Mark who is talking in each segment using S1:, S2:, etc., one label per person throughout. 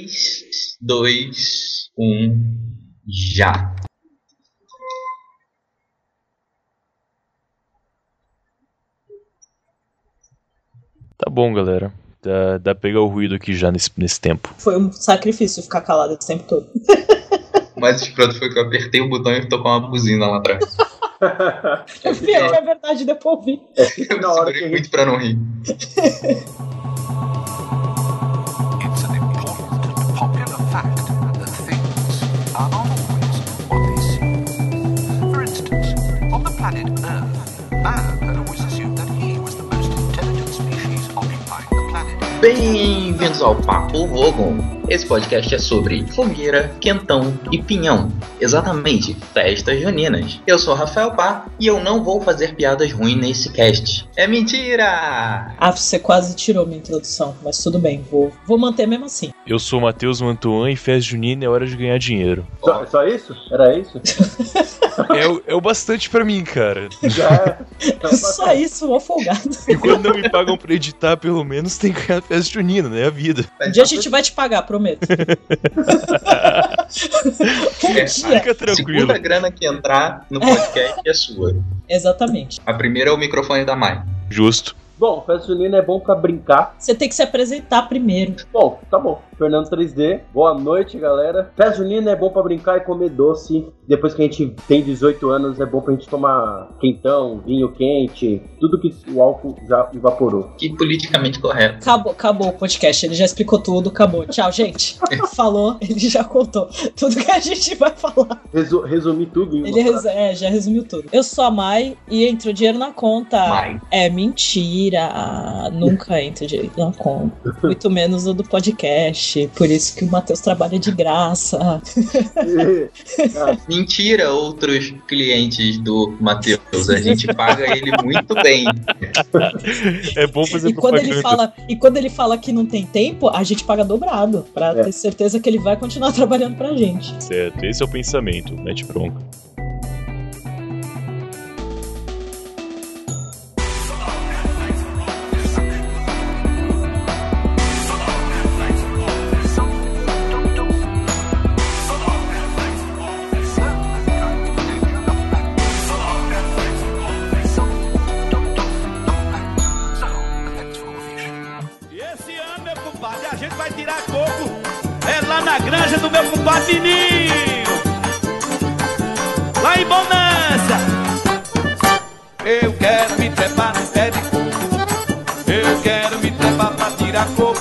S1: 3, 2, 1, já.
S2: Tá bom, galera. Dá, dá pra pegar o ruído aqui já nesse, nesse tempo.
S3: Foi um sacrifício ficar calado esse tempo todo.
S1: O mais escroto foi que eu apertei o botão e tocou uma buzina lá atrás.
S3: Eu vi a é verdade depois vi.
S1: Eu me
S4: Na hora que
S1: segurei
S4: a
S1: muito pra não rir.
S5: It's an important popular fact that things are not always what they seem. For instance, on the planet Earth, man had always assumed that he was the most intelligent species occupying the planet.
S1: Bem-vindos ao Papo Vogon. Esse podcast é sobre fogueira, quentão e pinhão. Exatamente, festas juninas. Eu sou Rafael Pá e eu não vou fazer piadas ruins nesse cast. É mentira!
S3: Ah, você quase tirou minha introdução, mas tudo bem, vou, vou manter mesmo assim.
S2: Eu sou o Matheus Mantuan e festa junina é hora de ganhar dinheiro.
S4: Só, só isso? Era isso?
S2: É, o- é o bastante pra mim, cara.
S4: Já é.
S3: Só isso, vou folgado.
S2: E quando não me pagam pra editar, pelo menos tem que ganhar festa junina, né? A vida.
S3: Um dia a gente vai te pagar, prometo. um dia.
S2: Fica
S1: A
S2: tranquilo.
S1: segunda grana que entrar no podcast é sua.
S3: Exatamente.
S1: A primeira é o microfone da Mai.
S2: Justo.
S4: Bom, festa junina é bom pra brincar.
S3: Você tem que se apresentar primeiro.
S4: Bom, tá bom. Fernando 3D, boa noite, galera. Festa junina é bom pra brincar e comer doce. Depois que a gente tem 18 anos, é bom pra gente tomar quentão, vinho quente, tudo que o álcool já evaporou.
S1: Que politicamente correto.
S3: Acabou, acabou o podcast, ele já explicou tudo, acabou. Tchau, gente. Falou, ele já contou tudo que a gente vai falar.
S4: Resu resumi tudo em uma
S3: Ele res-
S4: frase.
S3: é, já resumiu tudo. Eu sou a Mai e entro o dinheiro na conta.
S1: Mai.
S3: É mentira, Ah, nunca entra direito na conta. Muito menos o do podcast. Por isso que o Matheus trabalha de graça.
S1: Mentira, outros clientes do Matheus. A gente paga ele muito bem.
S2: É bom fazer
S3: E quando,
S2: propaganda.
S3: ele fala, e quando ele fala que não tem tempo, a gente paga dobrado. Pra
S4: É.
S3: ter certeza que ele vai continuar trabalhando pra gente.
S2: Certo, esse é o pensamento. Mete bronca.
S6: E esse ano, meu compadre, a gente vai tirar coco. É lá na granja do meu compadre Ninho. Lá em Bonança. Eu quero me trepar no pé de coco. Eu quero me trepar pra tirar coco.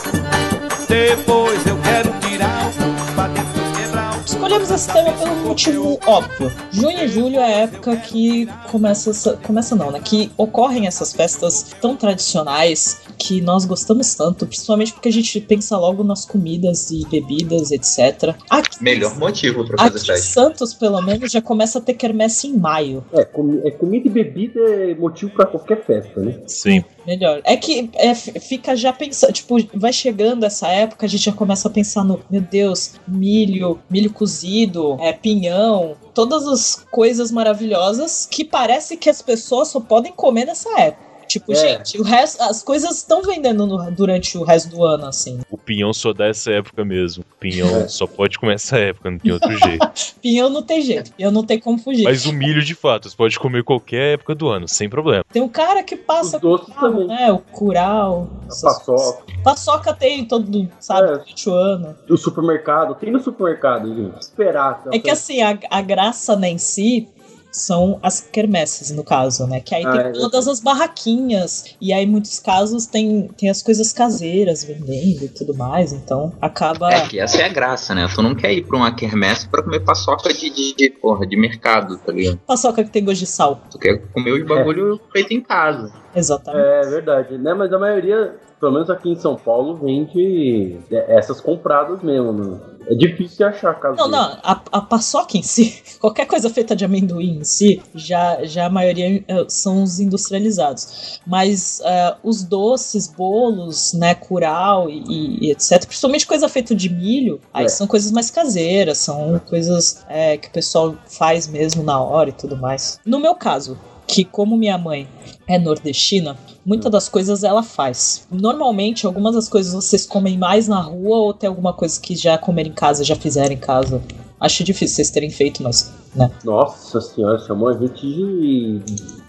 S6: Depois eu quero tirar o coco pra depois quebrar o
S3: Escolhemos esse tema pelo motivo óbvio. Junho e julho é a época que começa, essa- começa não, né? Que ocorrem essas festas tão tradicionais que nós gostamos tanto, principalmente porque a gente pensa logo nas comidas e bebidas, etc. Aqui,
S1: Melhor motivo pra fazer
S3: Aqui em
S1: festa.
S3: Santos, pelo menos, já começa a ter quermesse em maio.
S4: É, comi- é, comida e bebida é motivo pra qualquer festa, né?
S2: Sim.
S3: Melhor. É que é, f- fica já pensando, tipo, vai chegando essa época, a gente já começa a pensar no, meu Deus, milho, milho cozido, é, pinhão, todas as coisas maravilhosas que parece que as pessoas só podem comer nessa época. Tipo,
S4: É.
S3: gente, o resto, as coisas estão vendendo no- durante o resto do ano, assim.
S2: O pinhão só dá essa época mesmo. O pinhão só pode comer essa época, não tem outro jeito.
S3: Pinhão não tem jeito, pinhão não tem como fugir.
S2: Mas o milho, de fato, você pode comer qualquer época do ano, sem problema.
S3: Tem um cara que
S4: Os
S3: passa
S4: doces também.
S3: né? O curau. essas coisas.
S4: Paçoca,
S3: Paçoca tem todo, sabe,
S4: É.
S3: durante o ano.
S4: do supermercado. Tem no supermercado, gente. Esperar. tá
S3: É que assim, a, a graça né, em si são as quermesses, no caso, né? Que aí
S4: Ah,
S3: tem
S4: é
S3: todas as barraquinhas. E aí, em muitos casos, tem, tem as coisas caseiras vendendo e tudo mais. Então, acaba.
S1: É que essa é a graça, né? Tu não quer ir pra uma quermesse pra comer paçoca de, de, de, porra, de mercado, tá ligado?
S3: Paçoca que tem gosto de sal.
S1: Tu quer comer os bagulho feito em casa.
S3: Exatamente.
S4: É verdade, né? Mas a maioria, pelo menos aqui em São Paulo, vende essas compradas mesmo. né? É difícil de achar caso.
S3: Não, não, a, a paçoca em si, qualquer coisa feita de amendoim em si, já, já a maioria eh, são os industrializados. Mas eh, os doces, bolos, né, curau e, e- e etc., principalmente coisa feita de milho, aí
S4: É.
S3: são coisas mais caseiras, são coisas eh, que o pessoal faz mesmo na hora e tudo mais. No meu caso, que, como minha mãe é nordestina, muitas das coisas ela faz. Normalmente, algumas das coisas vocês comem mais na rua ou tem alguma coisa que já comeram em casa, já fizeram em casa. Acho difícil vocês terem feito, mas. Né?
S4: Nossa senhora, chamou a gente de.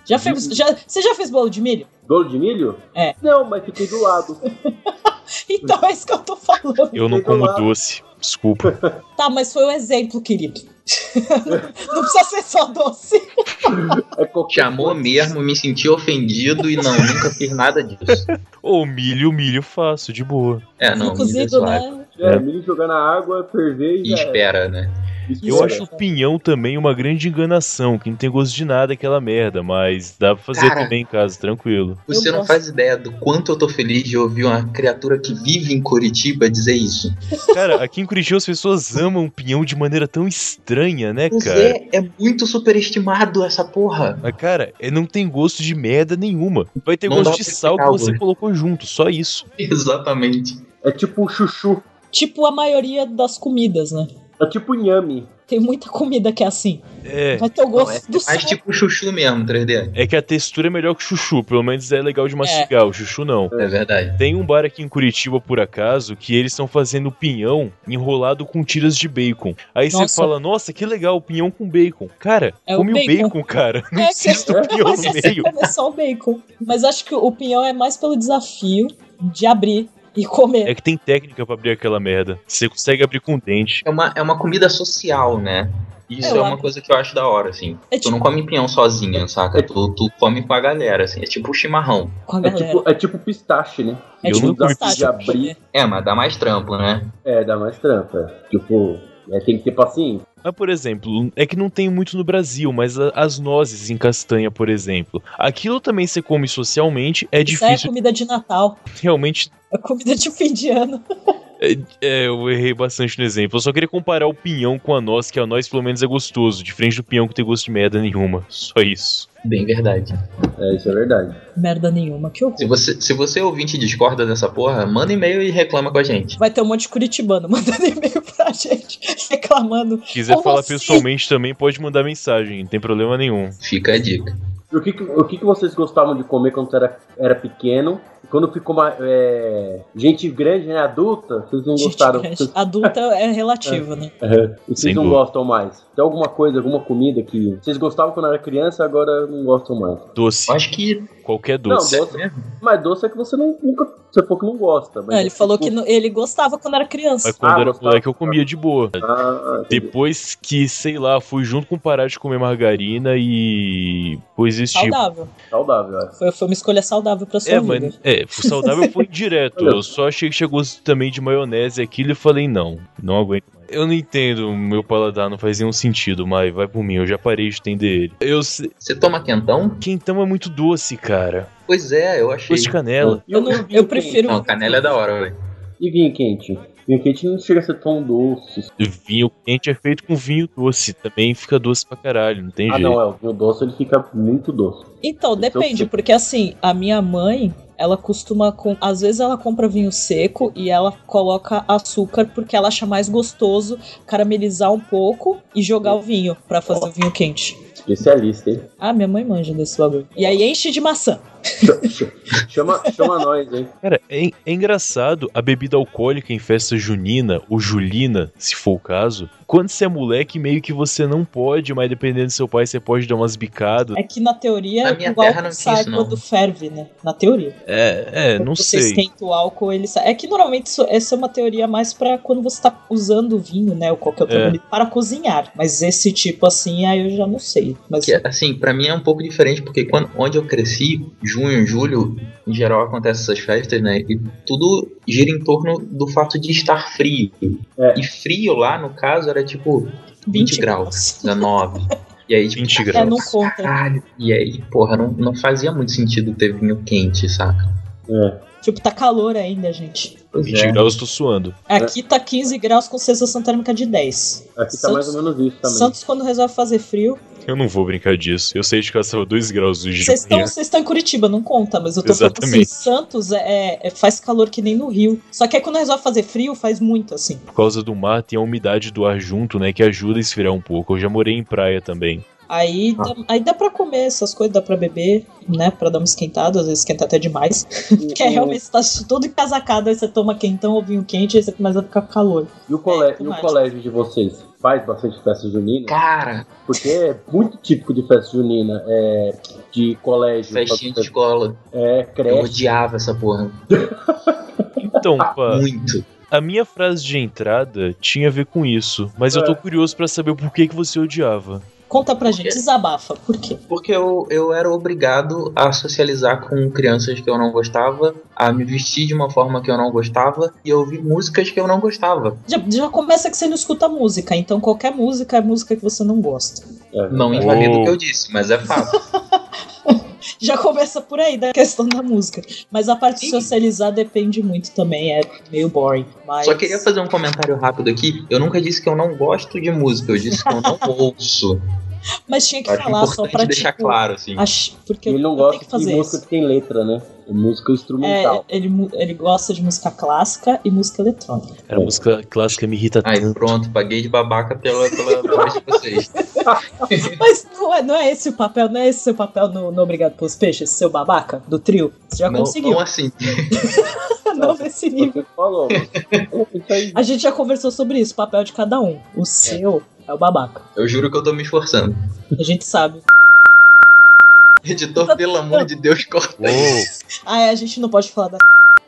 S3: Já fez, já, você já fez bolo de milho?
S4: Bolo de milho?
S3: É.
S4: Não, mas fiquei do lado.
S3: Então é isso que eu tô falando.
S2: Eu não como doce. Desculpa.
S3: Tá, mas foi um exemplo, querido. não, não precisa ser só doce.
S4: É qualquer
S1: Chamou mesmo, me senti ofendido e não, nunca fiz nada disso.
S2: Ou milho, milho faço, de boa.
S1: É, não, me
S3: Cozido, né?
S4: É, milho jogar na água, ferver e
S1: E
S4: já era.
S1: espera, né?
S4: Isso é.
S2: Eu
S4: era.
S2: acho o pinhão também uma grande enganação, que não tem gosto de nada aquela merda, mas dá pra fazer
S1: Cara.
S2: também em casa, tranquilo.
S1: Você
S3: Eu
S1: não
S3: gosto.
S1: faz ideia do quanto eu tô feliz de ouvir uma criatura que vive em Curitiba dizer isso.
S2: Cara, aqui em Curitiba as pessoas amam pinhão de maneira tão estranha, né,
S1: Pois
S2: cara?
S1: é, é muito superestimado essa porra.
S2: Mas, cara, é- não tem gosto de merda nenhuma. Vai ter
S1: Não dá
S2: gosto de
S1: pra
S2: sal que
S1: explicar,
S2: você
S1: Lu.
S2: colocou junto, só isso.
S1: Exatamente.
S4: É tipo chuchu.
S3: Tipo a maioria das comidas, né?
S4: É tipo nhame.
S3: Tem muita comida que é assim.
S2: É.
S3: Vai ter o
S1: Não, é,
S3: gosto do sal.
S1: mas tipo chuchu mesmo, 3D.
S2: É que a textura é melhor que o chuchu, pelo menos é legal de mastigar, o chuchu não.
S1: É verdade.
S2: Tem um bar aqui em Curitiba, por acaso, que eles estão fazendo pinhão enrolado com tiras de bacon. Aí você
S3: Nossa.
S2: fala, nossa, que legal, pinhão com bacon. Cara,
S3: É o
S2: come o bacon.
S3: bacon.
S2: cara. Não
S3: É,
S2: precisa do pinhão
S3: Mas
S2: no
S3: esse
S2: meio.
S3: é só o bacon. Mas acho que o pinhão é mais pelo desafio de abrir e comer.
S2: É que tem técnica pra abrir aquela merda. Você consegue abrir com o dente.
S1: É uma, é uma comida social, né? Isso é
S3: Eu
S1: uma
S3: acho.
S1: coisa que eu acho da hora, assim.
S3: É
S1: Tu não
S3: tipo
S1: come pinhão sozinho, saca? Tu, tu come com a galera, assim. É tipo o chimarrão.
S3: com a
S4: É
S3: galera.
S4: tipo, é tipo pistache, né?
S3: É
S2: eu
S3: tipo
S2: nunca comi
S3: pistache
S4: de
S3: pra
S4: abrir.
S3: comer.
S1: É, mas dá mais trampo, né?
S4: É, dá mais trampa. Tipo, é, tem que ter paciência.
S2: Mas, por exemplo, é que não tem muito no Brasil, mas a- as nozes em castanha, por exemplo. Aquilo também você come socialmente, é
S3: Isso aí é
S2: difícil
S3: comida de Natal.
S2: realmente.
S3: É comida de fim de ano.
S2: É, eu errei bastante no exemplo. Eu só queria comparar o pinhão com a noz, que a noz pelo menos é gostoso, diferente do pinhão que tem gosto de merda nenhuma. Só isso.
S1: Bem verdade.
S4: É, isso é verdade.
S3: Merda nenhuma, que horror.
S1: Se você, se você ouvinte discorda dessa porra, manda e-mail e reclama com a gente.
S3: Vai ter um monte de curitibano mandando e-mail pra gente, reclamando.
S2: Se quiser
S3: Ou
S2: falar
S4: assim?
S3: você.
S2: pessoalmente também, pode mandar mensagem, não tem problema nenhum.
S1: Fica a dica.
S4: E o que, que- o que, que vocês gostavam de comer quando era, era pequeno? E Quando ficou mais. é, gente grande, né? Adulta, vocês não
S3: Gente,
S4: gostaram.
S3: grande.
S4: Vocês,
S3: adulta é relativo, né?
S4: é, e
S2: Sem
S4: vocês não
S2: dúvida.
S4: gostam mais. Tem alguma coisa, alguma comida que vocês gostavam quando era criança, agora não gostam mais.
S2: Doce,
S1: Eu acho que.
S2: qualquer doce.
S4: Não, doce.
S1: mesmo.
S4: Mas doce é que você não, nunca. Você falou que não gosta. Mas é tipo
S3: Não, ele falou que não- ele gostava quando era criança.
S2: Mas quando
S4: Ah,
S2: era
S4: gostava.
S2: moleque eu comia de boa.
S4: Ah, ah,
S2: Tipo,
S4: entendi.
S2: Depois que, sei lá, fui junto com parar de comer margarina e coisas esse tipo.
S3: Saudável.
S4: saudável, é.
S3: Foi, foi uma escolha saudável pra sua
S2: É,
S3: vida.
S4: né?
S2: mas é, o saudável foi direto. Eu só achei que tinha gosto também de maionese e aquilo e falei, não, não aguento. mais. Eu não entendo, meu paladar não faz nenhum sentido, mas vai por mim, eu já parei de entender ele. Eu sei,
S1: Você toma quentão?
S2: quentão é muito doce, cara.
S1: Pois é, eu achei.
S2: Doce de canela.
S4: E
S3: Eu,
S4: o-
S3: não-
S4: e o vinho
S3: eu
S4: quente?
S3: prefiro.
S1: Não, canela é da hora, velho.
S4: E vinho quente? Vinho quente não chega a ser tão doce.
S2: Vinho quente é feito com vinho doce, também fica doce pra caralho, não tem
S4: Ah,
S2: jeito.
S4: não, é. O vinho doce ele fica muito doce.
S3: Então, depende,
S1: tipo-
S4: sim.
S3: porque assim, a minha mãe, ela costuma com, às vezes ela compra vinho seco e ela coloca açúcar porque ela acha mais gostoso caramelizar um pouco e jogar o vinho pra fazer o vinho quente.
S4: Especialista, hein?
S3: Ah, minha mãe manja desse bagulho. E aí enche de maçã.
S4: Chama, chama nós, hein?
S2: Cara, é, é engraçado a bebida alcoólica em festa junina ou julina, se for o caso. Quando você é moleque, meio que você não pode, mas dependendo do seu pai, você pode dar umas bicadas.
S3: É que na teoria
S1: Na minha
S3: o álcool
S1: terra não tinha
S3: sai
S1: isso, não.
S3: quando ferve, né? Na teoria.
S2: É, é, não sei.
S3: você esquenta o álcool, ele sai. É que normalmente isso- essa é uma teoria mais pra quando você tá usando o vinho, né? Ou qualquer outra
S2: É.
S3: bebida, para cozinhar. Mas esse tipo assim, aí eu já não sei. Mas
S1: Que, assim, pra mim é um pouco diferente, porque quando, onde eu cresci, junho, julho, em geral acontecem essas festas, né? E tudo gira em torno do fato de estar frio.
S4: É.
S1: E frio lá, no caso, era tipo 20 graus, 19. E aí, tipo,
S2: 20
S3: É, não
S2: graus.
S3: conta.
S1: caralho. E aí, porra, não, não fazia muito sentido ter vinho quente, saca?
S4: É.
S3: Tipo, tá calor ainda, gente.
S1: Pois
S2: 20
S1: é.
S2: graus, eu tô suando.
S3: Aqui tá 15 graus com sensação térmica de 10.
S4: Aqui tá mais ou menos isso também.
S3: Santos, quando resolve fazer frio.
S2: Eu não vou brincar disso. Eu sei de caçava 2 graus hoje
S3: Vocês
S2: de
S3: estão
S2: manhã.
S3: vocês estão em Curitiba, não conta, mas eu tô falando assim:
S2: Exatamente.
S3: Santos é, é- faz calor que nem no Rio. Só que aí quando resolve fazer frio, faz muito assim.
S2: Por causa do mar, tem a umidade do ar junto, né, que ajuda a esfriar um pouco. Eu já morei em praia também.
S3: Aí, dá, aí dá pra comer essas coisas, dá pra beber, né? Pra dar uma esquentada, às vezes esquenta até demais. Porque é, realmente você tá todo casacado, aí você toma quentão ou vinho quente, aí você começa a ficar com calor.
S4: E o, cole-
S3: É,
S4: e o
S3: tomate.
S4: colégio de vocês faz bastante festa junina?
S1: Cara,
S4: Porque é muito típico de festa junina. É, de colégio.
S1: festinha de escola.
S4: É,
S1: Eu
S4: creche.
S1: odiava essa porra.
S2: Então, pá,
S1: Muito.
S2: a minha frase de entrada tinha a ver com isso, mas eu tô
S4: É.
S2: curioso pra saber por que, que você odiava.
S3: Conta pra gente, desabafa, por quê?
S1: Porque eu, eu era obrigado a socializar com crianças que eu não gostava, a me vestir de uma forma que eu não gostava e a ouvir músicas que eu não gostava.
S3: Já, já começa que você não escuta música, então qualquer música é música que você não gosta.
S4: É,
S1: Não invalido
S2: Oh.
S1: o que eu disse, mas é fato.
S3: Já começa por aí da questão da música. Mas a parte de
S1: Sim.
S3: socializar depende muito também, é meio boring. Mas...
S1: Só queria fazer um comentário rápido aqui. Eu nunca disse que eu não gosto de música, eu disse que eu não ouço.
S3: Mas tinha que
S1: Acho
S3: falar só pra
S1: importante deixar
S3: tipo,
S1: claro, assim.
S3: ach- Porque
S4: Ele não
S3: eu tenho
S4: gosta
S3: que
S4: de
S3: fazer
S4: música
S3: isso.
S4: que tem letra, né? É música instrumental.
S3: É, ele, mu- ele gosta de música clássica e música eletrônica.
S2: Cara, a música clássica me irrita
S1: Aí
S2: tanto.
S1: pronto, paguei de babaca pela, pela voz de vocês.
S3: Mas não é, não é esse o papel, não é esse seu papel no, no Obrigado pelos Peixes, seu babaca, do trio. Você já
S1: não,
S3: conseguiu,
S1: não é assim.
S3: não é nesse nível.
S4: Você falou, mas- Isso aí.
S3: A gente já conversou sobre isso, o papel de cada um. O seu é o babaca.
S1: Eu juro que eu tô me esforçando.
S3: A gente sabe.
S1: Editor, pelo amor de Deus, corta isso.
S2: Uou,
S3: Ah, é, a gente não pode falar da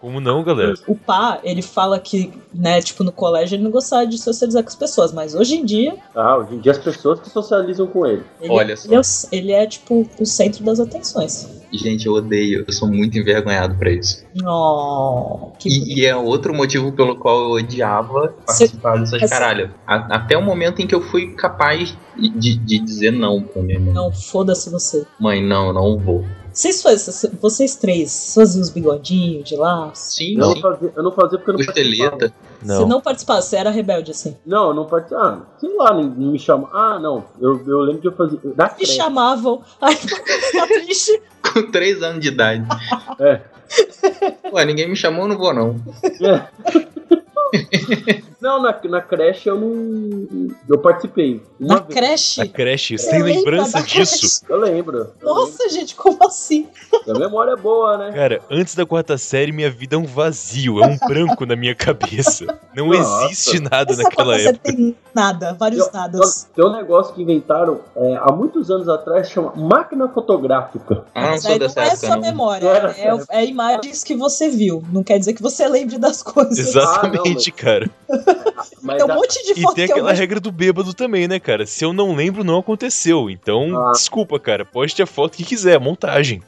S2: como não, galera?
S3: O pá, ele fala que, né, tipo, no colégio ele não gostava de socializar com as pessoas, mas hoje em dia
S4: Ah, hoje em dia as pessoas que socializam com ele.
S3: ele,
S1: Olha só.
S3: ele, é, o- ele é, tipo, o centro das atenções.
S1: Gente, eu odeio. Eu sou muito envergonhado pra isso.
S3: Oh, que
S1: E, e é outro motivo pelo qual eu odiava
S3: Cê-
S1: participar dessas
S3: Mas-
S1: caralho. A- até o momento em que eu fui capaz de, de dizer não pra minha mãe.
S3: Não, foda-se você.
S1: Mãe, não, não vou.
S3: Vocês, faz- vocês três faziam os bigodinhos de lá?
S1: Sim,
S4: Eu não
S1: sim.
S4: fazia, eu não fazia porque eu não participava.
S1: Costeleta.
S3: Se
S2: Não.
S3: não participasse, você era rebelde, assim.
S4: Não, eu não participava. Ah, sei lá, não não me chama. Ah, não. Eu, eu lembro que eu fazia. Da
S3: Me
S4: creche.
S3: chamavam, aí tá triste.
S1: Com 3 anos de idade.
S4: É.
S1: Ué, ninguém me chamou, eu não vou não.
S4: Não, na, na creche eu não. Eu participei. Uma
S3: Na
S4: vez.
S2: A
S3: tá creche.
S2: creche, você
S3: Você
S2: tem
S3: lembra
S2: lembrança
S3: da
S2: disso?
S3: creche?
S4: Eu lembro. eu
S3: Nossa, gente, como assim?
S4: lembro. Minha memória é boa, né?
S2: Cara, antes da quarta série, minha vida é um vazio, é um branco na minha cabeça. Não
S4: Nossa.
S2: existe nada
S3: Essa
S2: naquela
S3: conta você
S2: época.
S3: tem nada, vários
S4: Eu-
S3: nadas.
S4: Tem um negócio que inventaram é, há muitos anos atrás, chama máquina fotográfica.
S1: Ah, não
S3: Mas aí
S1: sou
S3: não
S1: dessa
S3: é só
S1: época, não.
S3: memória,
S4: Não era essa
S3: é, o- é imagens que você viu. Não quer dizer que você lembre das coisas.
S2: Exatamente, cara.
S4: Mas
S3: Tem um
S4: a-
S3: monte de
S2: E
S3: foto
S4: é
S2: tem
S3: que eu
S2: aquela
S3: vejo.
S2: regra do bêbado também, né, cara? Se eu não lembro, não aconteceu. Então,
S4: Ah.
S2: desculpa, cara. Poste a foto que quiser, montagem.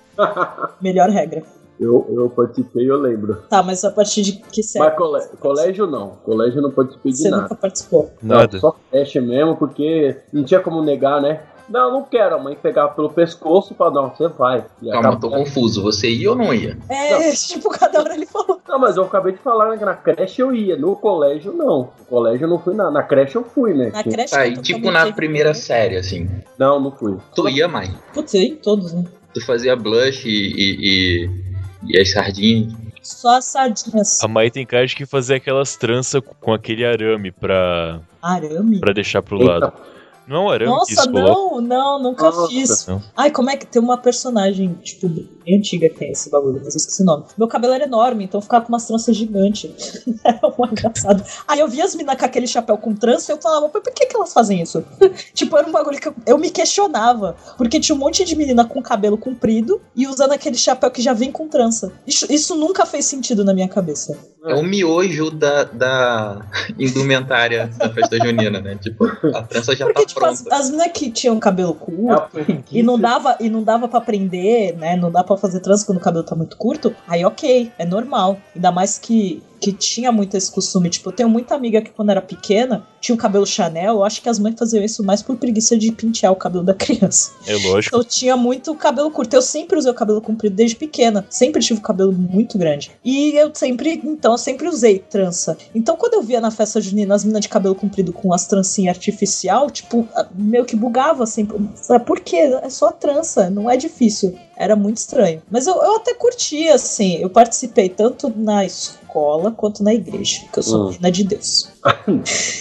S3: Melhor regra.
S4: eu, eu participei, eu lembro.
S3: Tá, mas a partir de que série
S4: Mas cole- colégio não. Colégio eu não participei de
S3: você
S4: nada.
S3: nunca participou?
S2: Nada.
S4: Não, só creche mesmo, porque não tinha como negar, né? Não, não quero. A mãe pegava pelo pescoço e falava, não, você vai. E
S1: Calma, eu
S4: acabou.
S1: tô confuso. Você ia ou não ia?
S3: É, tipo, cada hora ele falou.
S4: Não, mas eu acabei de falar né, que na creche eu ia, no colégio não. No colégio eu não fui na, na creche eu fui, né?
S3: Na
S4: Que-
S3: creche.
S1: Tá, e
S3: então,
S1: tipo
S3: também
S1: na
S3: teve-
S1: primeira série, assim.
S4: Não, não fui.
S1: Tu ia mais.
S3: Putz, eu ia em todos, né?
S1: Tu fazia blush e, e, e, e as sardinhas.
S3: Só as sardinhas.
S1: Ah.
S2: A Mai tem cara de que fazer aquelas tranças com aquele arame pra,
S3: Arame?
S2: pra deixar pro
S4: Eita.
S2: lado. Não é um arame que
S3: Nossa,
S2: isso coloca.
S3: não, não, nunca
S4: Nossa.
S3: fiz.
S2: Não.
S3: Ai, como é que tem uma personagem, tipo, bem antiga que tem esse bagulho, mas eu esqueci o nome. Meu cabelo era enorme, então eu ficava com umas tranças gigantes. era uma engraçada. Aí eu via as minas com aquele chapéu com trança e eu falava, mas por que, que elas fazem isso? tipo, era um bagulho que eu, eu me questionava. Porque tinha um monte de menina com cabelo comprido e usando aquele chapéu que já vem com trança. Isso, isso nunca fez sentido na minha cabeça.
S1: É o miojo da, da indumentária da festa junina, né? Tipo, a trança já
S3: Porque,
S1: tá
S3: tipo, as,
S1: pronta.
S3: as meninas que tinham cabelo curto.
S4: É a preguiça.
S3: E não dava, e não dava para prender, né? Não dá pra fazer trança quando o cabelo tá muito curto. Aí ok, é normal. Ainda mais que que tinha muito esse costume, tipo, eu tenho muita amiga que quando era pequena tinha o cabelo Chanel, eu acho que as mães faziam isso mais por preguiça de pentear o cabelo da criança.
S2: É lógico.
S3: Eu tinha muito cabelo curto. Eu sempre usei o cabelo comprido desde pequena. Sempre tive o cabelo muito grande. E eu sempre, então, eu sempre usei trança. Então, quando eu via na festa junina as meninas de cabelo comprido com as trancinhas artificial, tipo, meio que bugava assim. Falei, Por quê? É só trança, não é difícil. Era muito estranho. Mas eu, eu até curti, assim. Eu participei tanto na escola quanto na igreja, que eu sou
S4: Hum.
S3: menina de Deus.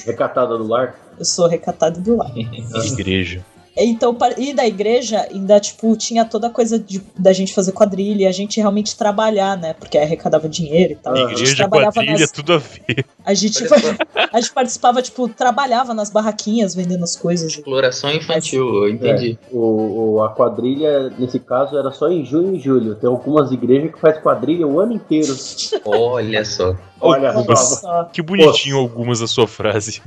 S4: Recatada do lar. Ah.
S3: Eu sou recatada do lar.
S2: é Igreja.
S3: Então, pa- e da igreja ainda, tipo, tinha toda a coisa de, da gente fazer quadrilha e a gente realmente trabalhar, né? Porque arrecadava dinheiro e tal.
S4: Ah.
S3: a gente
S2: Igreja,
S3: trabalhava
S2: quadrilha,
S3: nas-
S2: tudo a ver.
S3: A gente, a gente participava, tipo, trabalhava nas barraquinhas vendendo as coisas.
S1: Exploração infantil, eu entendi.
S4: O, o- a quadrilha, nesse caso, era só em junho e julho. Tem algumas igrejas que faz quadrilha o ano inteiro.
S3: É.
S1: Olha só.
S4: Olha
S3: Olha
S4: só.
S3: só,
S2: Que bonitinho algumas da sua frase.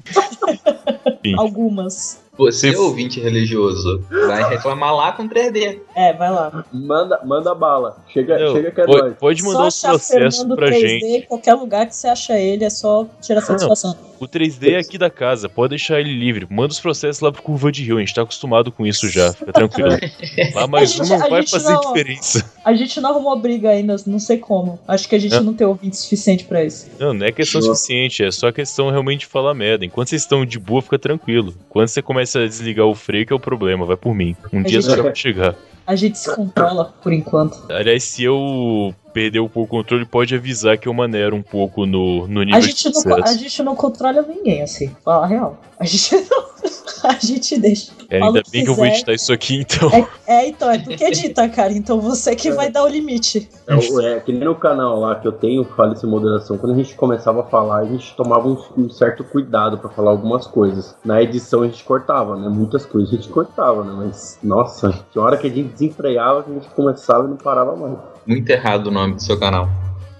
S3: algumas.
S1: Você,
S2: Se-
S1: ouvinte religioso, vai reclamar lá com 3D.
S3: É, vai lá.
S4: Manda, manda bala. Chega,
S2: Não,
S4: chega que é
S2: pode-
S4: nóis.
S2: Pode mandar os
S3: Só achar
S2: processos
S3: Fernando
S2: pra
S3: 3D
S2: gente.
S3: em qualquer lugar que você acha ele, é só tirar satisfação.
S2: O 3D é aqui da casa, pode deixar ele livre. Manda os processos lá pro Curva de Rio, a gente tá acostumado com isso já, fica tranquilo. Lá mais
S3: A gente-
S2: um não
S3: a
S2: vai
S3: gente
S2: fazer
S3: não-
S2: diferença.
S3: A gente não arrumou briga ainda, não sei como. Acho que a gente
S2: É.
S3: não tem ouvinte suficiente pra isso.
S2: Não, não é questão
S1: Nossa.
S2: suficiente, é só questão realmente de falar merda. Enquanto vocês estão de boa, fica tranquilo. Quando você começa a desligar o freio, que é o problema, vai por mim. Um dia
S3: gente-
S2: isso já vai chegar.
S3: A gente se controla por enquanto.
S2: Aliás, se eu perder um pouco o controle, pode avisar que eu manero um pouco no, no nível
S3: a, gente
S2: de
S3: não, co- a
S2: sucesso.
S3: gente não controla ninguém, assim. Fala a real. A gente não. A gente deixa.
S2: É,
S3: fala
S2: ainda
S3: o que
S2: bem que eu vou
S3: quiser.
S2: editar isso aqui, então.
S3: É, então, é porque edita, cara. Então você que vai dar o limite.
S4: É, o- é que nem no canal lá que eu tenho, Fale-se Moderação, quando a gente começava a falar, a gente tomava um, um certo cuidado pra falar algumas coisas. Na edição a gente cortava, né? Muitas coisas a gente cortava, né? Mas, nossa, tinha hora que a gente desenfreava, que a gente começava e não parava mais.
S1: Muito errado o nome do seu canal.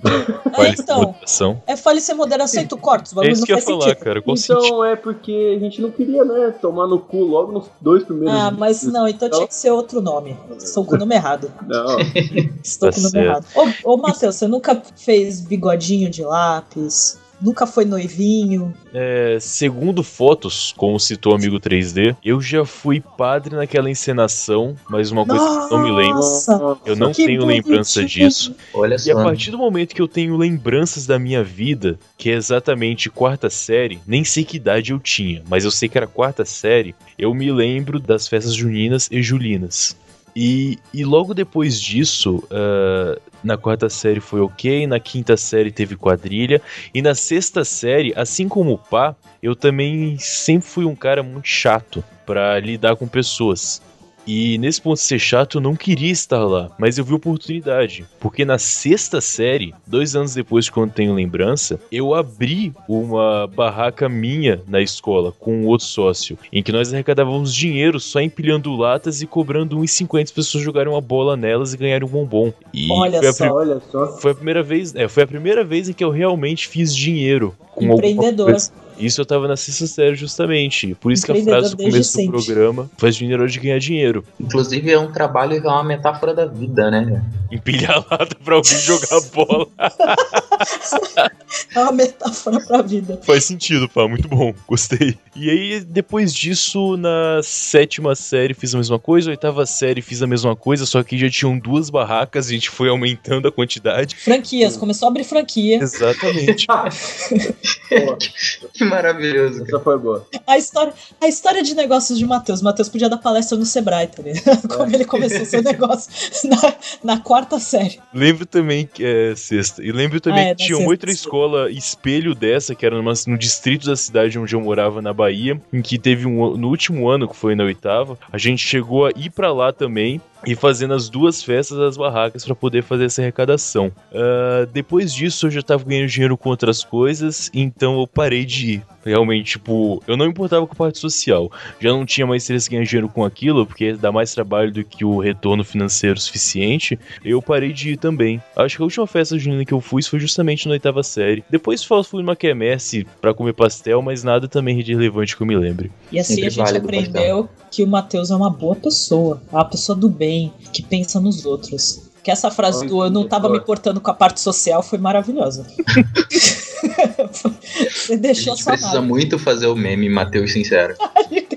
S3: É,
S2: Vale essa
S3: então.
S2: moderação.
S3: É fale sem moderação e tu corta. Os
S2: É
S3: bagulhos
S2: isso
S3: não
S2: que eu ia
S3: faz
S2: falar,
S3: sentido.
S2: cara. Qual sentido?
S4: Então é porque a gente não queria, né? Tomar no cu logo nos dois primeiros.
S3: Ah,
S4: dias.
S3: mas não, então tinha que ser outro nome. Estou com o nome errado.
S4: Não,
S3: Estou
S2: Tá
S3: com o nome errado. Ô, ô Matheus, você nunca fez bigodinho de lápis? Nunca foi noivinho?
S2: É, segundo fotos, como citou o amigo 3D, eu já fui padre naquela encenação, mas uma coisa que eu não me lembro.
S3: Nossa,
S2: Eu não
S3: que
S2: tenho lembrança
S3: bonitinho.
S2: disso.
S1: Olha só.
S2: E a partir do momento que eu tenho lembranças da minha vida, que é exatamente quarta série, nem sei que idade eu tinha, mas eu sei que era quarta série, eu me lembro das festas juninas e julinas. E, e logo depois disso, ah, na quarta série foi ok, na quinta série teve quadrilha, e na sexta série, assim como o Pá, eu também sempre fui um cara muito chato pra lidar com pessoas. E nesse ponto de ser chato, eu não queria estar lá, mas eu vi oportunidade. Porque na sexta série, dois anos depois de quando tenho lembrança, eu abri uma barraca minha na escola com um outro sócio, em que nós arrecadávamos dinheiro só empilhando latas e cobrando 1,50 as pessoas jogarem uma bola nelas e ganharem um bombom. E
S3: Olha
S2: foi a
S3: só.
S2: pri-
S4: olha só.
S2: foi a primeira vez, é, foi a primeira vez em que eu realmente fiz dinheiro com Um alguma
S3: Empreendedor.
S2: coisa. Isso eu tava na sexta série justamente. Por isso que a
S3: Empreendedor
S2: frase do
S3: desde
S2: começo do
S3: sempre.
S2: programa faz dinheiro de ganhar dinheiro.
S1: Inclusive é um trabalho que é uma metáfora da vida, né?
S2: Empilhar lata pra alguém jogar bola.
S3: É uma metáfora pra vida.
S2: Faz sentido, pá, muito bom, gostei. E aí, depois disso, na sétima série fiz a mesma coisa, oitava série fiz a mesma coisa, só que já tinham duas barracas, a gente foi aumentando a quantidade.
S3: Franquias, começou a abrir franquia.
S2: Exatamente.
S1: Que maravilhoso.
S4: Essa foi boa.
S3: A história, a história de negócios de Matheus. Matheus podia dar palestra no Sebrae, tá ligado? Como ele começou seu negócio na, na quarta série.
S2: lembro também que é sexta. E lembro
S3: Ah,
S2: também
S3: é,
S2: que
S3: na
S2: tinha
S3: sexta,
S2: outra
S3: desculpa.
S2: escola espelho dessa, que era numa- no distrito da cidade onde eu morava, na Bahia, em que teve um an- no último ano, que foi na oitava, a gente chegou a ir pra lá também. E fazendo as duas festas das barracas pra poder fazer essa arrecadação. Ah, depois disso, eu já tava ganhando dinheiro com outras coisas, então eu parei de ir. Realmente, tipo, eu não importava com a parte social. Já não tinha mais interesse em ganhar dinheiro com aquilo, porque dá mais trabalho do que o retorno financeiro suficiente eu parei de ir também. Acho que a última festa junina que eu fui foi justamente na oitava série. Depois só fui numa quermesse pra comer pastel, mas nada também de relevante que eu me lembre.
S3: E assim
S1: Sempre
S3: a gente
S1: válido,
S3: aprendeu que o Matheus é uma boa pessoa. É uma pessoa do bem, que pensa nos outros. Que essa frase
S4: Olha
S3: do eu não
S4: que
S3: tava me
S4: legal.
S3: importando com a parte social foi maravilhosa. Você
S1: A
S3: deixou
S1: gente
S3: sua
S1: precisa
S3: marca. muito.
S1: muito fazer o meme Matheus Sincero.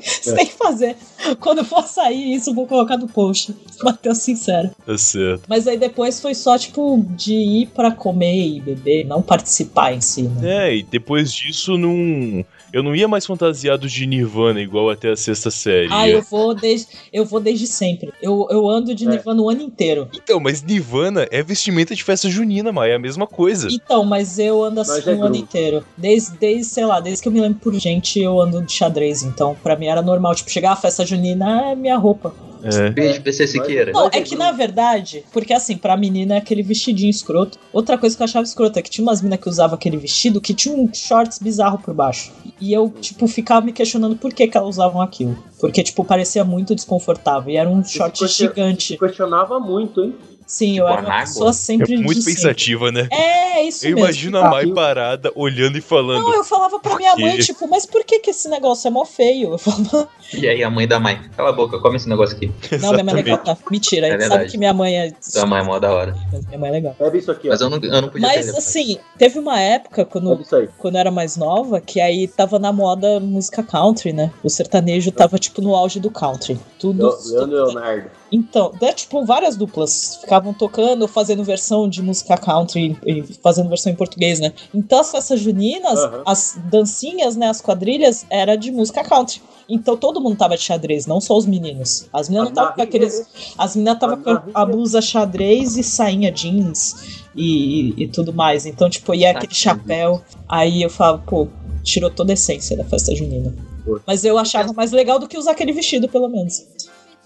S3: Você tem que fazer. Quando for sair isso, eu vou colocar no post. Matheus sincero.
S2: Tá certo.
S3: Mas aí depois foi só, tipo, de ir pra comer e beber, não participar em si, né?
S2: É, e depois disso não. Eu não ia mais fantasiado de Nirvana igual até a sexta série.
S3: Ah, eu vou desde, eu vou desde sempre. Eu, eu ando de
S4: É.
S3: Nirvana o ano inteiro.
S2: Então, mas Nirvana é vestimenta de festa junina, Maia, é a mesma coisa.
S3: Então, mas eu ando assim
S4: é
S3: o ano
S4: grupo.
S3: inteiro. Desde, desde, sei lá, desde que eu me lembro por gente, eu ando de xadrez. Então, pra mim era normal, tipo, chegar à festa junina é minha roupa.
S2: É.
S1: Beijo, PC Siqueira.
S3: Não, é que na verdade, porque assim, pra menina é aquele vestidinho escroto. Outra coisa que eu achava escrota é que tinha umas minas que usavam aquele vestido que tinha um shorts bizarro por baixo. E eu, tipo, ficava me questionando por que, que elas usavam aquilo. Porque, tipo, parecia muito desconfortável. E era um short
S4: question-
S3: gigante.
S4: Questionava muito, hein?
S3: Sim, eu era uma
S1: Guanaco.
S3: pessoa sempre
S2: É muito
S3: de sempre.
S2: pensativa, né?
S3: É, isso
S2: Eu
S3: mesmo.
S2: imagino a Mai parada olhando e falando.
S3: Não, eu falava pra minha mãe,
S2: quê?
S3: tipo, mas por que que esse negócio é mó feio? Eu falava,
S1: E aí a mãe da mãe. Cala a boca, come esse negócio aqui.
S3: não, minha mãe é legal,
S2: Exatamente.
S3: tá? Mentira,
S1: É
S3: a gente sabe
S1: verdade.
S3: que minha mãe é...
S1: Sua mãe é mó da hora.
S3: Mas minha mãe é legal.
S4: Bebe isso aqui, ó.
S1: Mas eu não, eu não podia
S3: Mas,
S1: perder.
S3: assim, teve uma época, quando
S4: Bebe isso aí.
S3: quando eu era mais nova, que aí tava na moda música country, né? O sertanejo tava, tipo, no auge do country. Tudo.
S4: Le- Leandro e Leonardo.
S3: Então, né, tipo, várias duplas ficavam tocando, fazendo versão de música country, e fazendo versão em português, né? Então as festas juninas,
S4: Aham.
S3: as dancinhas, né? As quadrilhas, era de música country. Então todo mundo tava de xadrez, não só os meninos. As meninas não estavam com aqueles. As meninas tava com a- a blusa xadrez e sainha jeans e, e, e tudo mais. Então, tipo, ia aquele chapéu. Aí eu falava, pô, tirou toda a essência da festa junina.
S4: Pô.
S3: Mas eu achava mais legal do que usar aquele vestido, pelo menos.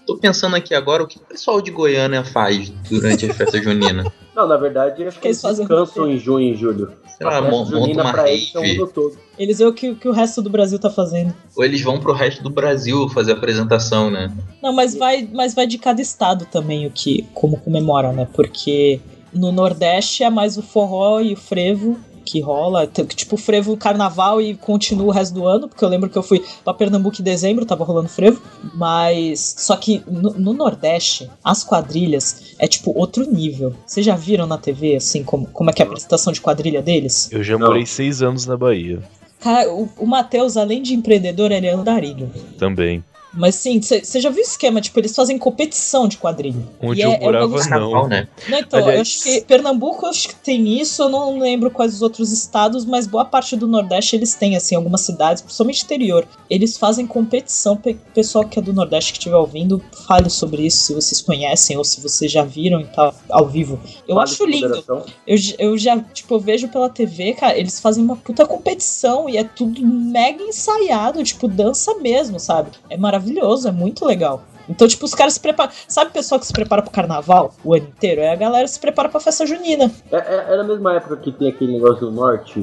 S1: Tô pensando aqui agora o que o pessoal de Goiânia faz durante a festa junina.
S4: Não, na verdade, acho que
S3: Porque eles
S4: eles
S3: fazem
S4: descansam em junho e julho.
S1: Sei lá,
S4: A
S1: mo- Ah,
S4: festa
S1: monta uma
S4: junina pra eles é um
S1: rave.
S4: ano todo.
S3: Eles veem o que, o que o resto do Brasil tá fazendo.
S1: Ou eles vão pro resto do Brasil fazer apresentação, né?
S3: Não, mas vai, mas vai de cada estado também o que como comemora, né? Porque no Nordeste é mais o forró e o frevo que rola, Tem- tipo frevo carnaval e continua o resto do ano, porque eu lembro que eu fui pra Pernambuco em dezembro, tava rolando frevo, mas só que no, no Nordeste as quadrilhas é tipo outro nível. Vocês já viram na TV assim como, como é que é a apresentação de quadrilha deles?
S2: Eu já
S4: Não.
S2: morei seis anos na Bahia
S3: Cara, o, o Matheus, além de empreendedor, ele é andarilho.
S2: também.
S3: Mas sim, você já viu o esquema? Tipo, eles fazem competição de quadrilha.
S2: Onde
S3: E
S2: eu
S3: é- é um
S2: morava,
S3: bagulho-
S2: não.
S1: Carnaval, né?
S3: Não, então, eu
S2: Aliás-
S3: acho que Pernambuco eu acho que tem isso, eu não lembro quais os outros estados, mas boa parte do Nordeste eles têm, assim, algumas cidades, principalmente interior. Eles fazem competição, pe- pessoal que é do Nordeste que estiver ouvindo, fale sobre isso, se vocês conhecem ou se vocês já viram e tal, ao vivo. Eu
S4: Vale
S3: acho
S4: com
S3: lindo.
S4: moderação.
S3: Eu, j- eu já, tipo, eu vejo pela TV, cara, eles fazem uma puta competição e é tudo mega ensaiado, tipo, dança mesmo, sabe? É maravilhoso, é muito legal. Então, tipo, os caras se preparam. Sabe o pessoal que se prepara pro carnaval o ano inteiro? É a galera que se prepara pra festa junina.
S4: É, é, é na mesma época que tem aquele negócio do norte.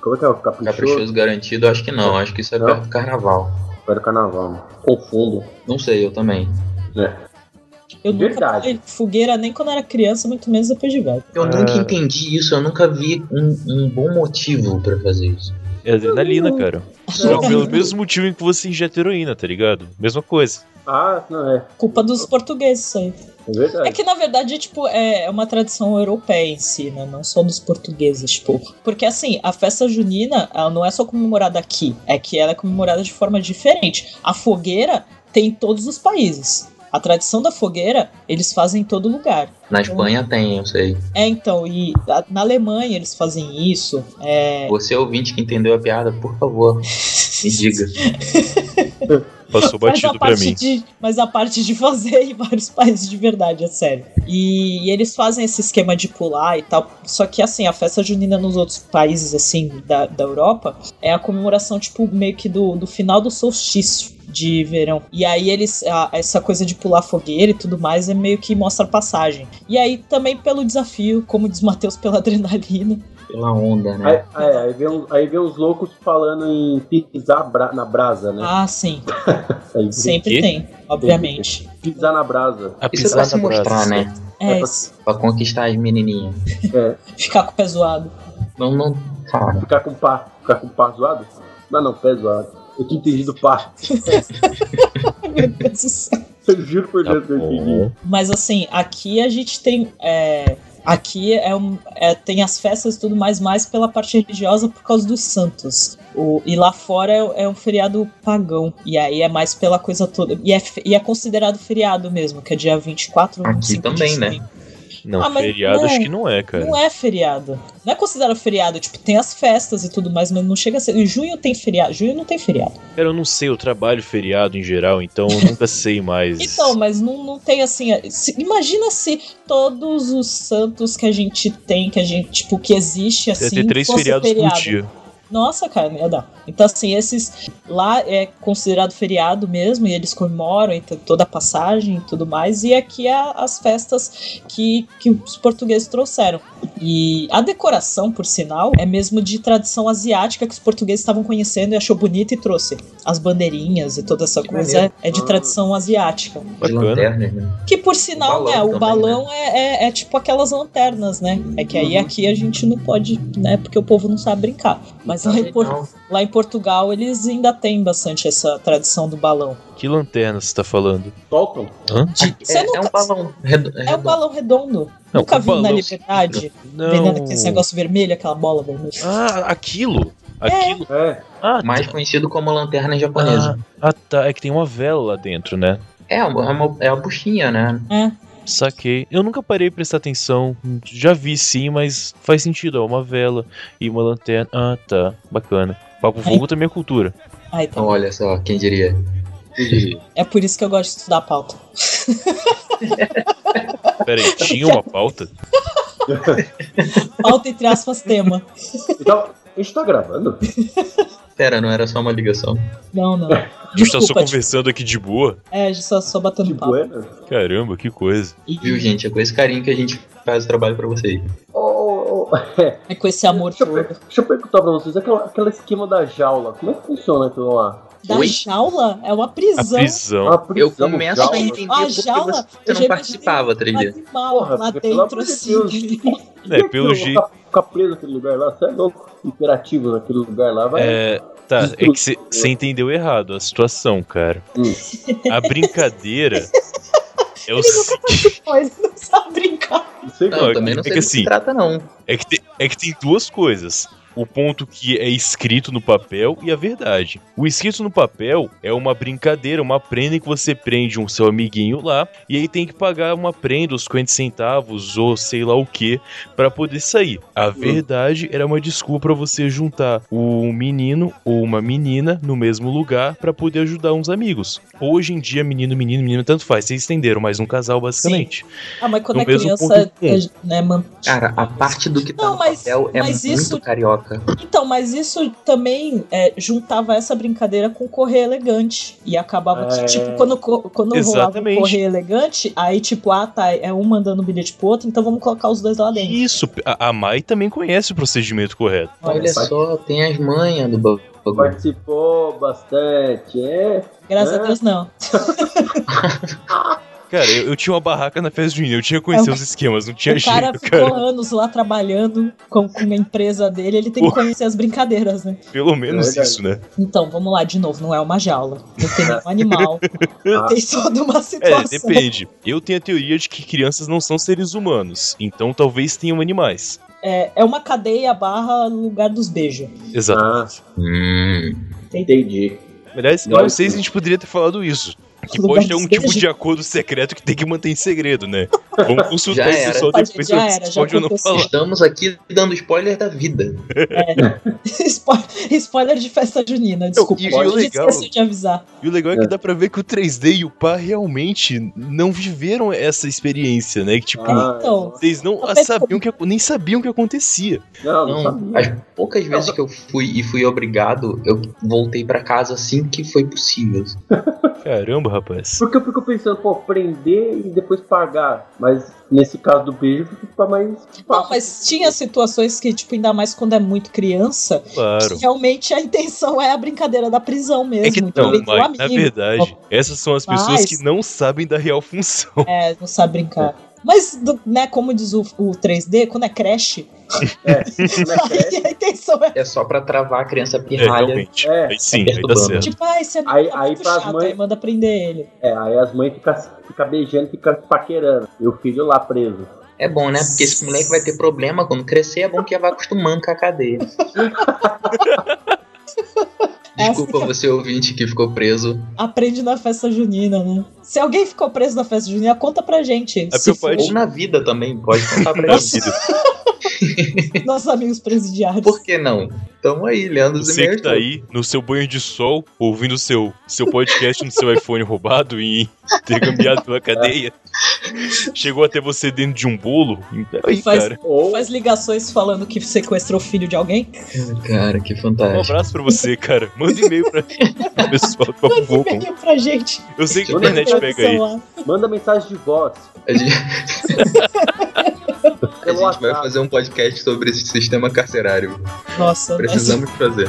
S4: Como é que é o caprichoso?
S1: Caprichoso garantido, acho que não. Acho que isso é
S4: Não?
S1: perto do carnaval.
S4: Era o carnaval. né? Confundo.
S1: Não sei, eu também.
S3: Eu nunca
S4: Verdade.
S3: fui fogueira nem quando era criança, muito menos depois de velho.
S1: Eu
S2: Ah.
S1: nunca entendi isso, eu nunca vi um, um bom motivo pra fazer isso.
S3: né?
S2: É adrenalina, cara. Só
S1: Não,
S2: pelo mesmo motivo em que você injeta heroína, tá ligado? Mesma coisa.
S4: Ah, não é.
S3: Culpa dos portugueses, isso aí.
S4: É verdade.
S3: É que na verdade, tipo, é é uma tradição europeia em si, né? Não só dos portugueses, tipo. Porque assim, a festa junina, ela não é só comemorada aqui, é que ela é comemorada de forma diferente. A fogueira tem em todos os países. A tradição da fogueira, eles fazem em todo lugar.
S4: Hum.
S1: Na Espanha tem, eu sei.
S3: É, então, e a- na Alemanha eles fazem isso. É...
S1: Você ouvinte que entendeu a piada, por favor, me diga.
S2: Passou
S3: Mas a
S2: batido pra
S3: parte
S2: mim.
S3: de- mas a parte de fazer em vários países de verdade, é sério. E, e eles fazem esse esquema de pular e tal. Só que, assim, a festa junina nos outros países, assim, da, da Europa, é a comemoração, tipo, meio que do, do final do solstício de verão. E aí eles, a- essa coisa de pular fogueira e tudo mais, é meio que mostra a passagem. E aí também pelo desafio, como diz Matheus, pela adrenalina.
S1: Pela onda, né?
S4: Aí, aí, aí vem, uns- aí vem uns loucos falando em pisar bra- na brasa, né?
S3: Ah, sim.
S4: Aí,
S3: Sempre
S2: quê?
S3: tem, obviamente.
S4: Pisar na brasa.
S2: A
S1: Isso é pra se
S2: na
S1: mostrar, né?
S3: É, isso.
S1: Pra conquistar as menininhas.
S4: É,
S3: ficar com o pé zoado.
S1: Não, não. Cara,
S4: ficar com pá. Ficar com pá zoado? Não, não, pé zoado. Eu tinha entendido pá.
S3: Meu Deus do céu.
S4: Eu juro por
S1: né?
S2: Tá
S4: Deus que eu entendi.
S2: bom.
S3: Mas assim, aqui a gente tem. é, aqui é um- é, tem as festas e tudo mais, mais pela parte religiosa por causa dos santos. O- e lá fora é, é um feriado pagão. E aí é mais pela coisa toda. E é, fe- e é considerado feriado mesmo, que é dia 24,
S1: Aqui
S3: 25
S1: também,
S3: de
S1: né?
S3: junho.
S2: Não,
S3: Ah, mas
S2: feriado
S3: não.
S2: acho que não é, cara.
S3: Não é feriado. Não é considerado feriado. Tipo, tem as festas e tudo mais, mas não chega a ser. Em junho tem feriado. Junho não tem feriado.
S2: Cara, eu não sei, eu trabalho feriado em geral, então eu nunca sei mais.
S3: Então, mas não, não tem assim. se- imagina se todos os santos que a gente tem, que a gente, tipo, que existe
S2: Deve
S3: assim.
S2: ter três
S3: fosse
S2: feriados
S3: feriado.
S2: por dia.
S3: Nossa, cara, não ia dar. Então, assim, esses. Lá é considerado feriado mesmo, e eles comemoram e tem toda a passagem e tudo mais. E aqui é as festas que, que os portugueses trouxeram. E a decoração, por sinal, é mesmo de tradição asiática que os portugueses estavam conhecendo e achou bonita e trouxe. As bandeirinhas e toda essa
S1: Que
S3: coisa
S1: maneiro. Ah.
S3: é, é de tradição asiática.
S1: De
S2: Bacana.
S1: lanternas, né?
S3: Que por sinal,
S1: balão
S3: né? O
S1: também,
S3: balão É, é- é tipo aquelas lanternas, né? É que
S1: Uhum.
S3: aí aqui a gente não pode, né? Porque o povo não sabe brincar. Mas lá em, Por-
S1: Legal.
S3: lá em Portugal eles ainda têm bastante essa tradição do balão.
S2: Que lanterna você tá falando?
S4: Soltam.
S3: Você
S1: É,
S3: nunca-
S1: é um balão redo-
S3: É um
S1: redondo.
S3: balão redondo.
S2: Não,
S3: Nunca
S2: o
S3: vi na
S2: balão-
S3: liberdade.
S2: Não.
S3: Vendendo aquele negócio vermelho, aquela bola vermelha.
S2: Ah, aquilo. Aquilo.
S4: É.
S2: Ah,
S1: mais conhecido como lanterna
S2: ah,
S1: japonesa.
S2: ah, tá. É que tem uma vela lá dentro, né?
S1: É, uma- é, uma, é a buchinha, né?
S3: É.
S2: Saquei. Eu nunca parei pra prestar atenção. Já vi sim, mas faz sentido. Ó, uma vela e uma lanterna. Ah, tá. Bacana. Papo Fogo também é cultura.
S3: Aí tá.
S1: Então, Olha só, quem diria? Quem diria?
S3: É por isso que eu gosto de estudar a pauta.
S2: Pera aí, tinha uma pauta?
S3: Pauta entre aspas tema.
S4: Então, a gente tá gravando?
S1: Pera, não era só uma ligação.
S3: Não, não.
S2: A gente tá só
S3: Desculpa,
S2: conversando aqui de boa?
S3: É, só, só batendo
S4: De
S3: papo.
S4: Buenas?
S2: Caramba, que coisa.
S1: Viu, gente? É com esse carinho que a gente faz o trabalho pra vocês.
S4: Oh, oh, oh.
S3: É com esse amor
S4: Deixa eu, per-
S3: todo.
S4: deixa eu perguntar pra vocês, aquela, aquela esquema da jaula, como é que funciona aquilo lá?
S3: Da
S1: Oi?
S3: jaula é uma
S2: A
S3: prisão.
S2: prisão.
S4: Uma
S1: Eu
S4: prisão,
S1: começo
S4: jaula?
S1: a entender
S3: Ah,
S1: porque
S3: jaula?
S1: você
S3: Eu já
S1: não
S3: imaginei
S1: participava, tá 3D.
S3: animal
S4: Porra,
S3: lá
S4: pelo amor
S3: dentro,
S4: de
S3: assim.
S4: Deus.
S2: É, pelo jeito.
S4: Ficar, ficar preso naquele lugar lá, você é louco. Imperativo naquele lugar lá, vai.
S2: É, tá, é que você entendeu errado a situação, cara.
S4: Hum.
S2: A brincadeira é o seguinte.
S3: Pois não sabe brincar.
S4: Não sei
S1: Não,
S4: como.
S1: eu também não
S2: é
S1: sei
S2: que
S1: do que
S2: assim-
S1: se trata, não.
S2: É que, tem, é que tem duas coisas. O ponto que é escrito no papel e a verdade. O escrito no papel é uma brincadeira, uma prenda que você prende um seu amiguinho lá e aí tem que pagar uma prenda, os 50 centavos ou sei lá o que, pra poder sair. A verdade era uma desculpa pra você juntar um menino ou uma menina no mesmo lugar pra poder ajudar uns amigos. Hoje em dia, menino, menino, menina, tanto faz. Vocês entenderam, mas um casal basicamente.
S3: Ah, mas quando
S2: No
S3: é
S2: mesmo
S3: criança,
S2: ponto um de
S3: é, né, mano?
S1: Cara, a parte do que tá
S3: Não,
S1: no
S3: mas-
S1: papel é
S3: mas
S1: muito
S3: isso-
S1: carioca.
S3: Então, mas isso também é, juntava essa brincadeira com correr elegante. E acabava que,
S4: É.
S3: tipo, quando, co- quando rolava
S2: Exatamente.
S3: o correr elegante, aí, tipo, ah, tá, é um mandando bilhete pro outro, então vamos colocar os dois lá dentro.
S2: Isso, a, a Mai também conhece o procedimento correto.
S1: Olha
S4: só.
S1: só, tem as manhas do bagulho.
S4: Participou bastante, é?
S3: Graças
S4: É.
S3: a Deus, não.
S2: Cara, eu, eu tinha uma barraca na festa junina, eu tinha que conhecer
S3: É,
S2: os esquemas, não tinha
S3: o cara
S2: jeito,
S3: ficou
S2: cara.
S3: anos lá trabalhando com, com a empresa dele, ele tem que conhecer as brincadeiras, né?
S2: Pelo menos
S4: É
S2: isso, né?
S3: Então, vamos lá de novo, não é uma jaula. Não tem nenhum animal.
S4: Ah.
S3: Tem toda uma
S2: É,
S3: situação.
S2: depende. Eu tenho a teoria de que crianças não são seres humanos, então talvez tenham animais.
S3: É, é uma cadeia barra lugar dos beijos.
S2: Exato.
S4: Ah,
S1: Hum.
S4: entendi.
S2: Aliás, eu
S4: Nós-
S2: não sei se a gente poderia ter falado isso. Que
S3: Lugar
S2: pode ter
S3: dos
S2: um tipo
S3: beijos.
S2: de acordo secreto que tem que manter em segredo, né? Vamos consultar
S1: Já
S2: isso
S1: era.
S2: só
S3: Pode-
S2: depois
S3: já
S2: se
S3: era, já
S2: pode ou não
S3: aconteceu.
S2: falar.
S1: Estamos aqui dando spoiler da vida.
S3: Spo- Spoiler de festa junina, desculpa.
S2: e-
S3: A
S2: e o
S3: gente
S2: legal-
S3: esqueceu de avisar.
S2: E o legal é que dá pra ver que o 3D e o par realmente não viveram essa experiência, né? Que tipo,
S4: Ah,
S3: Então,
S2: Vocês não
S3: Eu penso-
S2: sabiam que, nem sabiam o que acontecia.
S4: não,
S1: Não,
S4: não, sabia.
S1: as poucas vezes que eu fui e fui obrigado, eu voltei pra casa assim que foi possível.
S2: Caramba, rapaz.
S4: Porque eu fico pensando, pô, prender e depois pagar. Mas nesse caso do beijo, fica mais fácil.
S3: não, mas tinha situações que, tipo, ainda mais quando é muito criança,
S2: Claro.
S3: que realmente a intenção é a brincadeira da prisão mesmo.
S2: É que
S3: então
S2: não,
S3: vem com o
S2: Mai, na verdade, essas são as pessoas
S3: Mas-
S2: que não sabem da real função.
S3: É, não sabe brincar. Mas, do- né, como diz o, o 3D, quando é creche,
S4: né?
S3: aí a intenção é.
S1: É só pra travar a criança
S2: É,
S1: pirralha.
S2: realmente.
S4: É.
S2: Aí sim,
S1: Tá
S2: aí dá
S1: perturbando.
S2: certo.
S3: Tipo, ah, esse animal
S4: Aí-
S3: tá
S4: aí
S3: muito
S4: pras
S3: chato,
S4: mães-
S3: aí manda prender ele.
S4: É, aí as mães ficam fica beijando, fica paquerando. E o filho lá preso.
S1: É bom, né? Porque esse moleque vai ter problema quando crescer, é bom que já vai acostumando com a cadeia. Desculpa você ouvinte que ficou preso.
S3: Aprende na festa junina, né? Se alguém ficou preso na festa junina, conta pra gente.
S2: A
S3: Se
S2: pior parte-
S1: Ou na vida também, pode contar pra
S2: Na
S1: gente.
S2: vida.
S3: Nossos amigos presidiários.
S1: Por que não? Tamo aí, Leandro
S2: Você que
S1: Zimerto.
S2: tá aí no seu banho de sol, ouvindo seu, seu podcast no seu iPhone roubado e intercambiado pela cadeia, chegou até você dentro de um bolo. Aí,
S3: Faz-
S2: cara.
S4: Ou
S3: Faz ligações falando que sequestrou o filho de alguém.
S1: Cara, que
S2: Um
S1: fantástico.
S2: abraço pra você, cara. Manda e-mail pra pro pessoal do Papo
S3: Mas
S2: Vulcão.
S3: aqui pra gente.
S2: Eu sei que a
S4: Manda
S2: internet pega aí.
S3: Lá.
S4: manda mensagem de voz.
S1: A gente, a
S4: Pelo
S1: gente vai
S4: WhatsApp.
S1: fazer um podcast sobre esse sistema carcerário.
S3: Nossa,
S1: Precisamos fazer.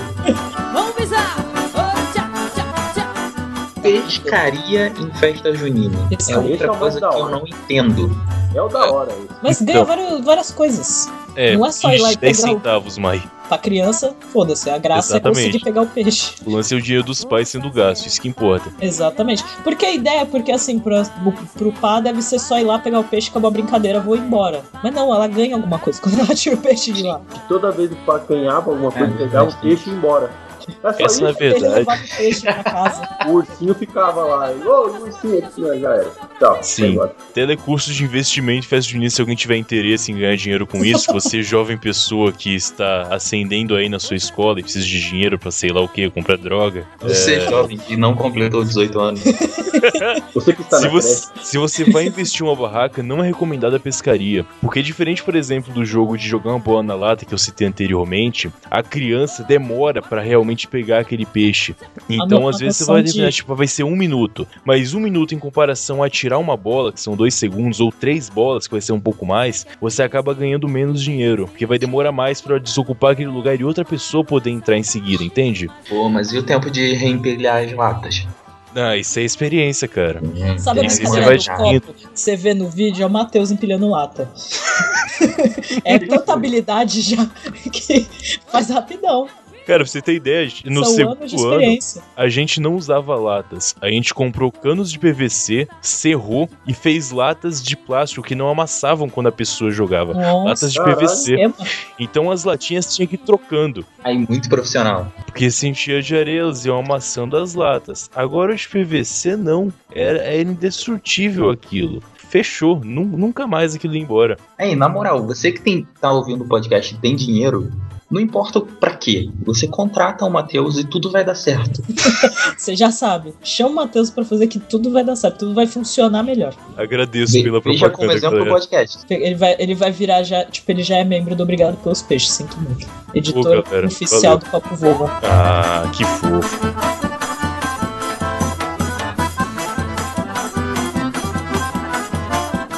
S7: Vamos pisar! Oh, tchá, tchá, tchá.
S1: Pescaria em festa junina.
S3: Esse
S1: É
S3: é o
S4: mais
S1: outra coisa que
S4: da
S1: eu
S4: hora.
S1: não entendo.
S4: É o da hora isso.
S3: mas ganha vários- várias coisas.
S2: É,
S3: Não é só ir lá e
S2: 10
S3: pegar o-
S2: centavos, Mai.
S3: Pra criança, foda-se. A graça
S2: Exatamente.
S3: é conseguir pegar o peixe.
S2: O lance é o dinheiro dos pais sendo gasto, isso que importa.
S3: Exatamente. Porque a ideia é porque, assim, pro, pro pá deve ser só ir lá pegar o peixe, acabou a brincadeira, vou embora. Mas não, ela ganha alguma coisa quando ela tira o peixe de lá.
S4: Toda vez que o pai ganhava alguma coisa,
S1: É,
S4: pegava
S1: verdade.
S4: um peixe e ia embora. É só
S2: Essa é a
S4: isso.
S3: Ele
S2: verdade.
S3: levava o peixe pra casa.
S4: O ursinho ficava lá. e, Ô, o ursinho aqui, ó, já era. Tchau.
S2: Sim.
S4: vai embora.
S2: Telecursos de investimento e festa junina, se alguém tiver interesse em ganhar dinheiro com isso, você jovem pessoa que está ascendendo aí na sua escola e precisa de dinheiro pra sei lá o que, comprar droga.
S1: Você, é jovem, que não completou 18 anos.
S4: Você que está
S2: Se
S4: Tá na
S2: você, se você vai investir em uma barraca, não é recomendada a pescaria. Porque, diferente, por exemplo, do jogo de jogar uma bola na lata que eu citei anteriormente, a criança demora pra realmente pegar aquele peixe. Então, às vezes, você vai
S3: natação de-
S2: terminar, tipo, vai ser um minuto. Mas um minuto em comparação a tirar uma bola, que são dois segundos, ou três bolas, que vai ser um pouco mais, você acaba ganhando menos dinheiro. Porque vai demorar mais pra desocupar aquele lugar e outra pessoa poder entrar em seguida, entende?
S1: Pô, mas e o tempo de reempilhar as latas?
S2: Ah, isso é experiência, cara.
S3: Sabe a
S2: Tem que
S3: brincadeira
S2: vai
S3: do copo que você vê no vídeo? É o Matheus empilhando lata. é tanta habilidade já que faz rapidão.
S2: Cara, pra você ter ideia, no
S3: São anos de
S2: segundo ano,
S3: experiência.
S2: a gente não usava latas. A gente comprou canos de PVC, serrou e fez latas de plástico que não amassavam quando a pessoa jogava.
S3: Nossa,
S2: latas de
S4: caralho.
S2: PVC.
S3: é, mano.
S2: Então as latinhas tinha que ir trocando.
S1: Aí, muito profissional.
S2: Porque sentia de areia, elas iam amassando as latas. Agora os PVC não. Era, era
S1: Hum.
S2: indestrutível aquilo. Fechou. Nu- nunca mais aquilo ia embora.
S1: Aí, na moral, você que tem, tá ouvindo o podcast e tem dinheiro, não importa pra quê, você contrata o Matheus e tudo vai dar certo.
S3: Você já sabe. Chama o Matheus pra fazer que tudo vai dar certo, tudo vai funcionar melhor.
S2: Agradeço
S1: Ve-
S2: pela
S1: Veja como
S2: propaganda,
S1: exemplo o
S2: galera.
S1: podcast.
S3: Ele vai, ele vai virar já, tipo, ele já é membro do Obrigado pelos Peixes, sinto muito.
S2: Ô,
S3: Editor
S2: galera,
S3: oficial do Papo Voga.
S2: Ah, que fofo.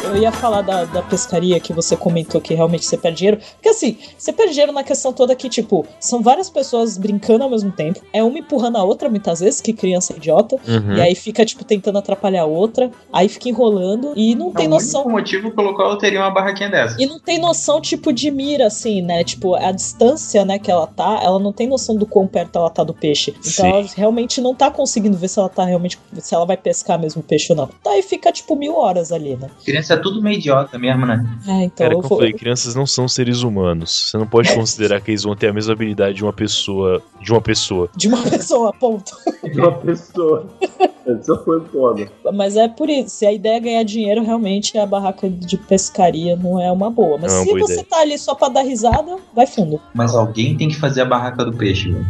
S3: Eu ia falar da, da pescaria que você comentou que realmente você perde dinheiro. Porque assim, você perde dinheiro na questão toda que, tipo, são várias pessoas brincando ao mesmo tempo. É uma empurrando a outra muitas vezes, que criança é idiota.
S2: Uhum.
S3: E aí fica, tipo, tentando atrapalhar a outra. Aí fica enrolando e não tem
S1: é o
S3: noção.
S1: único motivo pelo qual eu teria uma barraquinha dessa.
S3: E não tem noção, tipo, de mira, assim, né? Tipo, a distância, né, que ela tá, ela não tem noção do quão perto ela tá do peixe. Então
S2: Sim.
S3: ela realmente não tá conseguindo ver se ela tá realmente. se ela vai pescar mesmo o peixe ou não. Então aí fica, tipo, mil horas ali, né?
S1: Criança é tudo meio idiota mesmo, né?
S3: É, então
S2: Cara,
S3: eu É.
S2: como eu
S3: vou.
S2: falei, crianças não são seres humanos. Você não pode considerar que eles vão ter a mesma habilidade de uma pessoa. De uma pessoa.
S3: De uma pessoa, ponto.
S4: frente de é uma pessoa. Essa foi foda.
S3: Mas é por isso. Se a ideia é ganhar dinheiro, realmente a barraca de pescaria não é uma boa. Mas
S2: Não é uma
S3: se
S2: boa
S3: você
S2: ideia.
S3: tá ali só pra dar risada, vai fundo.
S1: Mas alguém tem que fazer a barraca do peixe, velho.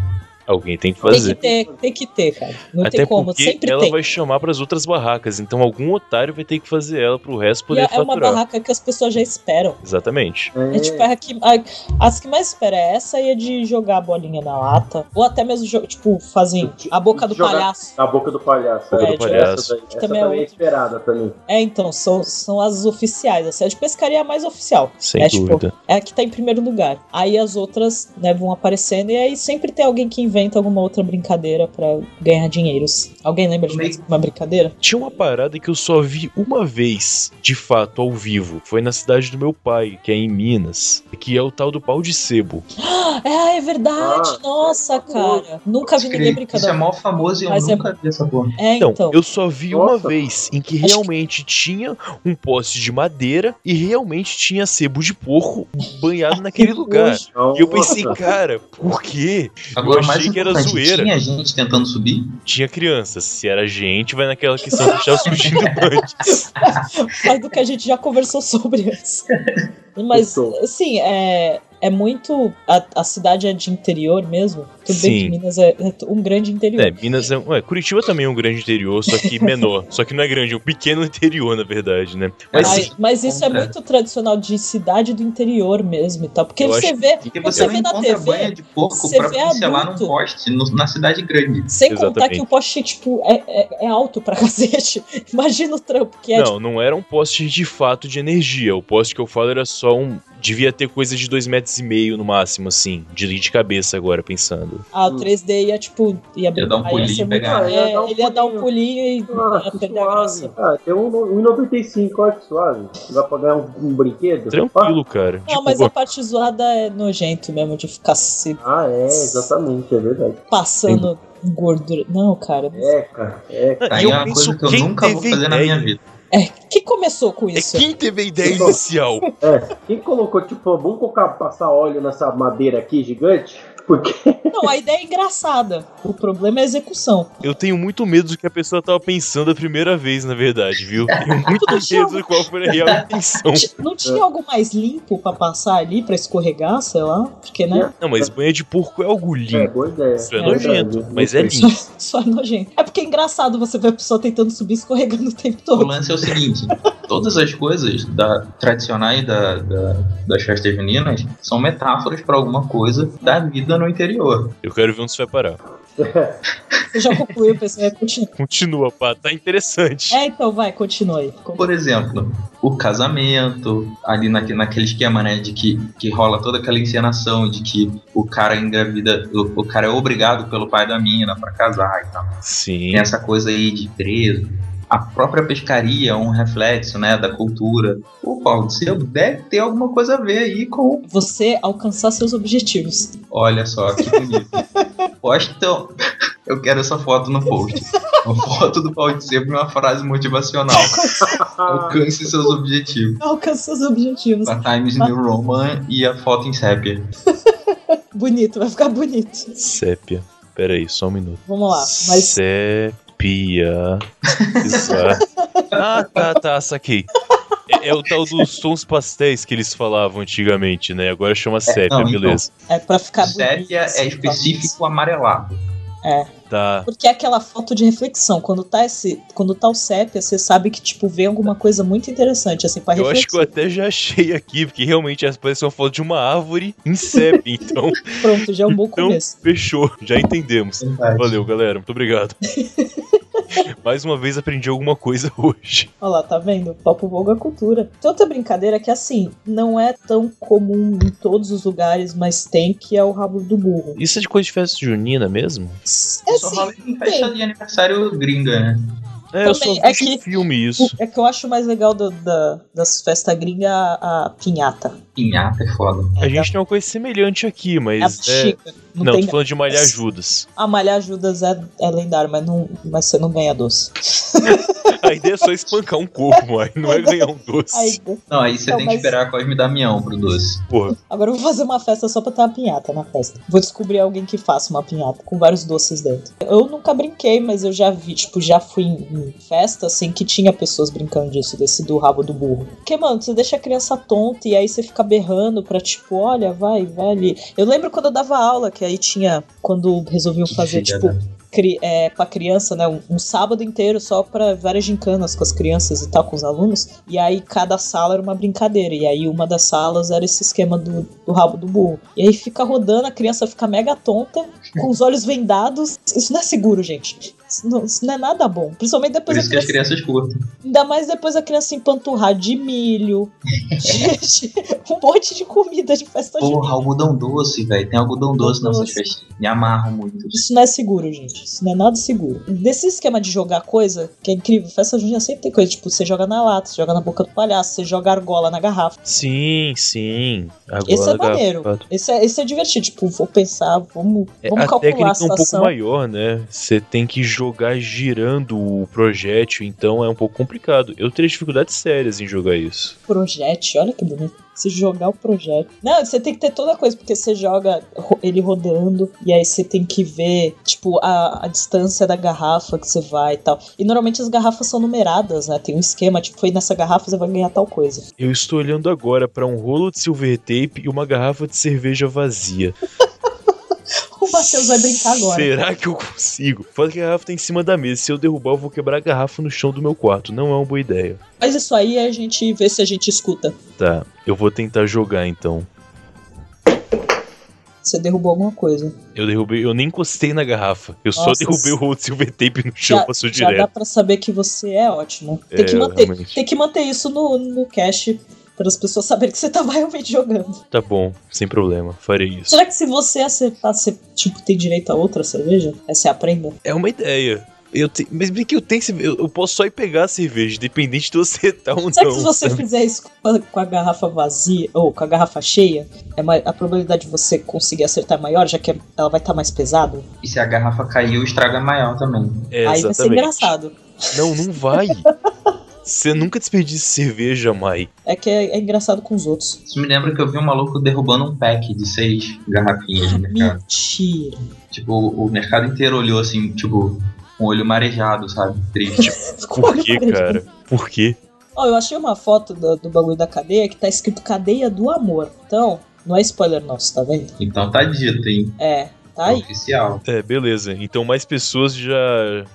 S2: Alguém tem que
S3: Tem
S2: fazer.
S3: que ter, tem que ter, cara. Não
S2: Até
S3: tem como,
S2: porque
S3: sempre
S2: ela
S3: tem.
S2: vai chamar pras outras barracas, então algum otário vai ter que fazer ela pro resto
S3: E
S2: poder
S3: é é uma
S2: faturar.
S3: barraca que as pessoas já esperam.
S2: Exatamente.
S4: É,
S3: É tipo, é a que, a- as que mais espera é essa e a de jogar a bolinha na lata. Ou até mesmo, jo- tipo, fazem a boca do
S4: Jogar-
S3: palhaço.
S4: A boca do palhaço.
S3: Boca
S4: né?
S3: do
S2: palhaço.
S4: Essa, daí- essa
S3: Também
S4: também,
S3: é
S4: é
S3: outra.
S4: esperada também.
S3: É, então, são, são as oficiais. Assim, a de pescaria é a mais oficial.
S2: Sem
S3: é,
S2: dúvida.
S3: Tipo, é a que tá em primeiro lugar. Aí as outras, né, vão aparecendo. E aí sempre tem alguém que inventa alguma outra brincadeira pra ganhar dinheiros. Alguém lembra de
S1: Também-
S3: mais uma brincadeira?
S2: Tinha uma parada que eu só vi uma vez, de fato, ao vivo. Foi na cidade do meu pai, que é em Minas, que é o tal do pau de sebo.
S3: Ah, é verdade!
S4: Ah,
S3: Nossa, cara! Nunca vi ninguém
S1: Isso é
S3: brincando.
S1: mó famoso e eu
S3: Mas é-
S1: nunca vi essa porra.
S3: É,
S2: Então,
S3: então.
S2: eu só vi
S4: Nossa.
S2: uma vez em que
S3: Acho que-
S2: realmente tinha um poste de madeira e realmente tinha sebo de porco banhado naquele lugar.
S3: Nojo.
S4: Então,
S2: E eu pensei, cara, por quê?
S1: Agora, mais
S2: achei que era
S1: importante,
S2: zoeira.
S1: tinha gente tentando subir?
S2: Tinha crianças. Se era gente, vai naquela questão que já surgindo antes.
S3: Faz do que a gente já conversou sobre antes. Mas,
S4: Estou.
S3: assim, é, é muito. A, a cidade é de interior mesmo. Tudo bem
S2: Sim.
S3: que Minas é, é um grande interior.
S2: É, Minas é, um- é, Curitiba também é um grande interior, só que menor. só que não é grande, é um pequeno interior, na verdade, né? Mas
S1: Ai,
S2: sim,
S3: Mas, mas isso é
S1: contra.
S3: muito tradicional de cidade do interior mesmo e tal. Porque
S2: Eu
S3: você
S2: acho
S3: vê,
S1: Porque
S3: você
S1: você não
S3: vê na
S1: encontra
S3: TV,
S1: banha de porco
S3: você
S1: pra
S3: vê
S1: pincelar num
S3: adulto.
S1: poste no- na cidade grande.
S3: sem contar
S2: Exatamente.
S3: que o poste, tipo, é, é- é alto pra cacete. Imagina o trampo que é. tipo,
S2: não, não era um poste de fato de energia. O poste que eu falo era só um. Devia ter coisa de dois metros e meio no máximo, assim. De, de cabeça agora, pensando.
S3: a
S4: Hum.
S3: 3D ia, tipo, ia,
S1: Ia dar um
S3: aí ia ser
S1: pulinho,
S3: muito-
S1: pegar.
S3: é,
S4: Ia dar um
S3: ele ia dar um pulinho
S4: pulinho.
S2: Tipo,
S3: assim. e
S4: Ah,
S3: ia
S4: que
S3: perder a graça.
S4: suave. Ah, tem um no- 1,95, olha que suave. Dá pra ganhar um, um brinquedo?
S2: Tranquilo,
S1: Ah,
S2: cara.
S3: Não,
S2: Tipo,
S3: mas a parte zoada é nojento mesmo, de ficar se
S4: Ah, é, exatamente, é verdade.
S3: passando gordura. Não, cara.
S4: É, cara, é. cara.
S1: Aí
S2: eu
S1: é uma
S2: penso,
S1: coisa que eu
S2: quem
S1: nunca vou
S2: teve
S1: fazer na
S2: ideia?
S1: minha vida.
S3: É, quem começou com
S2: é
S3: isso?
S2: quem teve a ideia inicial.
S4: Quem colocou, tipo, vamos colocar, passar óleo nessa madeira aqui gigante? Porque
S3: Não, a ideia é engraçada. O problema é a execução.
S2: Eu tenho muito medo do que a pessoa tava pensando a primeira vez, na verdade, viu?
S1: É.
S2: Tenho muito medo de qual foi a real intenção.
S3: Ti- Não tinha algo mais limpo pra passar ali, pra escorregar, sei lá? Porque, né?
S2: Não, mas banha de porco é algo
S4: é,
S2: limpo.
S4: boa ideia.
S2: Isso é
S3: É
S2: nojento,
S4: verdade.
S2: mas é
S4: Isso.
S2: limpo.
S3: Só é nojento. É porque é engraçado você ver a pessoa tentando subir escorregando o tempo
S1: O
S3: todo.
S1: lance é o seguinte: todas as coisas da, tradicionais da, da- das festas juninas são metáforas pra alguma coisa da vida no interior.
S2: Eu quero ver onde isso vai parar.
S3: Você já concluiu, pessoal. É, continua.
S2: Continua, pá, tá interessante.
S3: é, então vai, continua aí. Con-
S1: Por exemplo, o casamento, ali naque, naquele esquema, né, de que, que rola toda aquela encenação de que o cara engravida, o, o cara é obrigado pelo pai da mina pra casar e tal.
S2: Sim.
S1: Tem essa coisa aí de preso. A própria pescaria é um reflexo, né, da cultura. O Paulo, você deve ter alguma coisa a ver aí com
S3: Você alcançar seus objetivos.
S1: Olha só que bonito. Posta, então, eu quero essa foto no post. Uma foto do Paulo de sempre uma frase motivacional.
S4: Ah,
S1: Alcance seus objetivos.
S3: Alcançar seus objetivos.
S1: A Times New Roman e a foto em sépia.
S3: Bonito, vai ficar bonito.
S2: Sépia. Pera aí, só um minuto.
S3: Vamos lá. Mas
S2: Sépia. Exato. ah, tá, tá, saquei. É, é o tal dos tons pastéis que eles falavam antigamente, né? Agora chama sépia,
S1: não, então.
S2: beleza.
S3: é pra ficar bonito. Tá assim,
S1: Sépia é específico amarelado.
S2: Tá.
S3: Porque é aquela foto de reflexão. Quando tá esse, quando tá o sépia, você sabe que tipo vem alguma coisa muito interessante assim para
S2: Eu acho que eu
S3: refletir.
S2: até já achei aqui, porque realmente essa parece uma foto de uma árvore em sépia, então
S3: Pronto, já é um bom
S2: Então-
S3: começo.
S2: fechou, já entendemos.
S1: Verdade.
S2: Valeu, galera, muito obrigado. Mais uma vez aprendi alguma coisa hoje.
S3: Olha lá, tá vendo? Papo Vogo é cultura. Tem outra brincadeira que assim não é tão comum em todos os lugares, mas tem que é o rabo do burro.
S2: Isso é de coisa de festa junina mesmo?
S3: É
S1: Só
S3: assim,
S1: rola em festa de aniversário gringa, né?
S2: É, eu só
S3: Também,
S2: vi
S3: é
S2: em
S3: que-
S2: filme isso.
S3: o- é que eu acho mais legal do- da- das festas gringas a, a pinhata.
S1: Pinhata é foda.
S3: É
S2: A
S3: da-
S2: gente tem uma coisa semelhante aqui,
S3: é a
S2: mas é...
S3: bexiga. Não,
S2: Não,
S3: tem
S2: tô falando de malhar
S3: graça.
S2: Judas.
S3: A malhar Judas é, é lendário, mas, não, mas você não ganha doce.
S2: A ideia é só espancar um corpo, mas não é ganhar um
S3: Aí,
S2: doce.
S1: Não, aí você
S3: Não,
S1: tem que
S3: mas-
S1: esperar a Cosme Damião pro doce.
S2: Porra,
S3: Agora eu vou fazer uma festa só pra ter uma pinhata na festa. Vou descobrir alguém que faça uma pinhata com vários doces dentro. Eu nunca brinquei, mas eu já vi, tipo, já fui em, em festa assim que tinha pessoas brincando disso, desse do rabo do burro. Porque, mano, você deixa a criança tonta e aí você fica berrando pra tipo, olha, vai, vai ali. Eu lembro quando eu dava aula, que aí tinha. Quando resolviam
S1: Que filha
S3: fazer, tipo,
S1: da-
S3: cri, é, pra criança, né? Um, um sábado inteiro só pra várias gincanas com as crianças e tal, com os alunos. E aí cada sala era uma brincadeira. E aí uma das salas era esse esquema do, do rabo do burro. E aí fica rodando, a criança fica mega tonta, com os olhos vendados. Isso não é seguro, gente. Isso não, isso não é nada bom. Principalmente
S1: Por
S3: depois
S1: isso
S3: a
S1: que as
S3: criança.
S1: crianças curtam.
S3: Ainda mais depois a criança empanturrar de milho, de, de- um monte de comida de festa junina.
S1: Porra, algodão doce, velho. Tem algodão doce nessas
S3: Doce.
S1: festas. Me amarro muito.
S3: Isso não é seguro, gente. Isso não é nada seguro. Nesse esquema de jogar coisa, que é incrível, festa junina sempre tem coisa. Tipo, você joga na lata, você joga na boca do palhaço, você joga argola na garrafa.
S2: sim, sim. Agora
S3: Esse é
S2: dá-
S3: maneiro. Esse é, esse é divertido. Tipo, vou pensar, vamos,
S2: É,
S3: vamos
S2: a
S3: calcular
S2: técnica
S3: a
S2: é um pouco
S3: situação.
S2: maior, né? Você tem que jogar girando o projétil, então é um pouco complicado. Eu teria dificuldades sérias em jogar isso.
S3: projétil, olha que bonito. Se jogar o projétil. Não, você tem que ter toda a coisa, porque você joga ro- ele rodando, e aí você tem que ver, tipo, a, a, a distância da garrafa que você vai e tal. E normalmente as garrafas são numeradas, né? Tem um esquema, tipo, foi nessa garrafa você vai ganhar tal coisa.
S2: Eu estou olhando agora para um rolo de silver tape e uma garrafa de cerveja vazia.
S3: O Matheus vai brincar agora.
S2: Será que eu consigo? Fala que a garrafa tá em cima da mesa. Se eu derrubar, eu vou quebrar a garrafa no chão do meu quarto. Não é uma boa ideia.
S3: Mas isso aí é a gente vê se a gente escuta.
S2: Tá, eu vou tentar jogar então.
S3: Você derrubou alguma coisa.
S2: Eu derrubei, eu nem encostei na garrafa. Eu só
S3: Nossa,
S2: derrubei o rolo de silver tape no chão, passou
S3: já dá
S2: direto.
S3: pra saber que você é ótimo. Tem,
S2: É,
S3: que, manter,
S2: realmente.
S3: tem que manter isso no, no cache para as pessoas saberem que você tava realmente jogando.
S2: Tá bom, sem problema, farei isso.
S3: Será que se você acertar, você tipo, tem direito a outra cerveja? Essa é a prenda?
S2: É uma ideia. Eu te... Mas bem que eu tenho. cerve- Eu eu posso só ir pegar a cerveja, independente de eu acertar ou
S3: Será
S2: não.
S3: que se você fizer isso com a, com a garrafa vazia, ou com a garrafa cheia, é ma- a probabilidade de você conseguir acertar é maior, já que ela vai estar mais pesada?
S1: E se a garrafa cair, o estrago é maior também.
S2: É,
S3: Aí vai ser
S2: exatamente.
S3: engraçado.
S2: Não, não vai. Você nunca desperdiça cerveja, Mai.
S3: É que é, é engraçado com os outros.
S1: Isso me lembra que eu vi um maluco derrubando um pack de seis garrafinhas
S3: Ah,
S2: É,
S1: no mercado.
S3: Mentira.
S1: Tipo, o o mercado inteiro olhou assim, tipo, com o olho marejado, sabe? Triste. Tipo,
S2: Por que, cara?
S3: é?
S2: Por quê?
S3: Ó, eu achei uma foto do, do bagulho da cadeia que tá escrito Cadeia do Amor. Então, não é spoiler nosso, tá vendo?
S1: então tá dito, hein?
S3: É, tá
S1: É
S3: aí.
S1: oficial.
S2: É, beleza. Então mais pessoas já,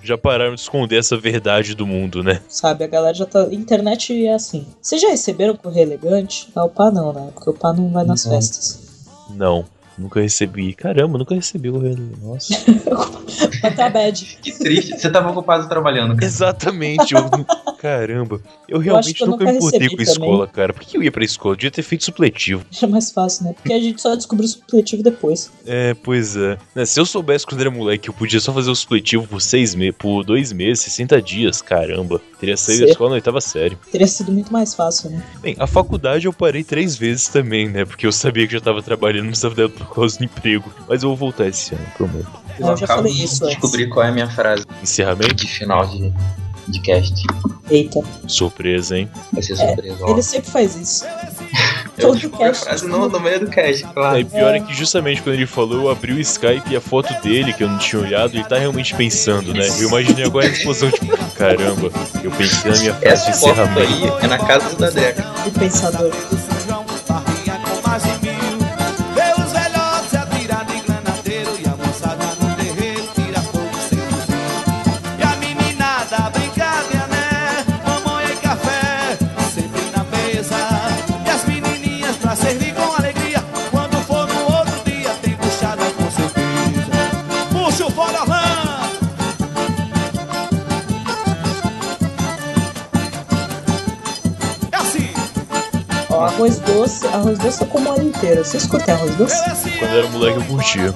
S2: já pararam de esconder essa verdade do mundo, né?
S3: Sabe, a galera já tá. Internet é assim. Vocês já receberam correio elegante? Ah, o pá não, né? Porque o pá não vai nas
S1: Não.
S3: festas.
S2: Não, nunca recebi. Caramba, nunca recebi o relé. Nossa.
S3: Mas tá bad.
S1: Que triste. Você tava ocupado trabalhando, cara.
S2: Exatamente. eu- Caramba. Eu realmente
S3: que eu
S2: nunca
S3: nunca
S2: me importei
S3: recebi
S2: com a
S3: também.
S2: escola, cara. Por que eu ia pra escola? Eu devia ter feito supletivo.
S3: Era mais fácil, né? Porque a gente só descobriu o supletivo depois.
S2: É, pois é. Né, se eu soubesse quando era moleque, eu podia só fazer o supletivo por seis meses, por dois meses, 60 dias. Caramba. Teria saído da
S3: Certo.
S2: escola na oitava série.
S3: Teria sido muito mais fácil, né?
S2: Bem, a faculdade eu parei três vezes também, né? Porque eu sabia que já tava trabalhando, não precisava dela por causa do emprego. Mas eu vou voltar esse ano, prometo.
S3: Eu já
S1: acabo
S3: falei
S1: de
S3: isso antes.
S1: Descobri qual é a minha frase
S2: Encerramento?
S1: de final de, de cast.
S3: Eita.
S2: Surpresa, hein?
S1: Vai
S3: É,
S1: ser surpresa, ó.
S3: Ele sempre faz isso.
S1: Eu
S3: Todo
S1: descobri a
S3: cast.
S1: frase no, no meio do cast, claro.
S2: Aí pior é que justamente quando ele falou, eu abri o Skype e a foto dele, que eu não tinha olhado, ele tá realmente pensando, né? Eu imaginei agora a explosão, tipo, caramba, eu pensei na minha frase de
S1: Essa foto
S2: encerramento.
S1: aí é na casa da Deca.
S3: O pensador.
S6: do São João, barrinha com mais de mil. Vê os velhotes se atirar de granadeiro e a moçada no terreiro tira fogo sem fuzil. E a meninada brincar de ané, mamãe e café, sempre na mesa. E as menininhas pra servir com alegria, quando for no outro dia tem puxada com certeza. Puxa o forró, é assim,
S3: Ó, arroz doce. Arroz doce eu como o ano inteiro. Você escuta arroz doce?
S6: eu esse
S2: Quando eu era moleque eu curtia.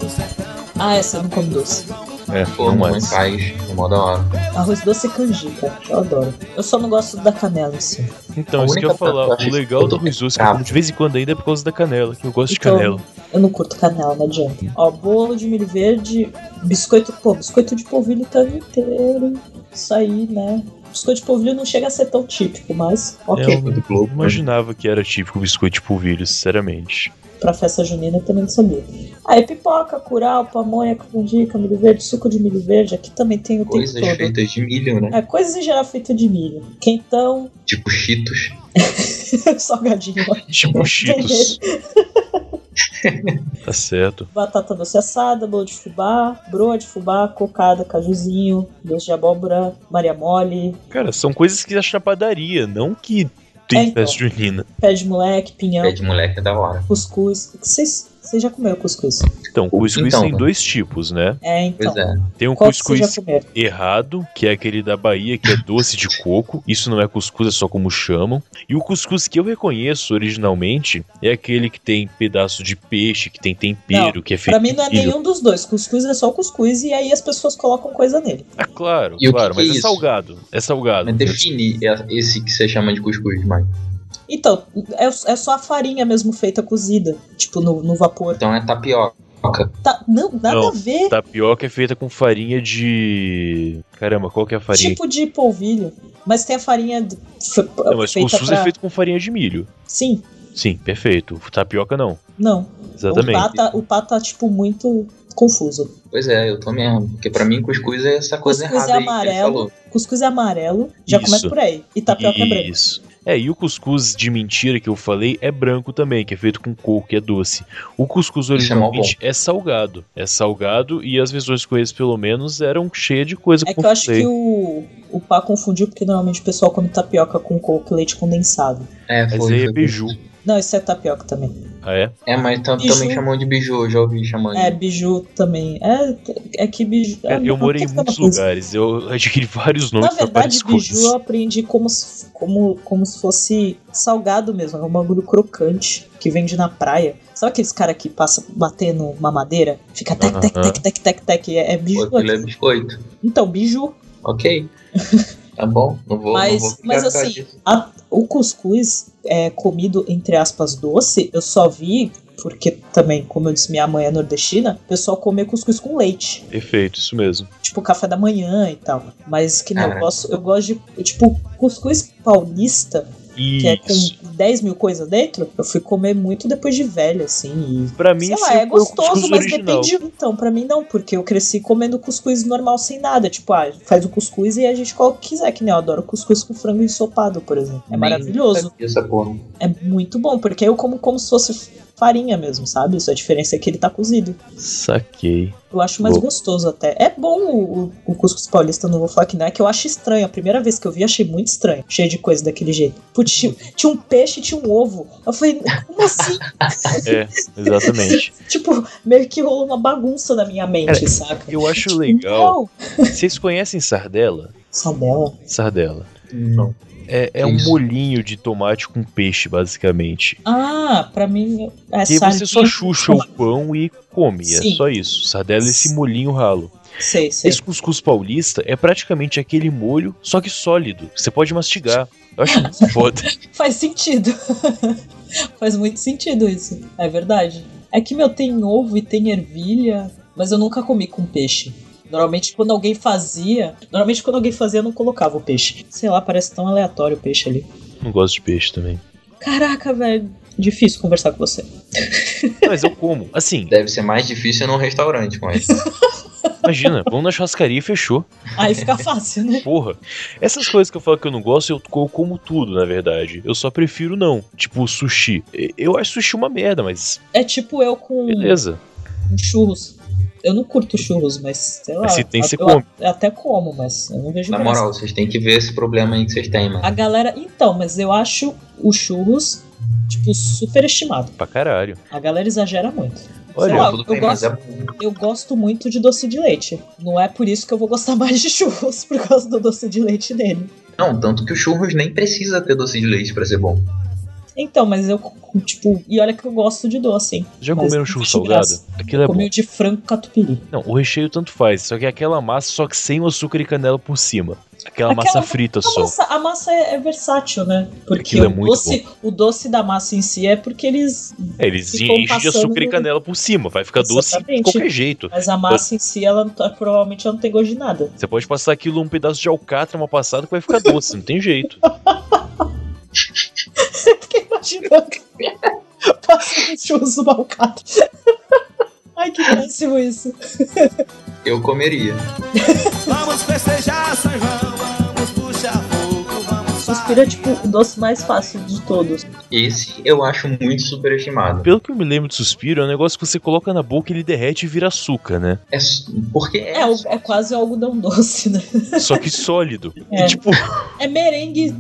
S3: Ah, essa não come doce.
S2: É,
S1: Pô,
S2: não
S1: mãe,
S2: mais.
S1: faz. No modo da hora.
S3: Arroz doce e canjica. Eu adoro. Eu só não gosto da canela assim. em si.
S2: Então,
S1: A
S2: isso que eu ia
S1: única
S2: falar,
S1: parte
S2: o
S1: que eu
S2: legal do
S1: tô
S2: arroz doce é que eu
S1: bravo.
S2: como de vez em quando ainda é por causa da canela, que eu gosto de
S3: Então,
S2: canela.
S3: Eu não curto canela, não adianta. Ó, bolo de milho verde, biscoito, pô, biscoito de polvilho tá ano inteiro. Isso aí, né? Biscoito de polvilho não chega a ser tão típico, mas ok.
S1: um
S2: É, eu não imaginava que era típico biscoito de polvilho, sinceramente.
S3: Pra festa junina eu também não sabia. Aí pipoca, curau, pamonha, canjica, milho verde, suco de milho verde. Aqui também tem o
S1: Coisas
S3: tempo todo.
S1: feitas de milho, né?
S3: É, coisas em geral feitas de milho. Quentão,
S1: Tipo cheetos.
S3: salgadinho,
S2: Tipo cheetos. tá certo.
S3: batata doce assada, bolo de fubá, broa de fubá, cocada, cajuzinho, doce de abóbora, maria mole,
S2: Cara, são coisas que acha na padaria, não que
S3: É,
S2: tem
S3: então.
S2: festa junina.
S3: pé de moleque, pinhão,
S1: Pé de moleque é da hora.
S3: cuscuz. Vocês vocês já comeram cuscuz?
S2: Então, cuscuz
S1: Então,
S2: tem
S1: né?
S2: dois tipos, né?
S3: É,
S1: Pois
S3: então.
S1: é.
S2: Tem um
S3: Qual que vocês
S2: cuscuz
S3: já comeram?
S2: errado, que é aquele da Bahia, que é doce de coco. Isso não é cuscuz, é só como chamam. E o cuscuz que eu reconheço originalmente é aquele que tem pedaço de peixe, que tem tempero, que é feito
S3: Pra mim não é
S2: de milho.
S3: nenhum dos dois. Cuscuz é só cuscuz e aí as pessoas colocam coisa nele.
S2: Ah, claro,
S1: E o que
S2: claro,
S1: que
S2: mas
S1: é
S2: é,
S1: isso?
S2: salgado. É salgado.
S1: Mas define e- esse que você chama de cuscuz, mãe.
S3: Então, é, é só a farinha mesmo feita cozida, tipo no, no vapor.
S1: Então é tapioca.
S3: Tá, não, nada
S2: Não,
S3: a ver.
S2: Tapioca é feita com farinha de. Caramba, qual que é a farinha?
S3: Tipo de polvilho. Mas tem a farinha de- fe-
S2: não, mas
S3: feita
S2: cuscuz
S3: pra...
S2: é feito com farinha de milho.
S3: Sim,
S2: Sim, perfeito. Tapioca não.
S3: não. O
S2: Exatamente.
S3: pata, o pata, tipo, muito confuso.
S1: Pois é, eu tô mesmo. Porque pra mim, cuscuz é essa coisa
S3: Cuscuz é
S1: errada aí que ele
S3: amarelo.
S1: falou.
S3: Cuscuz é amarelo, já
S2: Isso.
S3: começa por aí. E tapioca é branca.
S2: Isso. É, e o cuscuz de mentira que eu falei é branco também, que é feito com coco, que é doce. O cuscuz
S1: Isso é mó
S2: originalmente é, salgado. É salgado e as versões com eles, pelo menos, eram cheias de coisa
S3: É
S2: com
S3: que eu acho
S2: recheio.
S3: que o, o pá confundiu, porque normalmente o pessoal come tapioca com coco e leite condensado.
S1: É,
S2: Mas
S1: foi.
S2: aí é
S1: foi.
S2: biju.
S3: Não, isso é tapioca também.
S2: Ah, é?
S1: É, mas tam-
S3: Biju.
S1: também chamam de biju, eu já ouvi chamando.
S3: né? É, biju também. É, é que biju.
S2: É,
S3: ah,
S2: eu
S3: não,
S2: morei em
S3: tem que
S2: muitos
S3: ter uma coisa.
S2: lugares, eu adquiri vários nomes
S3: Na
S2: pra várias
S3: verdade, biju é um eu
S2: coisas.
S3: aprendi como se, como, como se fosse salgado mesmo. É um bagulho crocante que vende na praia. Sabe aqueles cara que passa batendo uma madeira? Fica tec, tec,
S2: Aham.
S3: tec, tec, tec, tec. É, é biju.
S1: Pô, aquilo é
S3: aqui.
S1: biscoito.
S3: Então, biju.
S1: Ok. tá bom, não vou.
S3: Mas-
S1: não vou
S3: mas
S1: ficar
S3: assim,
S1: disso.
S3: A- o cuscuz é comido, entre aspas, doce, eu só vi. Porque também, como eu disse, minha mãe é nordestina, o pessoal come cuscuz com leite.
S2: Perfeito, isso mesmo.
S3: tipo café da manhã e tal. Mas que não, eu
S1: Caraca.
S3: gosto, eu gosto de. Tipo, cuscuz paulista, que é
S2: Isso.
S3: com 10 mil coisas dentro, eu fui comer muito depois de velha, assim. E,
S2: Pra mim,
S3: sei lá,
S2: esse foi
S3: é
S2: o
S3: gostoso,
S2: cuscuz
S3: mas
S2: original.
S3: depende. Então, pra mim não, porque eu cresci comendo cuscuz normal sem nada. Tipo, ah, faz o cuscuz e a gente coloca o que quiser, que nem eu adoro cuscuz com frango ensopado, por exemplo. É
S1: Nem
S3: maravilhoso.
S1: sabia Essa porra.
S3: É muito bom, porque eu como como se fosse farinha mesmo, sabe? Só a diferença é que ele tá cozido.
S2: Saquei.
S3: Eu acho mais
S2: Bom.
S3: gostoso até. É bom o, o- o cuscuz paulista, não vou falar que não é, que eu acho estranho. A primeira vez que eu vi, achei muito estranho. Cheio de coisa daquele jeito. Putz, tinha, tinha um peixe e tinha um ovo. Eu falei, como assim?
S2: É, exatamente.
S3: tipo, meio que rolou uma bagunça na minha mente,
S2: Cara,
S3: saca?
S2: Eu acho
S3: Tipo,
S2: legal.
S3: não.
S2: Vocês conhecem sardela?
S3: Sardela.
S2: Sardela.
S1: Não.
S2: É, é
S1: Que
S2: um
S1: isso?
S2: molhinho de tomate com peixe, basicamente.
S3: Ah, pra mim. É
S2: que aí você
S3: sardinha
S2: só
S3: com
S2: chucha o pão e come. É
S3: Sim.
S2: só isso. Sardela é esse molhinho ralo.
S3: Sei, sei.
S2: Esse cuscuz paulista é praticamente aquele molho, só que sólido. Você pode mastigar. Eu acho muito foda.
S3: Faz sentido. Faz muito sentido isso. É verdade. É que meu tem ovo e tem ervilha, mas eu nunca comi com peixe. Normalmente quando alguém fazia, normalmente quando alguém fazia eu não colocava o peixe. Sei lá, parece tão aleatório o peixe ali.
S2: Não gosto de peixe também.
S3: Caraca, velho, difícil conversar com você.
S2: Mas eu como. Assim,
S1: Deve ser mais difícil num restaurante, mas.
S2: imagina, vamos na churrascaria e fechou.
S3: Aí fica fácil, né?
S2: Porra. Essas coisas que eu falo que eu não gosto, eu, co- como tudo, na verdade. Eu só prefiro não. Tipo, sushi. E- Eu acho sushi uma merda, mas
S3: É tipo eu com,
S2: beleza.
S3: com churros. Eu não curto churros, mas sei lá.
S2: Mas se tem,
S3: eu-
S2: você
S3: eu
S2: come.
S3: até como, mas eu não vejo
S1: Na
S3: graça.
S1: moral, vocês têm que ver esse problema aí que vocês têm, mano.
S3: A galera, então, mas eu acho o churros tipo superestimado.
S2: Pra caralho.
S3: A galera exagera muito.
S2: Olha,
S3: Sei lá,
S1: tudo
S3: eu,
S1: bem, mas
S3: gosto,
S1: é bom.
S3: eu gosto muito de doce de leite. Não é por isso que eu vou gostar mais de churros por causa do doce de leite dele.
S1: Não, tanto que o churros nem precisa ter doce de leite pra ser bom.
S3: Então, mas eu, tipo, e olha que eu gosto de doce, hein?
S2: Já
S3: Mas
S2: comeram
S3: não
S2: churro
S3: existe
S2: salgado?
S3: graça.
S2: Aquilo é
S3: Comi
S2: bom.
S3: o de frango catupiry.
S2: Não, o recheio tanto faz, só que é aquela massa, só que sem o açúcar e canela por cima. Aquela,
S3: Aquela-
S2: massa frita
S3: A
S2: só.
S3: massa, a massa é, é versátil, né? Porque
S2: Aquilo é
S3: o,
S2: muito
S3: doce, o doce da massa em si é porque eles.
S2: É, eles
S3: ficou
S2: enchem de
S3: passando
S2: açúcar e
S3: no-
S2: canela por cima, vai ficar doce de
S3: Exatamente.
S2: qualquer jeito.
S3: Mas a massa em si, ela não tá- provavelmente ela não tem gosto de nada.
S2: Você pode passar aquilo um pedaço de alcatra, uma passada que vai ficar doce, não tem jeito.
S3: Eu fiquei imaginando. Passando churros do malcato. Ai, que péssimo isso.
S1: Eu comeria.
S6: Vamos festejar São João, vamos puxar fogo, vamos
S3: Suspiro é tipo o doce mais fácil de todos.
S1: Esse eu acho muito superestimado.
S2: Pelo que eu me lembro de suspiro, é um negócio que você coloca na boca, ele derrete e vira açúcar, né?
S1: É su- porque é,
S3: É, o- é quase o algodão doce, né?
S2: Só que sólido.
S3: É.
S2: E tipo,
S3: É merengue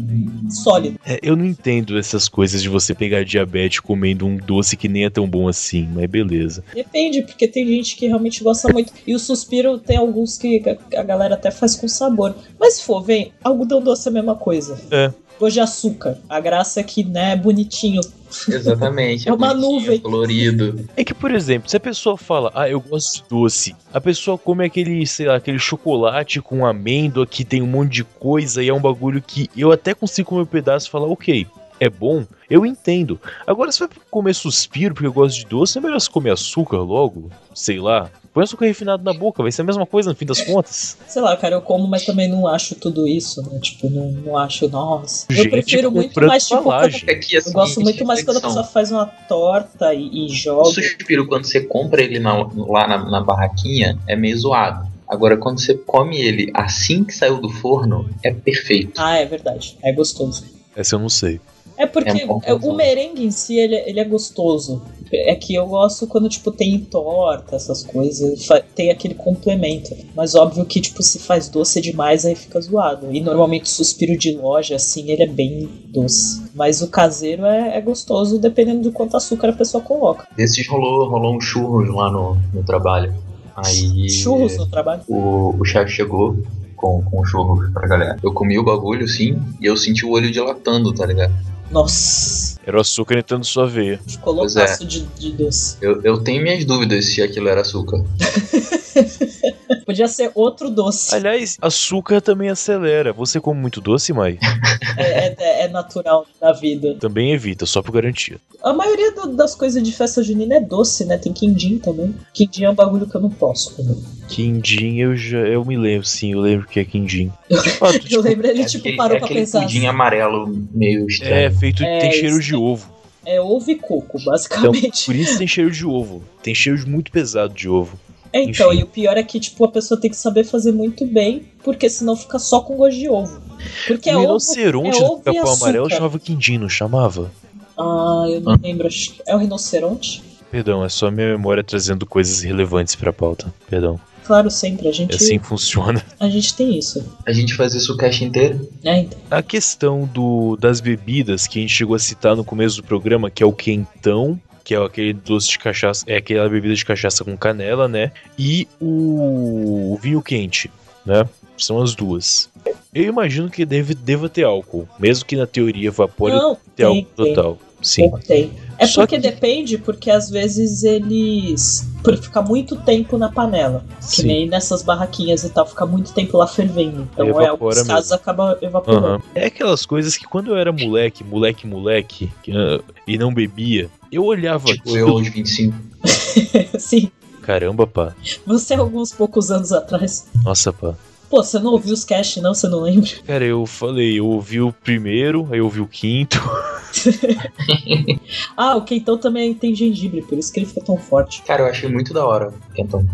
S3: sólido.
S2: é, eu não entendo essas coisas de você pegar diabetes comendo um doce que nem é tão bom assim, mas beleza.
S3: Depende, porque tem gente que realmente gosta muito. E o suspiro tem alguns que a- a galera até faz com sabor. Mas se for, vem, algodão doce é a mesma coisa.
S2: É.
S3: Gosto de açúcar. A graça é que, né, é bonitinho.
S1: exatamente.
S3: É uma
S1: bonitinho,
S3: nuvem.
S1: colorido.
S2: É que, por exemplo, se a pessoa fala, ah, eu gosto de doce, a pessoa come aquele, sei lá, aquele chocolate com amêndoa que tem um monte de coisa e é um bagulho que eu até consigo comer um pedaço e falar, ok, é bom, eu entendo. Agora, se vai comer suspiro porque eu gosto de doce, é melhor você comer açúcar logo, sei lá. Põe açúcar refinado na boca, vai ser a mesma coisa no fim das contas.
S3: Sei lá, cara, eu como, mas também não acho tudo isso, né? Tipo, não, não acho, nossa.
S2: Gente,
S3: eu prefiro muito
S2: comprando
S3: mais, tipo,
S2: embalagem.
S1: Fica aqui a
S3: eu gosto
S1: seguinte
S3: muito mais quando a
S1: assim, reflexão.
S3: pessoa faz uma torta e, e joga.
S1: O suspiro, quando você compra ele na- lá na, na barraquinha, é meio zoado. Agora, quando você come ele assim que saiu do forno, é perfeito.
S3: Ah, é verdade. É gostoso.
S2: Essa eu não sei.
S3: É porque
S1: É bom,
S3: é, o
S1: gostoso.
S3: merengue em si, ele, ele é gostoso. É que eu gosto quando, tipo, tem torta, essas coisas, fa- tem aquele complemento. Mas óbvio que, tipo, se faz doce demais, aí fica zoado. E normalmente o suspiro de loja, assim, ele é bem doce. Mas o caseiro é, é gostoso dependendo de quanto açúcar a pessoa coloca.
S1: Desses rolou, rolou um churros lá no, no trabalho. Aí.
S3: Churros no trabalho.
S1: o, o chefe chegou com, com churros pra galera. Eu comi o bagulho, sim, e eu senti o olho dilatando, tá ligado?
S3: Nossa,
S2: Era o açúcar entrando sua veia.
S3: ficou
S1: Pois é.
S3: loucaço de, de doce.
S1: Eu, eu tenho minhas dúvidas se aquilo era açúcar.
S3: Podia ser outro doce.
S2: Aliás, açúcar também acelera. Você come muito doce, Mai?
S3: É, é- é natural da vida.
S2: Também evita, só por garantia.
S3: A maioria do- das coisas de festa junina é doce, né? Tem quindim também. Quindim é um bagulho que eu não posso comer.
S2: Quindim, eu já. Eu me lembro, sim, eu lembro que é quindim. De fato,
S3: Eu
S2: tipo,
S3: lembro, ele
S1: É
S3: tipo
S1: aquele-
S3: parou
S1: é
S3: pra
S1: aquele
S3: pensar.
S1: pudim amarelo meio
S2: é
S1: estranho.
S2: feito.
S3: É,
S2: tem cheiro
S3: isso.
S2: de ovo.
S3: É ovo e coco,
S2: Então,
S3: basicamente.
S2: por isso tem cheiro de ovo. Tem cheiro de muito pesado de ovo.
S3: É, Então,
S2: enfim.
S3: e o pior é que, tipo, a pessoa tem que saber fazer muito bem, porque senão fica só com gosto de ovo. Porque é
S2: o
S3: ovo.
S2: rinoceronte
S3: é
S2: do
S3: ovo e
S2: pica-pau
S3: açúcar.
S2: amarelo chamava quindim, não chamava?
S3: Ah, eu não lembro. acho que- É o rinoceronte?
S2: Perdão, é só minha memória trazendo coisas relevantes pra pauta. Perdão.
S3: Claro, sempre. A gente,
S2: É assim que funciona.
S3: a gente tem isso.
S1: A gente faz isso o cast inteiro.
S3: né? Então,
S2: A questão do, das bebidas que a gente chegou a citar no começo do programa, que é o quentão, que é aquele doce de cachaça, é aquela bebida de cachaça com canela, né? E o, vinho quente, né? São as duas. Eu imagino que deve, deva ter álcool, mesmo que na teoria evapore
S3: não,
S2: ter
S3: tem,
S2: álcool
S3: tem.
S2: total. Sim.
S3: pouco tem. É
S2: assim, Só
S3: porque
S2: que-
S3: depende, porque às vezes eles. Por ficar muito tempo na panela. Que
S2: Sim.
S3: nem nessas barraquinhas e tal, fica muito tempo lá fervendo. Então,
S2: Evapora
S3: é, alguns
S2: mesmo.
S3: casos acaba evaporando.
S2: Aham. É aquelas coisas que quando eu era moleque, moleque, moleque, que, ah, e não bebia, eu olhava
S1: Tipo, eu
S2: aquilo-
S1: aos 25.
S3: Sim,
S2: Caramba, pá.
S3: você alguns poucos anos atrás.
S2: Nossa, pá.
S3: Pô, você não ouviu os cash, não? Você não lembra?
S2: Cara, eu falei, eu ouvi o primeiro, aí eu ouvi o quinto.
S3: Ah, o Quentão também tem gengibre, por isso que ele fica tão forte.
S1: Cara, eu achei muito da hora. Então,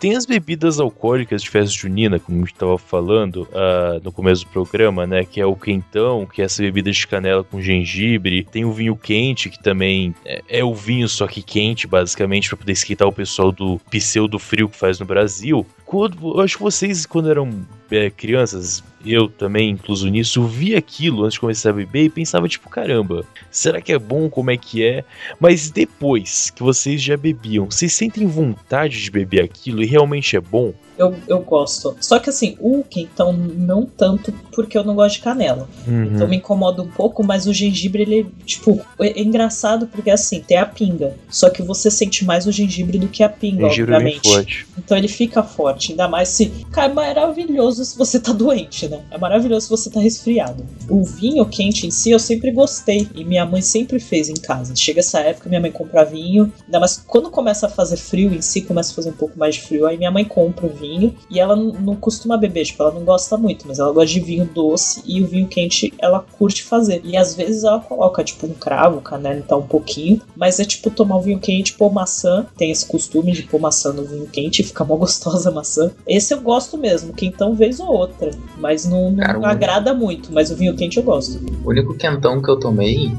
S2: Tem as bebidas alcoólicas de festa junina, como a gente tava falando ah, no começo do programa, né? Que é o quentão, que é essa bebida de canela com gengibre. Tem o vinho quente, que também é, é o vinho, só que quente, basicamente, pra poder esquentar o pessoal do pseudo frio que faz no Brasil. Quando, eu acho que vocês, quando eram é, crianças, eu também incluso nisso, via aquilo antes de começar a beber e pensava, tipo, caramba, será que é bom? Como é que é? Mas depois que vocês já bebiam, vocês sentem vontade de beber aquilo e realmente é bom?
S3: Eu, eu gosto. Só que assim, o Quentão não tanto, porque eu não gosto de canela.
S2: Hum.
S3: Então me incomoda um pouco, mas o gengibre, ele, tipo, é engraçado porque assim, tem a pinga. Só que você sente mais o gengibre do que a pinga,
S2: Gengibre é bem
S3: obviamente.
S2: forte.
S3: Então ele fica forte, ainda mais se. Cara, é maravilhoso se você tá doente, né? É maravilhoso se você tá resfriado. O vinho quente em si eu sempre gostei. E minha mãe sempre fez em casa. Chega essa época, minha mãe compra vinho. Ainda mais quando começa a fazer frio em si, começa a fazer um pouco mais de frio. Aí minha mãe compra o vinho. E ela n- não costuma beber, tipo, ela não gosta muito, mas ela gosta de vinho doce. E o vinho quente ela curte fazer. E às vezes ela coloca, tipo, um cravo, canela e tal, um pouquinho. Mas é tipo tomar um vinho quente, pôr maçã. Tem esse costume de pôr maçã no vinho quente, fica mó gostosa a maçã. Esse eu gosto mesmo, que então vez ou outra. Mas não, não
S1: Cara, o-
S3: agrada muito, mas o vinho quente eu gosto.
S1: o único quentão que eu tomei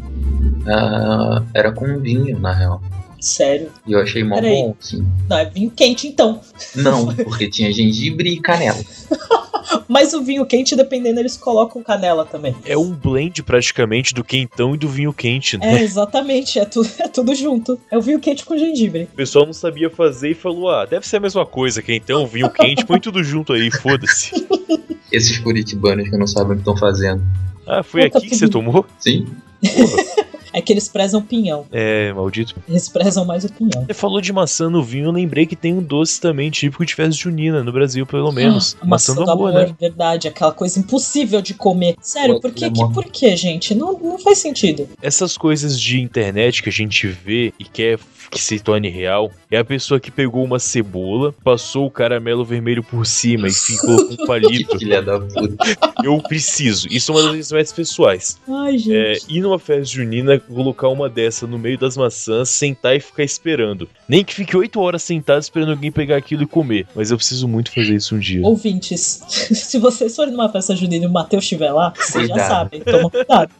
S1: ah, era com vinho, na real.
S3: Sério.
S1: E eu achei mó
S3: Peraí.
S1: bom, sim.
S3: Não, é vinho quente então.
S1: Não, porque tinha gengibre e canela.
S3: Mas o vinho quente, dependendo, eles colocam canela também.
S2: É um blend praticamente do quentão e do vinho quente, né?
S3: É, exatamente, é, tu, é tudo junto. É o vinho quente com gengibre.
S2: O pessoal não sabia fazer e falou: ah, deve ser a mesma coisa, quentão, vinho quente, põe tudo junto aí, foda-se.
S1: Esses curitibanos que não sabem o que estão fazendo.
S2: Ah, foi aqui que você tomou?
S1: Sim.
S3: É que eles prezam pinhão.
S2: É, maldito.
S3: Eles prezam mais o pinhão.
S2: Você falou de maçã no vinho, eu lembrei que tem um doce também típico de festa junina, no Brasil, pelo menos.
S3: Ah, A maçã do amor,
S2: né?
S3: verdade, aquela coisa impossível de comer. Sério,
S1: Pô,
S3: por que,
S1: aquele
S3: que
S1: amor.
S3: por que, gente? Não, não faz sentido.
S2: Essas coisas de internet que a gente vê e quer que se torne real é a pessoa que pegou uma cebola, passou o caramelo vermelho por cima e ficou com um palito.
S1: Filha da puta.
S2: Eu preciso. Isso é uma das minhas mais pessoais.
S3: Ai,
S2: É,
S3: gente.
S2: ir numa festa junina, colocar uma dessa no meio das maçãs, sentar e ficar esperando. Nem que fique oito horas sentado esperando alguém pegar aquilo e comer. Mas eu preciso muito fazer isso um dia.
S3: Ouvintes, se vocês forem numa festa junina e o Matheus estiver lá, vocês já
S1: Cuidado.
S3: sabem, toma cuidado.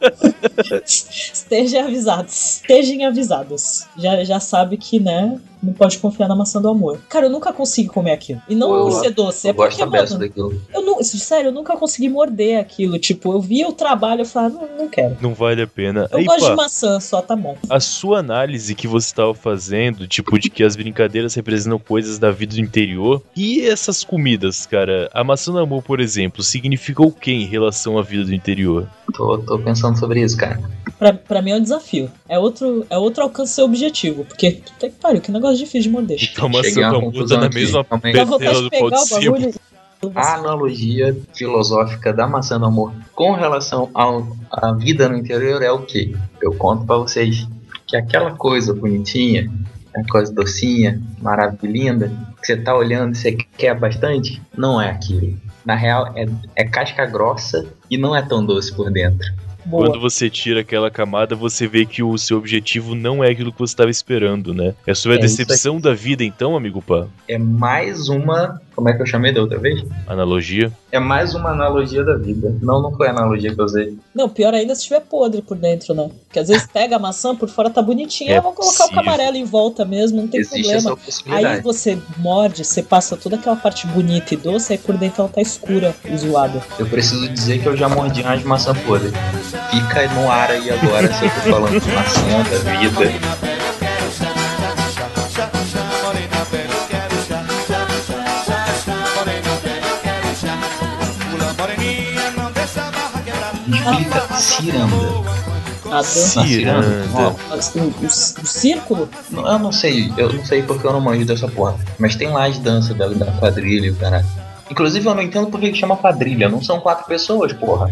S3: Estejam avisados, estejam avisados. Já, já sabe que, né, não pode confiar na maçã do amor. Cara, eu nunca consigo comer aquilo. E não
S1: Eu-
S3: por ser doce, é
S1: Eu gosto
S3: porque,
S1: da
S3: mano,
S1: beça daquilo.
S3: eu não, sério, eu nunca consegui morder aquilo. Tipo, eu via o trabalho e falava, não, não quero.
S2: Não vale a pena.
S3: Eu
S2: Aí,
S3: gosto de
S2: pá,
S3: maçã só, tá bom.
S2: a sua análise que você estava fazendo, tipo, de que as brincadeiras representam coisas da vida do interior. E essas comidas, cara? A maçã do amor, por exemplo, significa o que em relação à vida do interior?
S1: Tô, tô pensando sobre isso, cara.
S3: Pra, pra mim é um desafio. É outro, é outro alcance e objetivo. Porque, puta que pariu, que negócio difícil de morder.
S2: Então, a maçã
S1: Cheguei a
S2: do
S1: uma
S2: amor tá
S1: conclusão
S2: na
S1: aqui.
S2: mesma
S1: Calma aí.
S3: Dá
S2: Perdeu
S3: vontade de
S2: do pau
S3: pegar
S2: de
S3: o bagulho.
S1: A analogia filosófica da maçã do amor com relação ao- à vida no interior é o que? Eu conto pra vocês que aquela coisa bonitinha, a coisa docinha, maravilhosa, que você tá olhando e você quer bastante, não é aquilo. Na real, é, é casca grossa e não é tão doce por dentro.
S3: Boa.
S2: Quando você tira aquela camada, você vê que o seu objetivo não é aquilo que você estava esperando, né? É sobre a
S1: É, isso
S2: decepção da vida, então, amigo Pan.
S1: É mais uma. Como é que eu chamei da outra vez?
S2: Analogia.
S1: É mais uma analogia da vida. Não, não foi a analogia que eu usei.
S3: Não, pior ainda se tiver podre por dentro, né? Porque às vezes pega a maçã, por fora tá bonitinha,
S2: É
S3: ah, vou colocar o
S2: possível.
S3: camarelo em volta mesmo, não tem
S1: Existe
S3: problema.
S1: essa
S3: Aí
S1: possibilidade.
S3: você morde, você passa toda aquela parte bonita e doce, aí por dentro ela tá escura e zoada.
S1: Eu preciso dizer que eu já mordi umas maçã podre. Fica no ar aí agora se eu tô falando de maçã da vida. Explica ciranda.
S3: A dança,
S1: Na ciranda,
S2: Ciranda.
S1: ó,
S3: o, o- o círculo,
S1: não- eu não sei, eu não sei porque eu não manjo dessa porra. Mas tem lá as danças da, da quadrilha e o caralho. Inclusive eu não entendo por que que chama quadrilha, não são quatro pessoas, porra.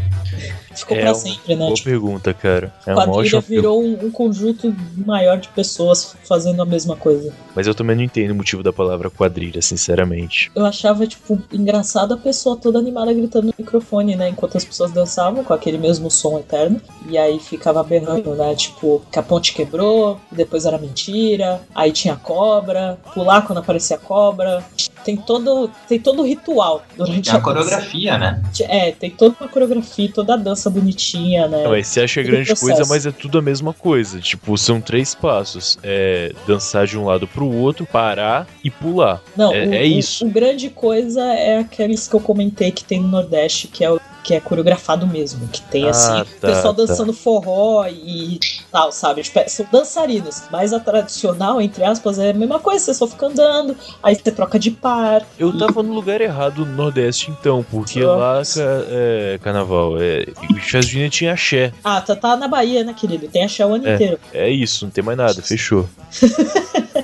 S3: ficou
S2: É
S3: pra
S2: um-
S3: sempre, né?
S2: Boa
S3: Tipo,
S2: pergunta, cara. É uma
S3: quadrilha
S2: ótima pergunta.
S3: virou um, um conjunto maior de pessoas fazendo a mesma coisa.
S2: Mas eu também não entendo o motivo da palavra quadrilha, sinceramente.
S3: Eu achava, tipo, engraçado a pessoa toda animada gritando no microfone, né? Enquanto as pessoas dançavam com aquele mesmo som eterno. E aí ficava berrando, né? Tipo, que a ponte quebrou, depois era mentira, aí tinha cobra, pular quando aparecia cobra. Tem todo, tem todo o ritual durante
S1: É a
S3: dança.
S1: coreografia, né?
S3: É, tem toda uma coreografia, toda a dança bonitinha, né?
S2: Não, mas você acha
S3: Todo
S2: grande
S3: processo.
S2: coisa, mas é tudo a mesma coisa. Tipo, são três passos: é dançar de um lado pro outro, parar e pular.
S3: Não,
S2: É-
S3: o,
S2: é
S3: o-
S2: isso.
S3: O, grande coisa é aqueles que eu comentei que tem no Nordeste, que é o- que é coreografado mesmo, que tem
S2: Ah,
S3: assim, o
S2: tá,
S3: pessoal
S2: tá.
S3: dançando forró e tal, sabe? Tipo, é- são dançarinos, mas a tradicional, entre aspas, é a mesma coisa, você só fica andando, aí você troca de par.
S2: Eu tava no lugar errado no Nordeste, então, porque
S3: Ah.
S2: lá ca- é, carnaval. É, e festa junina tinha axé.
S3: Ah, tá, tá na Bahia, né, querido? Tem axé o ano
S2: É.
S3: inteiro.
S2: É isso, não tem mais nada, fechou.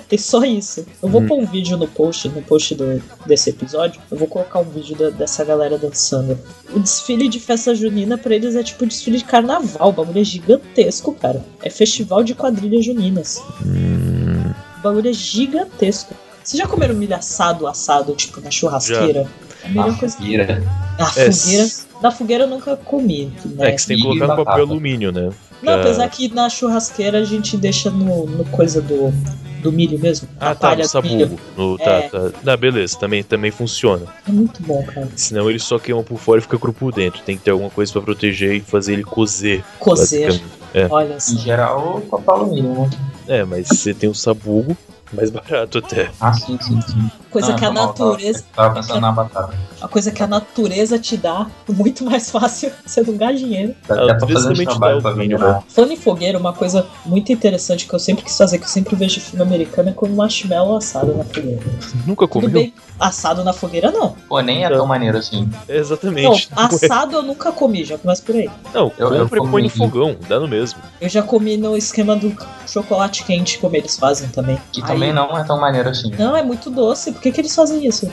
S3: Tem É só isso. Eu vou
S2: Hum.
S3: pôr um vídeo no post, no post do- desse episódio. Eu vou colocar um vídeo da- dessa galera dançando. O desfile de festa junina pra eles é tipo desfile de carnaval. O bagulho é gigantesco, cara. É festival de quadrilhas juninas.
S2: Hum.
S3: O bagulho é gigantesco. Vocês já comeram milho assado, assado, tipo, na churrasqueira? É a melhor coisa.
S1: Vira.
S3: Na
S2: Ah, É.
S3: fogueira. Na fogueira eu nunca comi, né?
S2: É que você tem que
S1: E
S2: colocar no
S1: batata.
S2: papel alumínio, né?
S3: Não,
S2: Pra-
S3: apesar que na churrasqueira a gente deixa no, no coisa do, do milho mesmo.
S2: Ah,
S3: na
S2: tá,
S3: palha
S2: no
S3: do milho.
S2: sabugo. No,
S3: É.
S2: tá, tá. Não, beleza, também, também funciona.
S3: É muito bom, cara.
S2: Senão ele só queima por fora e fica cru por dentro. Tem que ter alguma coisa pra proteger e fazer ele cozer.
S3: Cozer,
S2: basicamente.
S3: olha
S1: Em
S3: só.
S1: um, né? geral, papalo mínimo.
S2: É, mas você tem o sabugo, Mais barato até.
S1: Ah, sim, sim, sim.
S3: Coisa
S1: Ah,
S3: que a
S1: foi mal, tava-
S3: natureza.
S1: Tava pensando na batata.
S3: A coisa que a natureza te dá, muito mais fácil você não ganhar dinheiro.
S1: Tá- Já tô
S2: Às vezes
S1: fazendo
S2: também te
S1: trabalho
S2: dá
S1: pra né?
S2: o
S1: vender.
S2: mínimo.
S1: lá.
S3: Falando em fogueira, uma coisa muito interessante que eu sempre quis fazer, que eu sempre vejo em filme americano, é comer marshmallow assado na fogueira.
S2: Nunca
S3: Tudo
S2: comeu?
S3: bem, assado na fogueira não.
S1: Pô, nem é
S2: Então.
S1: tão maneiro assim.
S2: É,
S3: Não,
S2: Exatamente. Não, é-
S3: assado eu nunca comi, já começa por aí.
S2: não
S1: Eu- eu
S2: compra e põe
S1: comi.
S2: no fogão, dá no mesmo.
S3: Eu já comi no esquema do chocolate quente, como eles fazem também.
S1: Que
S3: Aí-
S1: também não é tão maneiro assim.
S3: Não, é muito doce. Por que, que eles fazem isso?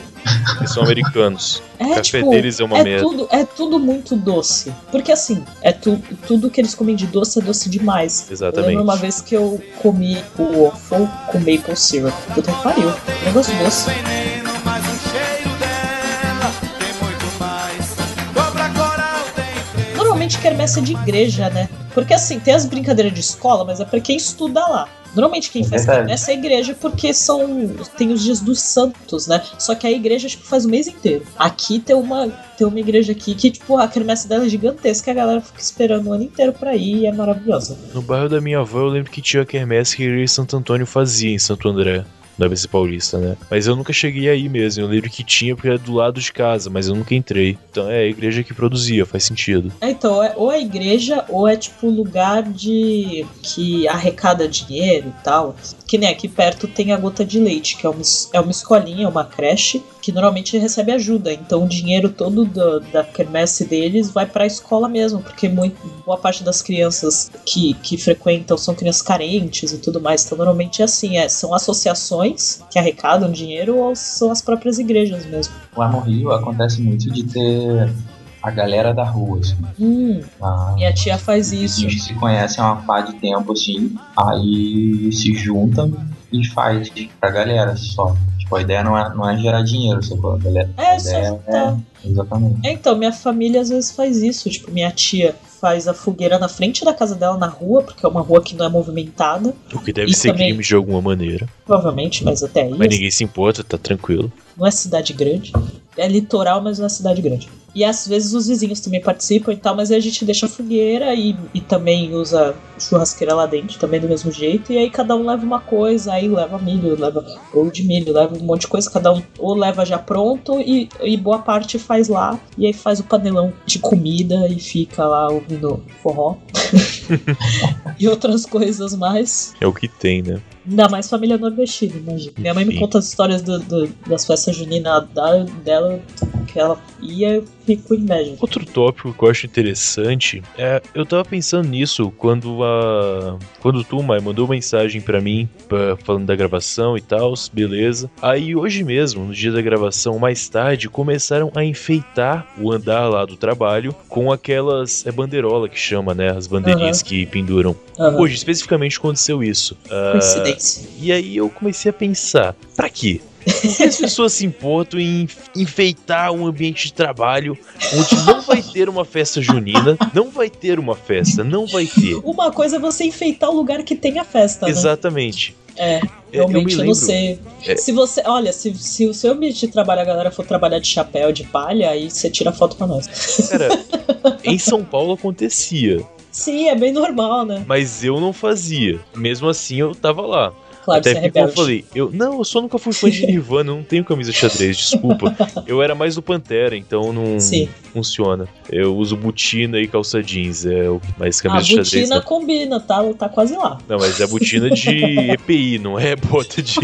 S2: Eles são americanos.
S3: É,
S2: O café
S3: tipo,
S2: deles é uma
S3: é
S2: merda.
S3: tudo, é tudo muito doce. Porque assim, é tu, tudo que eles comem de doce é doce demais. Eu
S2: Exatamente.
S3: lembro uma vez que eu comi o waffle com maple syrup. Puta que pariu. Um Negócio doce.
S6: veneno, mas o cheiro dela tem muito mais. Cobra coral tem preço.
S3: Normalmente quermesse é de igreja, né? Porque assim, tem as brincadeiras de escola, mas é pra quem estuda lá. Normalmente quem
S1: É
S3: faz
S1: verdade.
S3: quermesse é a igreja, porque são tem os dias dos santos, né? Só que a igreja tipo, faz o mês inteiro. Aqui tem uma, tem uma igreja aqui que, tipo, a quermesse dela é gigantesca, a galera fica esperando o ano inteiro pra ir e é maravilhosa.
S2: No bairro da minha avó, eu lembro que tinha a quermesse que a igreja de Santo Antônio fazia em Santo André. Da ABC Paulista, né? Mas eu nunca cheguei aí mesmo. Eu lembro que tinha porque era do lado de casa, mas eu nunca entrei. Então é a igreja que produzia, faz sentido.
S3: É, então, é, ou é igreja, ou é tipo lugar de que arrecada dinheiro e tal. Que nem aqui perto tem a Gota de Leite, que é uma, es- é uma escolinha, uma creche, que normalmente recebe ajuda. Então o dinheiro todo do- da quermesse deles vai pra escola mesmo, porque muito, boa parte das crianças que, que frequentam são crianças carentes e tudo mais. Então normalmente é assim, é, são associações que arrecadam dinheiro ou são as próprias igrejas mesmo.
S1: Lá no Rio acontece muito de ter a galera da rua, assim.
S3: Hum,
S1: Ah,
S3: minha tia faz isso.
S1: vizinhos que se conhecem há uma pá de tempo, assim, aí se juntam e faz pra galera só. Tipo, a ideia não é, não é gerar dinheiro, sacou? A galera.
S3: É,
S1: a
S3: só
S1: ideia
S3: juntar.
S1: é- Exatamente.
S3: É, então, minha família às vezes faz isso. Tipo, minha tia faz a fogueira na frente da casa dela, na rua, porque é uma rua que não é movimentada,
S2: O que deve
S3: Isso
S2: ser
S3: também.
S2: crime de alguma maneira.
S3: provavelmente, mas até aí.
S2: Mas ninguém se importa, tá tranquilo.
S3: Não é cidade grande. É litoral, mas não é cidade grande. E às vezes os vizinhos também participam e tal, mas aí a gente deixa a fogueira e, e também usa churrasqueira lá dentro, também do mesmo jeito. E aí cada um leva uma coisa, aí leva milho, leva bolo de milho, leva um monte de coisa, cada um ou leva já pronto e, e boa parte faz lá. E aí faz o panelão de comida e fica lá ouvindo forró e outras coisas mais.
S2: É o que tem, né?
S3: Ainda mais família nordestina, imagina. Minha mãe me
S2: Sim.
S3: conta as histórias do- do- das festas juninas da- dela, que ela ia, eu fico com inveja.
S2: Outro tópico que eu acho interessante é. Eu tava pensando nisso quando a. Quando tu, Mai, mandou mensagem pra mim pra- falando da gravação e tal, beleza. Aí hoje mesmo, no dia da gravação, mais tarde, começaram a enfeitar o andar lá do trabalho com aquelas. É banderola que chama, né? As bandeirinhas que penduram.
S3: Aham.
S2: Hoje, especificamente, aconteceu isso. Ah,
S3: Coincidência.
S2: E aí eu comecei a pensar, pra quê? Por que as pessoas se importam em enfeitar um ambiente de trabalho onde não vai ter uma festa junina, não vai ter uma festa, não vai ter.
S3: Uma coisa é você enfeitar o lugar que tem a festa, né?
S2: Exatamente.
S3: É,
S2: É,
S3: Realmente, eu, não
S2: lembro-
S3: sei.
S2: É.
S3: Se você. Olha, se, se o seu ambiente de trabalho a galera for trabalhar de chapéu, de palha, aí você tira foto pra nós.
S2: Cara, em São Paulo acontecia,
S3: Sim, é bem normal, né?
S2: mas eu não fazia. Mesmo assim, eu tava lá.
S3: Claro, você
S2: Até
S3: é
S2: porque, como eu
S3: rebelde.
S2: falei, eu, não, eu só nunca fui fã de Nirvana, eu não tenho camisa xadrez, desculpa. Eu era mais do Pantera, então não
S3: Sim.
S2: funciona. Eu uso botina e calça jeans, é o mais
S3: A
S2: camisa de xadrez.
S3: Ah,
S2: né?
S3: botina
S2: não.
S3: combina, tá? Tá quase lá.
S2: Não, mas é botina de EPI, não é bota de,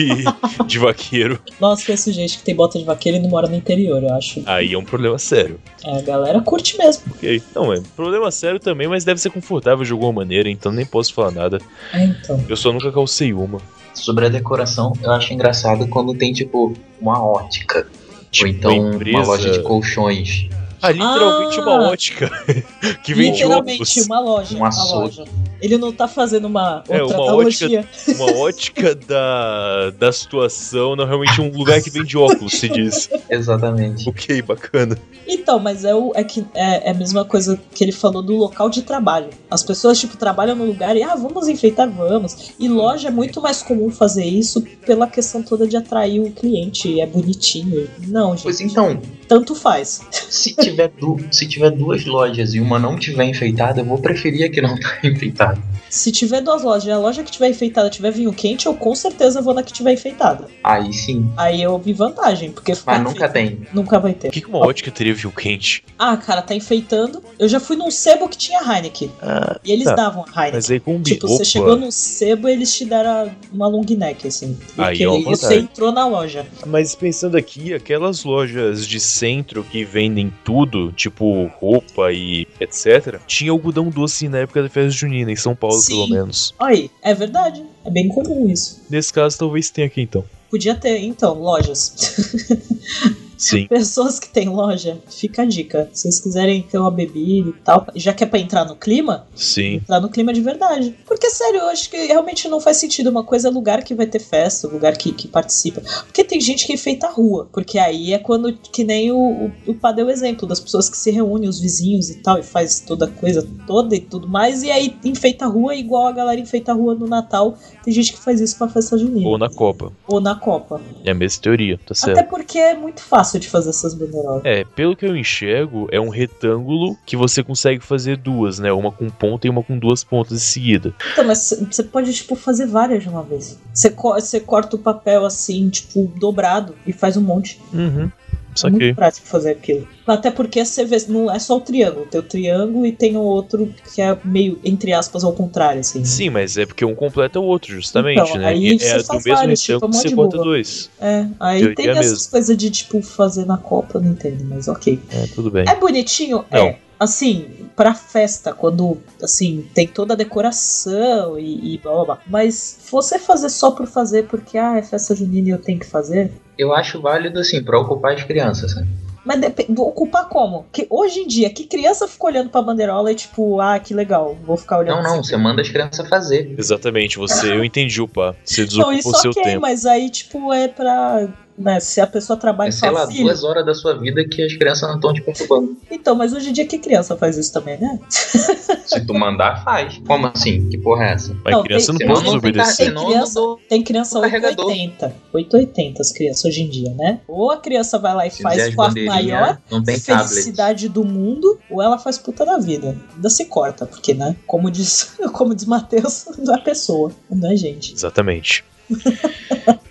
S2: de vaqueiro.
S3: Nossa, conheço gente que tem bota de vaqueiro e não mora no interior, eu acho.
S2: Aí é um problema sério.
S3: É, a galera curte mesmo.
S2: Ok. Não, é problema sério também, mas deve ser confortável de alguma maneira, então nem posso falar nada.
S3: É, então.
S2: Eu só nunca calcei uma.
S1: Sobre a decoração, eu acho engraçado quando tem, tipo, uma ótica.
S2: Tipo,
S1: ou então
S2: uma empresa-
S1: uma loja de colchões.
S2: Ah, literalmente
S3: Ah!
S2: uma ótica que vende
S3: Literalmente,
S2: óculos.
S3: uma loja.
S1: Um
S3: uma
S1: açougue.
S3: loja. Ele não tá fazendo uma outra
S2: É, uma ótica-
S3: analogia.
S2: Uma ótica da, da situação, não realmente um lugar que vende óculos, se diz.
S1: Exatamente.
S2: Ok, bacana.
S3: Então, mas é, o, é, que, é, é a mesma coisa que ele falou do local de trabalho. As pessoas, tipo, trabalham no lugar e, ah, vamos enfeitar, vamos. E loja é muito mais comum fazer isso pela questão toda de atrair o cliente. É bonitinho. Não, gente.
S1: Pois então,
S3: tanto faz.
S1: Se tiver, du- se tiver duas lojas e uma não tiver enfeitada, eu vou preferir a que não tá enfeitada.
S3: Se tiver duas lojas e a loja que tiver enfeitada tiver vinho quente, eu com certeza vou na que tiver enfeitada.
S1: Aí sim.
S3: Aí eu vi vantagem, porque
S1: Mas nunca tem.
S3: nunca vai ter.
S2: Por que, que uma ótica teria vinho quente?
S3: Ah, cara, tá enfeitando. Eu já fui num sebo que tinha Heineken.
S2: Ah,
S3: E eles
S2: Tá.
S3: davam Heineken.
S2: mas aí com
S3: Tipo,
S2: opa,
S3: você chegou num sebo e eles te deram uma long neck, assim.
S2: Aí
S3: Porque
S2: é uma
S3: você
S2: vantagem.
S3: entrou na loja.
S2: Mas pensando aqui, aquelas lojas de centro que vendem tudo, tipo roupa e etc, tinha algodão doce na época da festa junina, em São Paulo
S3: Sim.
S2: pelo menos.
S3: Aí, é verdade. É bem comum isso.
S2: Nesse caso, talvez tenha aqui então.
S3: Podia ter, então, lojas.
S2: Sim.
S3: Pessoas que têm loja, fica a dica. Se vocês quiserem ter uma bebida e tal, já que é pra entrar no clima,
S2: Sim.
S3: entrar no clima de verdade. Porque, sério, eu acho que realmente não faz sentido. Uma coisa é lugar que vai ter festa, lugar que, que participa. Porque tem gente que enfeita a rua. Porque aí é quando, que nem o, o, o Pá deu exemplo, das pessoas que se reúnem, os vizinhos e tal, e faz toda a coisa toda e tudo mais. E aí enfeita a rua igual a galera enfeita a rua no Natal. Tem gente que faz isso pra festa junina.
S2: Ou na Copa.
S3: Ou na Copa.
S2: É a mesma teoria, tá certo.
S3: Até porque é muito fácil de fazer essas bandeirolas.
S2: É, pelo que eu enxergo, é um retângulo que você consegue fazer duas, né? Uma com ponta e uma com duas pontas em seguida.
S3: Então, mas você pode, tipo, fazer várias de uma vez. Você, co- você corta o papel assim, tipo, dobrado e faz um monte.
S2: Uhum.
S3: É
S2: Saquei.
S3: muito prático fazer aquilo. Até porque você vê, não é só o triângulo. Tem o triângulo e tem o outro que é meio, entre aspas, ao contrário, assim. né?
S2: Sim, mas é porque um completa o outro, justamente,
S3: Então,
S2: né?
S3: aí
S2: E
S3: você
S2: é do
S3: faz
S2: mesmo
S3: vários, tipo,
S2: retângulo
S3: um
S2: que você
S3: monte de
S2: corta
S3: boa.
S2: dois.
S3: É, aí
S2: Teoria
S3: tem essas
S2: mesmo.
S3: coisas de, tipo, fazer na Copa, eu não entendo, mas ok.
S2: É, tudo bem.
S3: É bonitinho?
S2: Não.
S3: É. Assim, pra festa, quando, assim, tem toda a decoração e, e blá blá blá. Mas você fazer só por fazer, porque, ah, é festa junina e eu tenho que fazer.
S1: Eu acho válido, assim, pra ocupar as crianças, sabe?
S3: Mas depe- vou ocupar como? Que hoje em dia, que criança fica olhando pra bandeirola e tipo, ah, que legal, vou ficar olhando. assim."
S1: Não, não, você manda as crianças fazer.
S2: Exatamente, você. Eu entendi o pá. Você
S3: Não,
S2: desocupou
S3: isso
S2: seu
S3: ok,
S2: tempo.
S3: mas aí, tipo, é pra. Né, se a pessoa
S1: É,
S3: trabalha e
S1: sei lá,
S3: fala, filho.
S1: duas horas da sua vida que as crianças não estão te preocupando.
S3: Então, mas hoje em dia que criança faz isso também, né?
S1: Se tu mandar, faz. Como assim? Que porra é essa?
S2: Mas
S3: Não,
S2: criança
S3: tem-
S2: não
S1: Senão
S2: pode
S1: não tem
S3: tem-
S1: tar-
S2: desobedecer.
S1: senão eu não
S3: criança-
S1: dou.
S3: Tem criança
S1: O Um carregador.
S3: 880. 880 as crianças hoje em dia, né? Ou a criança vai lá e
S1: Se fizer
S3: faz
S1: as
S3: quarto
S1: bandeirinhas,
S3: maior,
S1: Não tem tablet.
S3: felicidade do mundo, ou ela faz puta da vida. Ainda se corta, porque, né? Como diz, como diz Matheus, não é pessoa, não é gente.
S2: Exatamente.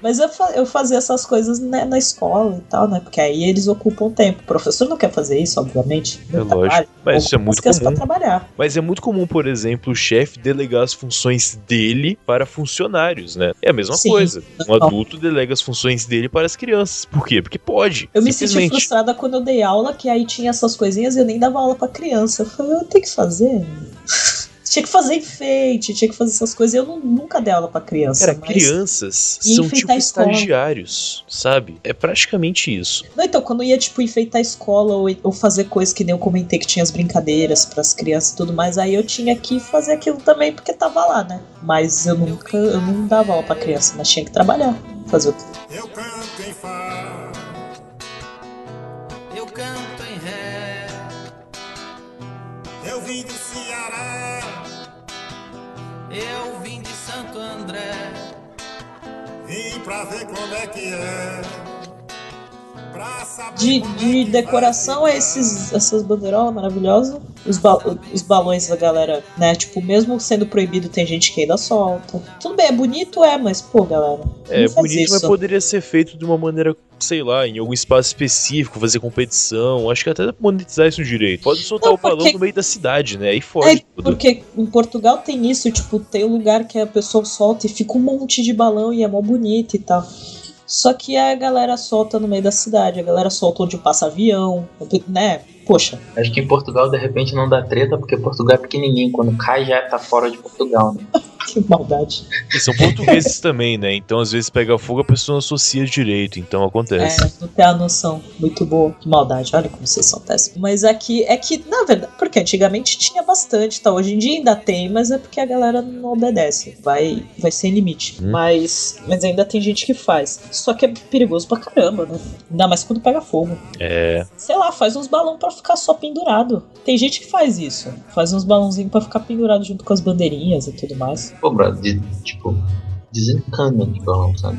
S3: Mas eu, fa- eu fazia essas coisas né, na escola e tal, né? Porque aí eles ocupam tempo. O professor não quer fazer isso, obviamente.
S2: É
S3: Não
S2: lógico. Mas isso é muito
S3: crianças pra
S2: comum.
S3: trabalhar.
S2: Mas é muito comum, por exemplo, o chefe delegar as funções dele para funcionários, né? É a mesma
S3: Sim.
S2: coisa. Um
S3: Não.
S2: adulto delega as funções dele para as crianças. Por quê? Porque pode.
S3: Eu me senti
S2: simplesmente.
S3: frustrada quando eu dei aula, que aí tinha essas coisinhas e eu nem dava aula pra criança. Eu falei, eu tenho que fazer. tinha que fazer enfeite, tinha que fazer essas coisas. Eu nu- nunca dei aula pra criança.
S2: Cara,
S3: mas-
S2: crianças
S3: E
S2: são
S3: enfeitar
S2: tipo
S3: a escola.
S2: estagiários, sabe? É praticamente isso.
S3: Não, então, quando eu ia, tipo, enfeitar a escola ou, ou fazer coisas que nem eu comentei que tinha as brincadeiras pras crianças e tudo mais, aí eu tinha que fazer aquilo também porque tava lá, né? Mas eu nunca, eu não dava aula pra criança, mas tinha que trabalhar, fazer o quê?
S8: Eu canto em Fá,
S5: Eu canto em ré,
S8: eu vim do Ceará,
S5: eu vim de Santo André,
S8: vim pra ver como é que é. Pra saber
S3: De,
S8: como é
S3: de
S8: que
S3: decoração é
S8: vai
S3: esses, essas bandeirolas maravilhosas, os, ba- os balões da galera, né? Tipo, mesmo sendo proibido, tem gente que ainda solta. Tudo bem, é bonito, é, mas, pô, galera.
S2: É
S3: não faz
S2: bonito, mas
S3: isso.
S2: poderia ser feito de uma maneira, sei lá, em algum espaço específico, fazer competição. Acho que até dá pra monetizar isso direito. Pode soltar
S3: Não,
S2: o balão
S3: porque-
S2: no meio da cidade, né? Aí
S3: É,
S2: foge tudo.
S3: porque em Portugal tem isso, tipo, tem um lugar que a pessoa solta e fica um monte de balão e é mó bonito e tal. Só que a galera solta no meio da cidade, a galera solta onde passa avião, né? Poxa,
S1: Acho que em Portugal, de repente, não dá treta, porque Portugal é pequenininho. Quando cai, já tá fora de Portugal, né?
S3: que maldade.
S2: E são portugueses também, né? Então às vezes pega fogo, a pessoa não associa direito. Então
S3: É,
S2: acontece.
S3: não tem a noção. Muito boa. Que maldade, olha como vocês são péssimos. Mas aqui, é que, na verdade, porque antigamente tinha bastante, tá? Hoje em dia ainda tem, mas é porque a galera não obedece. Vai, vai sem limite.
S2: Hum.
S3: Mas, mas ainda tem gente que faz. Só que é perigoso pra caramba, né? Ainda mais quando pega fogo.
S2: É.
S3: sei lá, faz uns balão pra ficar só pendurado. Tem gente que faz isso. Faz uns balãozinhos pra ficar pendurado junto com as bandeirinhas e tudo mais.
S1: Pô, brother, de- tipo, desencana de balão, sabe?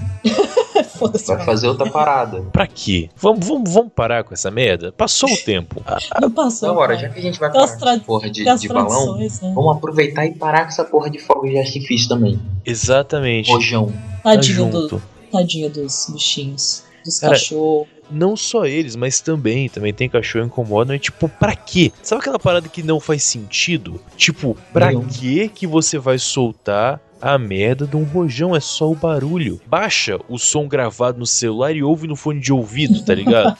S3: Foda-se.
S1: Vai fazer outra parada.
S2: Pra quê? Vamos, vamos, vamos parar com essa merda? Passou o tempo.
S3: Não passou.
S1: Então, hora,
S3: cara.
S1: já que a gente vai
S3: Tem
S1: parar
S3: as
S1: com
S3: tra-
S1: essa porra de,
S3: Tem as
S1: de balão,
S3: tradições, né?
S1: vamos aproveitar e parar com essa porra de fogo de artifício também.
S2: Exatamente.
S1: Rojão.
S2: Tá
S3: Tadinho, do-
S2: junto.
S3: tadinho dos bichinhos, dos
S2: Cara,
S3: cachorros.
S2: Não só eles, mas também, também tem cachorro incomoda, é tipo, pra quê? Sabe aquela parada que não faz sentido? Tipo, pra
S1: Nenhum.
S2: quê que você vai soltar a merda de um rojão? É só o barulho. Baixa o som gravado no celular e ouve no fone de ouvido, tá ligado?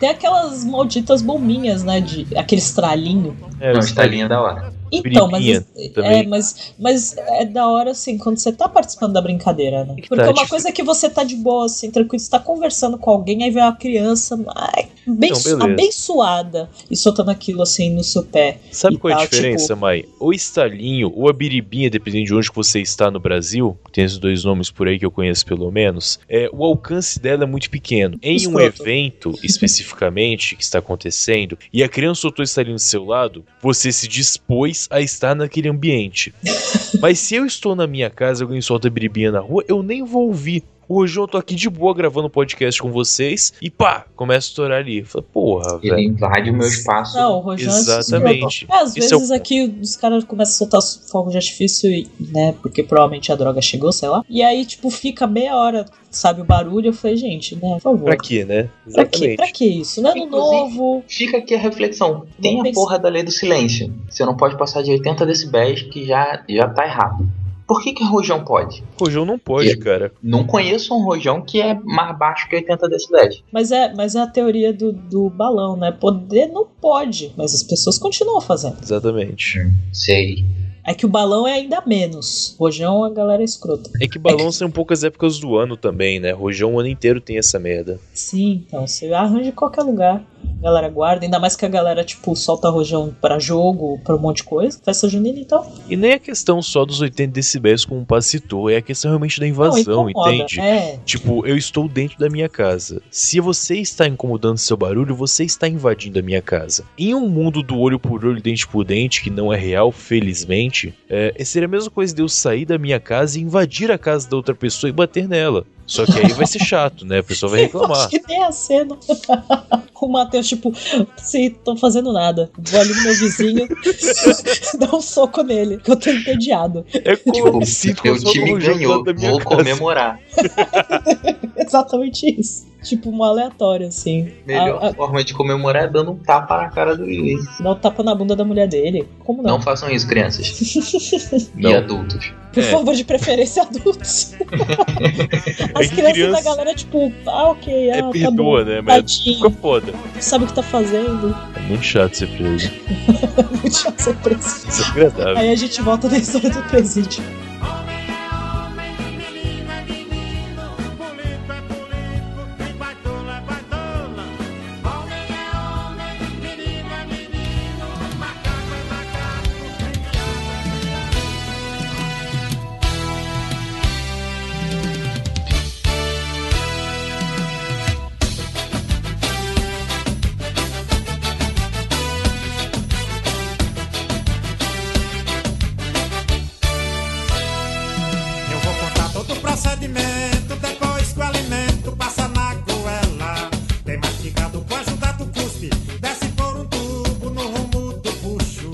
S3: Tem aquelas malditas bombinhas, né? De, aquele estralinho.
S2: É,
S1: Não,
S2: você
S1: está linda da hora.
S3: Então, mas,
S2: Briguinha
S3: é,
S2: também.
S3: mas, mas é da hora, assim, quando você tá participando da brincadeira, né?
S2: É que
S3: Porque
S2: tá
S3: uma
S2: difícil.
S3: coisa é que você tá de boa, assim, tranquilo, você tá conversando com alguém, aí vem uma criança ai, bem,
S2: Não, Então, beleza.
S3: abençoada e soltando aquilo, assim, no seu pé.
S2: Sabe
S3: e
S2: qual é a
S3: tal, tipo,
S2: diferença, Mai? O estalinho ou a biribinha, dependendo de onde que você está no Brasil, tem esses dois nomes por aí que eu conheço pelo menos, é, o alcance dela é muito pequeno. Em um
S3: Escroto.
S2: evento, especificamente, que está acontecendo, e a criança soltou o estalinho do seu lado, você se dispôs a estar naquele ambiente. Mas se eu estou na minha casa e alguém solta a biribinha na rua, eu nem vou ouvir. Hoje eu tô aqui de boa gravando podcast com vocês e pá, começa a estourar ali. Fala, porra,
S1: Ele
S2: velho.
S1: invade o meu espaço.
S3: Não, o Rojão é escroto.
S2: Exatamente.
S3: É, às
S2: Esse é
S3: vezes
S2: o-
S3: aqui os caras começam a soltar fogo de artifício, e, né? Porque provavelmente a droga chegou, sei lá. E aí, tipo, fica meia hora, sabe, o barulho. Eu falei, gente, né? Por favor.
S2: Pra quê, né?
S3: Pra quê? Pra quê isso? Não é no
S1: Inclusive-
S3: novo.
S1: Fica aqui a reflexão. Tem a
S3: pensar.
S1: porra da lei do silêncio. Você não pode passar de 80 decibéis, que já, já tá errado. Por que, que rojão pode?
S2: Rojão não pode,
S1: E-
S2: cara.
S1: Não conheço um rojão que é mais baixo que 80 decibéis.
S3: Mas é, mas é a teoria do, do balão, né? Poder não pode, mas as pessoas continuam fazendo.
S2: Exatamente.
S1: Sei.
S3: É que o balão é ainda menos. Rojão, a galera é escrota.
S2: É que balão são poucas épocas do ano também, né? Rojão o ano inteiro tem essa merda.
S3: Sim, então você arranja em qualquer lugar. A galera guarda, ainda mais que a galera, tipo, solta rojão pra jogo, pra um monte de coisa. Festa junina então, e tal.
S2: E nem a questão só dos 80 decibéis como o Paz citou, é a questão realmente da
S3: Não,
S2: invasão,
S3: incomoda.
S2: entende?
S3: É,
S2: Tipo, eu estou dentro da minha casa. Se você está incomodando seu barulho, você está invadindo a minha casa. Em um mundo do olho por olho, dente por dente, que não é real, felizmente, é, seria a mesma coisa de eu sair da minha casa e invadir a casa da outra pessoa e bater nela. Só que aí vai ser chato, né? A pessoa vai
S3: Eu
S2: reclamar.
S3: acho que tem a cena. o Matheus, tipo, sim, tô fazendo nada. Vou ali no meu vizinho, dar um soco nele, que eu tô entediado.
S2: É como
S1: Tipo,
S2: eu me sinto
S1: meu
S2: quando eu
S1: time
S2: jogo
S1: ganhou,
S2: da minha
S1: vou
S2: casa.
S1: comemorar.
S3: Exatamente isso. Tipo, um aleatório, assim.
S1: Melhor
S3: A- a-
S1: forma de comemorar é dando um tapa na cara do juiz.
S3: dá um tapa na bunda da mulher dele. Como não?
S1: Não façam isso, crianças e
S2: Não.
S1: adultos.
S3: Por
S2: É.
S3: favor, de preferência adultos. As
S2: que
S3: crianças
S2: criança-
S3: da galera, tipo, ah, ok, ah,
S2: É,
S3: tá
S2: perdoa,
S3: bom.
S2: né? Mas
S3: Tadinho,
S2: fica foda.
S3: sabe o que tá fazendo.
S2: É muito chato ser preso.
S3: Muito surpresa.
S2: Desagradável.
S3: Aí a gente volta na história do presídio.
S8: Pulico é pulico e baitola é baitola. Homem é homem, menino é menino, macaco é macaco, criança é Eu vou contar todo o procedimento Depois que o alimento passa na goela Tem mastigado o anjo gato cuspe Desce por um tubo no rumo do puxo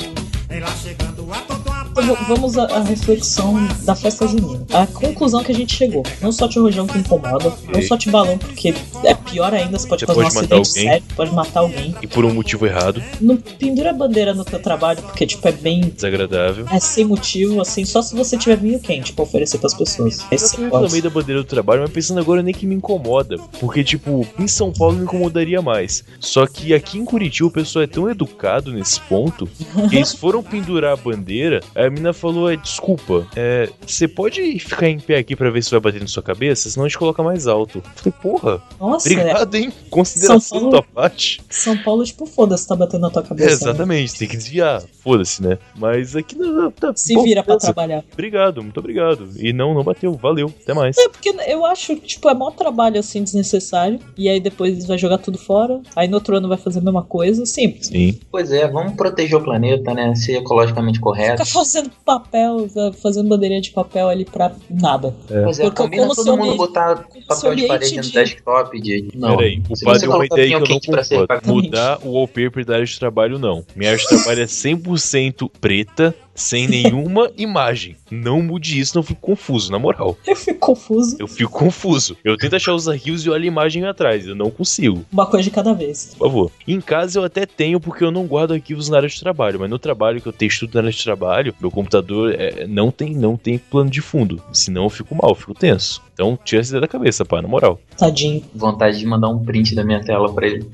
S8: Ei lá chegando a todo uma
S3: V- Vamos à, à reflexão da festa junina. A conclusão que a gente chegou. Não só te rojão que incomoda, não só te balão, porque é pior ainda, você
S2: Você
S3: pode fazer
S2: pode
S3: um
S2: matar
S3: acidente
S2: alguém.
S3: sério, pode matar alguém.
S2: E por um motivo errado,
S3: Não pendura a bandeira no teu trabalho, porque, tipo, é bem
S2: desagradável.
S3: É sem motivo, assim, só se você tiver vinho quente pra oferecer pras pessoas. Aí
S2: Eu
S3: você
S2: reclamei
S3: pode.
S2: da bandeira do trabalho, mas pensando agora nem que me incomoda. Porque, tipo, em São Paulo me incomodaria mais. Só que aqui em Curitiba o pessoal é tão educado nesse ponto que eles foram pendurar a bandeira. aí A mina falou: é, desculpa, é, você pode ficar em pé aqui pra ver se vai bater na sua cabeça? Senão a gente coloca mais alto. Eu falei, porra,
S3: Nossa, é.
S2: obrigado, hein? Consideração
S3: São
S2: da
S3: Paulo-
S2: tua parte.
S3: São Paulo, tipo, foda-se, tá batendo na tua
S2: É,
S3: cabeça. né?
S2: exatamente, tem que desviar, foda-se, né? Mas aqui não, não tá
S3: Se
S2: bom,
S3: vira pra
S2: beleza.
S3: trabalhar.
S2: Obrigado, muito obrigado. E não, não bateu, valeu, até mais.
S3: É, porque eu acho, tipo, é maior trabalho, assim, desnecessário. E aí depois vai jogar tudo fora. Aí no outro ano vai fazer a mesma coisa. Simples.
S2: Sim.
S1: Pois é, vamos proteger o planeta, né? Ser ecologicamente correto.
S3: Fica fazendo fazendo papel, fazendo bandeirinha de papel ali pra nada.
S1: Mas é,
S3: Porque
S1: combina
S3: como
S1: todo
S3: seu
S1: mundo
S3: ambiente-
S1: botar
S3: como seu
S1: papel de
S3: ambiente
S1: parede no
S3: de-
S1: desktop. De... Não.
S2: Peraí, o
S1: Se
S2: padre
S1: você
S2: é uma
S1: colocar
S2: ideia que eu
S1: pinhão
S2: não
S1: quente pra ser
S2: concordo.
S1: papel
S2: Mudar o wallpaper da área de trabalho, não. Minha área de trabalho é 100% preta, sem nenhuma imagem. Não mude isso, não fico confuso, na moral.
S3: Eu fico confuso.
S2: Eu fico confuso. Eu tento achar os arquivos e olho a imagem atrás. Eu não consigo,
S3: Uma coisa de cada vez.
S2: por favor. Em casa eu até tenho, porque eu não guardo arquivos na área de trabalho. Mas no trabalho, que eu tenho estudo na área de trabalho, meu computador é, não, tem, não tem plano de fundo. Senão eu fico mal, eu fico tenso. Então tira essa ideia da cabeça, pá, na moral.
S3: Tadinho.
S1: Vontade de mandar um print da minha tela pra ele.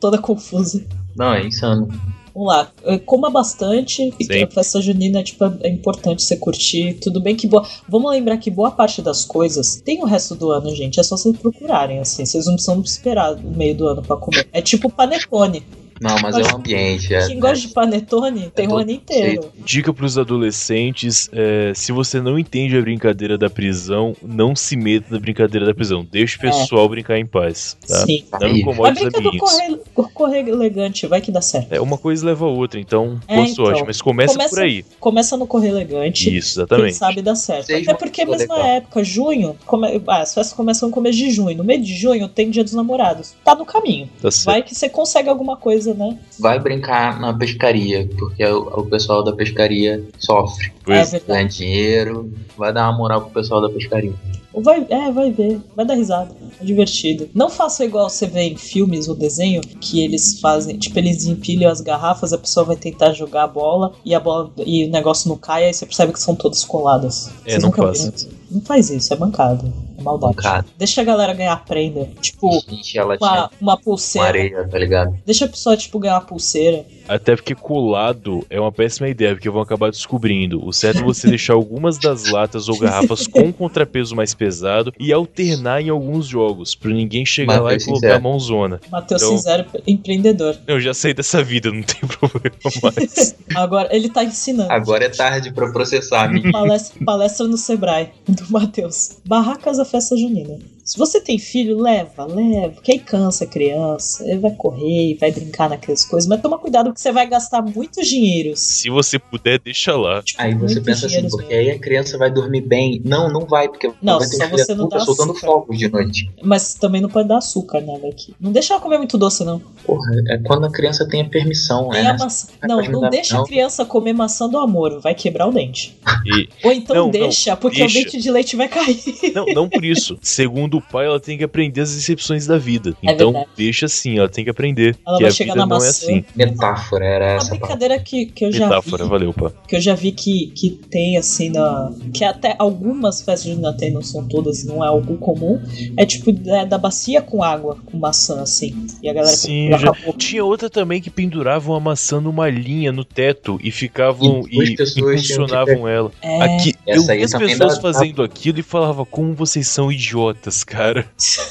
S3: Toda confusa.
S1: Não, é insano.
S3: Vamos lá. Eh, Coma bastante. E
S2: Sim.
S3: a festa junina, tipo, é importante você curtir. Tudo bem que boa. Vamos lembrar que boa parte das coisas tem o resto do ano, gente. É só vocês procurarem, assim. Vocês não precisam esperar o meio do ano pra comer. É tipo panetone.
S1: Não, mas é um ambiente. É,
S3: Quem gosta
S2: né?
S3: de
S2: É
S3: panetone tem o
S1: todo
S3: ano inteiro.
S2: Dica pros adolescentes: é, se você não entende a brincadeira da prisão, não se meta na brincadeira da prisão. Deixa o pessoal brincar em paz. Tá?
S3: É. Sim.
S2: Não
S1: é, Aí.
S3: Mas
S2: incomode os
S3: bem que eu tô
S2: amiguinhos.
S3: corre- correr elegante, vai que dá certo.
S2: É, uma coisa leva a outra, então,
S3: É,
S2: boa
S3: então.
S2: sorte. Mas começa,
S3: Começa-
S2: por aí.
S3: Começa no correr elegante.
S2: Isso,
S3: Quem
S2: exatamente.
S3: sabe dá certo.
S1: Seja
S3: Até
S1: uma
S3: porque, é
S1: pessoa
S3: mesma
S1: legal.
S3: época, junho, come- ah, as festas começam no começo de junho. No meio de junho tem dia dos namorados. Tá no caminho.
S2: Tá certo.
S3: Vai que você consegue alguma coisa, né?
S1: Vai brincar na pescaria, porque o, o pessoal da pescaria sofre.
S3: É
S2: Pois,
S3: verdade.
S1: Ganha dinheiro. Vai dar uma moral pro pessoal da pescaria.
S3: Vai, é, vai ver. Vai dar risada. É divertido. Não faça igual você vê em filmes ou desenho, que eles fazem, tipo, eles empilham as garrafas, a pessoa vai tentar jogar a bola e a bola e o negócio não cai, aí você percebe que são todas coladas.
S2: É,
S3: Vocês
S2: não
S3: nunca
S2: faça.
S3: viram isso? Não faz isso, é bancado. É maldade.
S1: Bancado.
S3: Deixa a galera ganhar prenda. Tipo,
S1: Enche ela
S3: uma,
S1: tinha
S3: uma
S1: com
S3: pulseira.
S1: areia, tá ligado?
S3: Deixa a pessoa, tipo, ganhar uma pulseira.
S2: Até porque colado é uma péssima ideia, porque vão acabar descobrindo. O certo é você deixar algumas das latas ou garrafas com contrapeso mais pesado e alternar em alguns jogos, pra ninguém chegar
S1: Mas
S2: lá
S1: foi
S2: e colocar
S1: sincero.
S2: a mãozona.
S3: Matheus
S2: Então-
S3: Cinzero, empreendedor.
S2: Eu já sei dessa vida, não tem problema mais.
S3: Agora, ele tá ensinando.
S1: Agora é tarde pra processar, menino.
S3: palestra, palestra no Sebrae, do Matheus. Barracas da festa junina. Se você tem filho, leva, leva. Que aí cansa a criança. Ele vai correr, vai brincar naquelas coisas. Mas toma cuidado, porque você vai gastar muitos dinheiros.
S2: Se você puder, deixa lá.
S3: Tipo,
S1: Aí você
S3: muitos
S1: pensa assim,
S3: dinheiros
S1: porque
S3: mesmo.
S1: aí a criança vai dormir bem. Não, não vai, porque
S3: Não,
S1: vai ter
S3: só
S1: um filho da
S3: você não
S1: puta
S3: dá
S1: soltando
S3: açúcar.
S1: fogos de noite.
S3: Mas também não pode dar açúcar nela aqui. Não deixa ela comer muito doce, não.
S1: Porra, é quando a criança tem a permissão, é
S3: Tem a
S1: né?
S3: maçã-
S1: Vai
S3: Não,
S1: comer
S3: não
S1: da-
S3: deixa a
S1: não.
S3: criança comer maçã do amor. Vai quebrar o dente.
S2: E
S3: Ou então
S2: Não, não,
S3: deixa, porque
S2: deixa.
S3: o dente de leite vai cair.
S2: não, não por isso. Segundo o pai, ela tem que aprender as decepções da vida.
S3: É
S2: Então
S3: verdade.
S2: deixa assim, ela tem que aprender
S3: Ela
S2: que
S3: vai
S2: a
S3: chegar
S2: vida
S3: na
S2: não é
S3: maçã.
S2: assim.
S1: Metáfora era
S3: Uma
S1: essa. palavra.
S3: brincadeira que, que eu já
S2: Metáfora,
S3: vi,
S2: valeu, pá.
S3: que eu já vi que, que tem assim na. Que até algumas festas de Natal não são todas, não é algo comum. É tipo da, da bacia com água, com maçã, assim. E a galera
S2: Sim,
S3: com-
S2: já-
S3: acabou.
S2: Tinha outra também que penduravam a maçã numa linha no teto e ficavam
S1: E duas
S2: e,
S1: pessoas tinham que
S2: impulsionavam ela.
S3: É,
S2: Aqui, eu
S1: Essa
S2: vi
S1: aí tá
S2: as
S1: também
S2: pessoas
S1: dá- dá-
S2: fazendo aquilo e falava como vocês são idiotas, cara.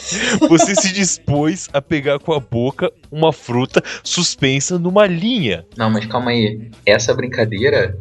S2: Você se dispôs a pegar com a boca uma fruta suspensa numa linha.
S1: Não, mas calma aí. Essa brincadeira,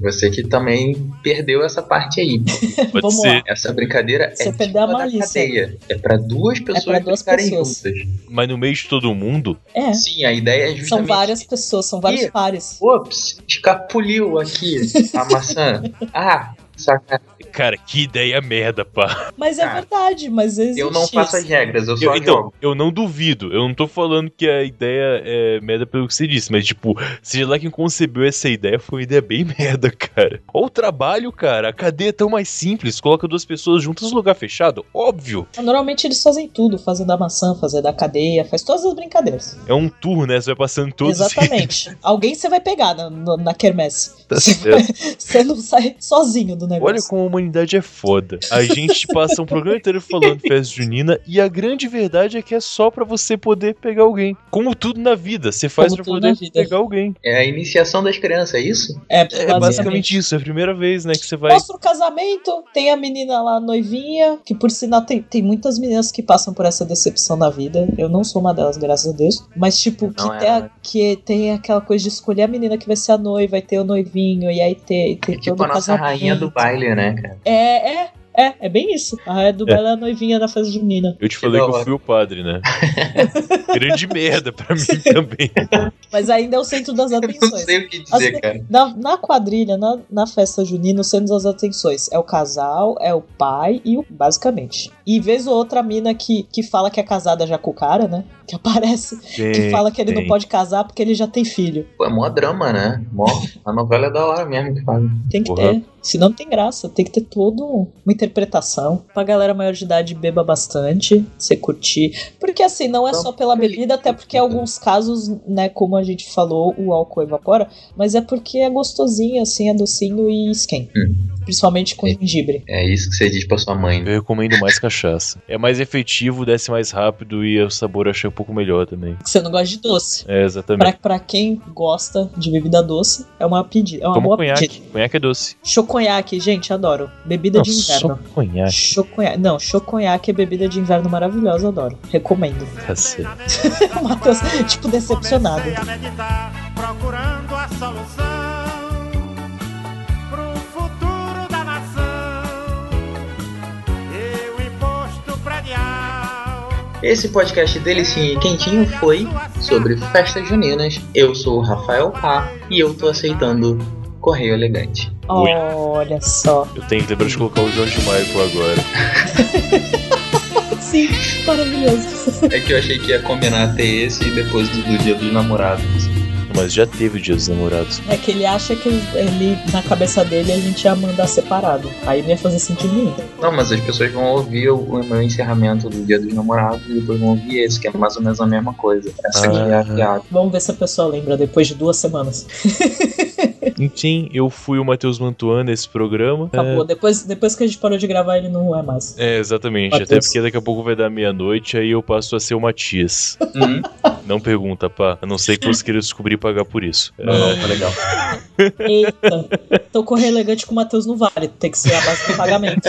S1: você que também perdeu essa parte aí.
S2: Pode
S3: Vamos
S2: ser.
S3: lá.
S1: Essa brincadeira
S3: Você
S1: é
S3: perdeu
S1: tipo
S3: a
S1: da
S3: malícia. né?
S1: cadeia. É pra duas pessoas
S3: duas
S1: ficarem
S3: pessoas.
S1: juntas.
S2: mas no meio de todo mundo,
S3: É.
S1: Sim, a ideia é justamente...
S3: São várias pessoas, são vários
S1: Ih.
S3: pares.
S1: Ops, escapuliu aqui a maçã. Ah, saca.
S2: cara, que ideia merda, pá.
S3: Mas é
S1: Cara,
S3: verdade, mas existe.
S1: Eu não faço as
S3: isso.
S1: regras, eu
S2: Eu-
S1: só jogo.
S2: então, eu não duvido, eu não tô falando que a ideia é merda pelo que você disse, mas tipo, seja lá quem concebeu essa ideia, foi uma ideia bem merda, cara. Olha o trabalho, cara, a cadeia é tão mais simples, coloca duas pessoas juntas no lugar fechado, óbvio.
S3: Normalmente eles fazem tudo, fazem da maçã, fazem da cadeia, faz todas as brincadeiras.
S2: É um tour, né, você vai passando todos
S3: Exatamente. Alguém você vai pegar na, na, na quermesse.
S2: Tá certo.
S3: Você não sai sozinho do negócio.
S2: Olha como a humanidade é foda. A gente passa um programa inteiro falando festa junina e a grande verdade é que é só pra você poder pegar alguém. Como tudo na vida, você faz
S3: Como
S2: pra
S3: tudo
S2: poder
S3: na vida.
S2: pegar alguém.
S1: É a iniciação das crianças, é isso?
S3: É,
S2: É basicamente isso, é a primeira vez, né, que você vai.
S3: Mostra o casamento, tem a menina lá, a noivinha, que por sinal tem, tem muitas meninas que passam por essa decepção na vida. Eu não sou uma delas, graças a Deus. Mas, tipo, que,
S1: Não é,
S3: tem, a-
S1: né?
S3: que tem aquela coisa de escolher a menina que vai ser a noiva, vai ter o noivinho, e aí ter, ter
S1: É tipo
S3: todo
S1: a
S3: o
S1: nossa
S3: casamento.
S1: rainha do baile, né, cara?
S3: É, é. É, é bem isso. A Raia do
S2: É.
S3: Belo é a noivinha da festa junina.
S2: Eu te falei
S1: da
S2: que eu
S1: hora.
S2: fui o padre, né? Grande merda pra mim também.
S3: Mas ainda é o centro das
S1: Não
S3: atenções.
S1: sei o que
S3: As-
S1: dizer, cara.
S3: Na, na quadrilha, na, na festa junina, o centro das atenções é o casal, é o pai e o. Basicamente. E vez ou outra a mina que, que fala que é casada já com o cara, né? Que aparece, que fala que ele não
S2: tem.
S3: pode casar porque ele já tem filho.
S1: Pô, é mó drama, né? Mó... A novela é da hora mesmo que fazem.
S3: Tem que
S2: Porra.
S3: ter. Senão não tem graça. Tem que ter toda uma interpretação. Pra galera maior de idade beba bastante, você curtir. Porque assim, não é
S2: Então,
S1: Não,
S3: só pela bebida, até porque em alguns casos, né, como a gente falou, o álcool evapora, mas é porque é gostosinho, assim, é docinho e esquenta.
S2: Hum.
S3: Principalmente com
S1: É.
S3: gengibre.
S1: É isso que você diz pra sua mãe. né?
S2: Eu recomendo mais cachaça. É mais efetivo, desce mais rápido e o sabor eu achei um pouco melhor também.
S3: Que você não gosta de doce.
S2: É, exatamente.
S3: Pra, pra quem gosta de bebida doce, é uma pedida. É uma
S2: Toma
S3: boa
S2: conhaque.
S3: pedida.
S2: Conhaque é doce.
S3: Choconhaque, gente, adoro. Bebida
S2: Não,
S3: de
S2: só
S3: inverno.
S2: conhaque,
S3: Choconhaque. Não, choconhaque é bebida de inverno maravilhosa, adoro. Recomendo.
S2: tá certo.
S8: O
S3: O Matheus, tipo, decepcionado.
S8: Comecei a meditar, procurando a solução pro futuro da nação. E o imposto predial.
S1: Esse podcast delicinho e quentinho foi sobre festas juninas. Eu sou o Rafael Pá e eu tô aceitando Correio Elegante.
S3: Olha só.
S2: Eu tenho que lembrar de colocar o Jorge Michael agora.
S3: Sim, maravilhoso.
S1: É que eu achei que ia combinar até esse e depois do, do Dia dos Namorados.
S2: Mas já teve o Dia dos Namorados.
S3: É que ele acha que ele, na cabeça dele a gente ia mandar separado. Aí não ia fazer sentido nenhum.
S1: Não, mas as pessoas vão ouvir o, o meu encerramento do Dia dos Namorados e depois vão ouvir esse, que é mais ou menos a mesma coisa. Essa aqui é a
S2: Ah.
S1: piada.
S3: Vamos ver se a pessoa lembra depois de duas semanas.
S2: Enfim, eu fui o Matheus Mantuan nesse programa.
S3: Acabou. Tá Depois, depois que a gente parou de gravar, ele não é mais.
S2: É, exatamente. Até
S3: Matheus.
S2: porque daqui a pouco vai dar meia-noite, aí eu passo a ser o Matias.
S1: Uhum.
S2: Não pergunta, pá. A não ser que você queira descobrir e pagar por isso. É,
S1: Não, não, tá legal.
S3: Eita. Então correr elegante com o Matheus não vale. Tem que ser a base do pagamento.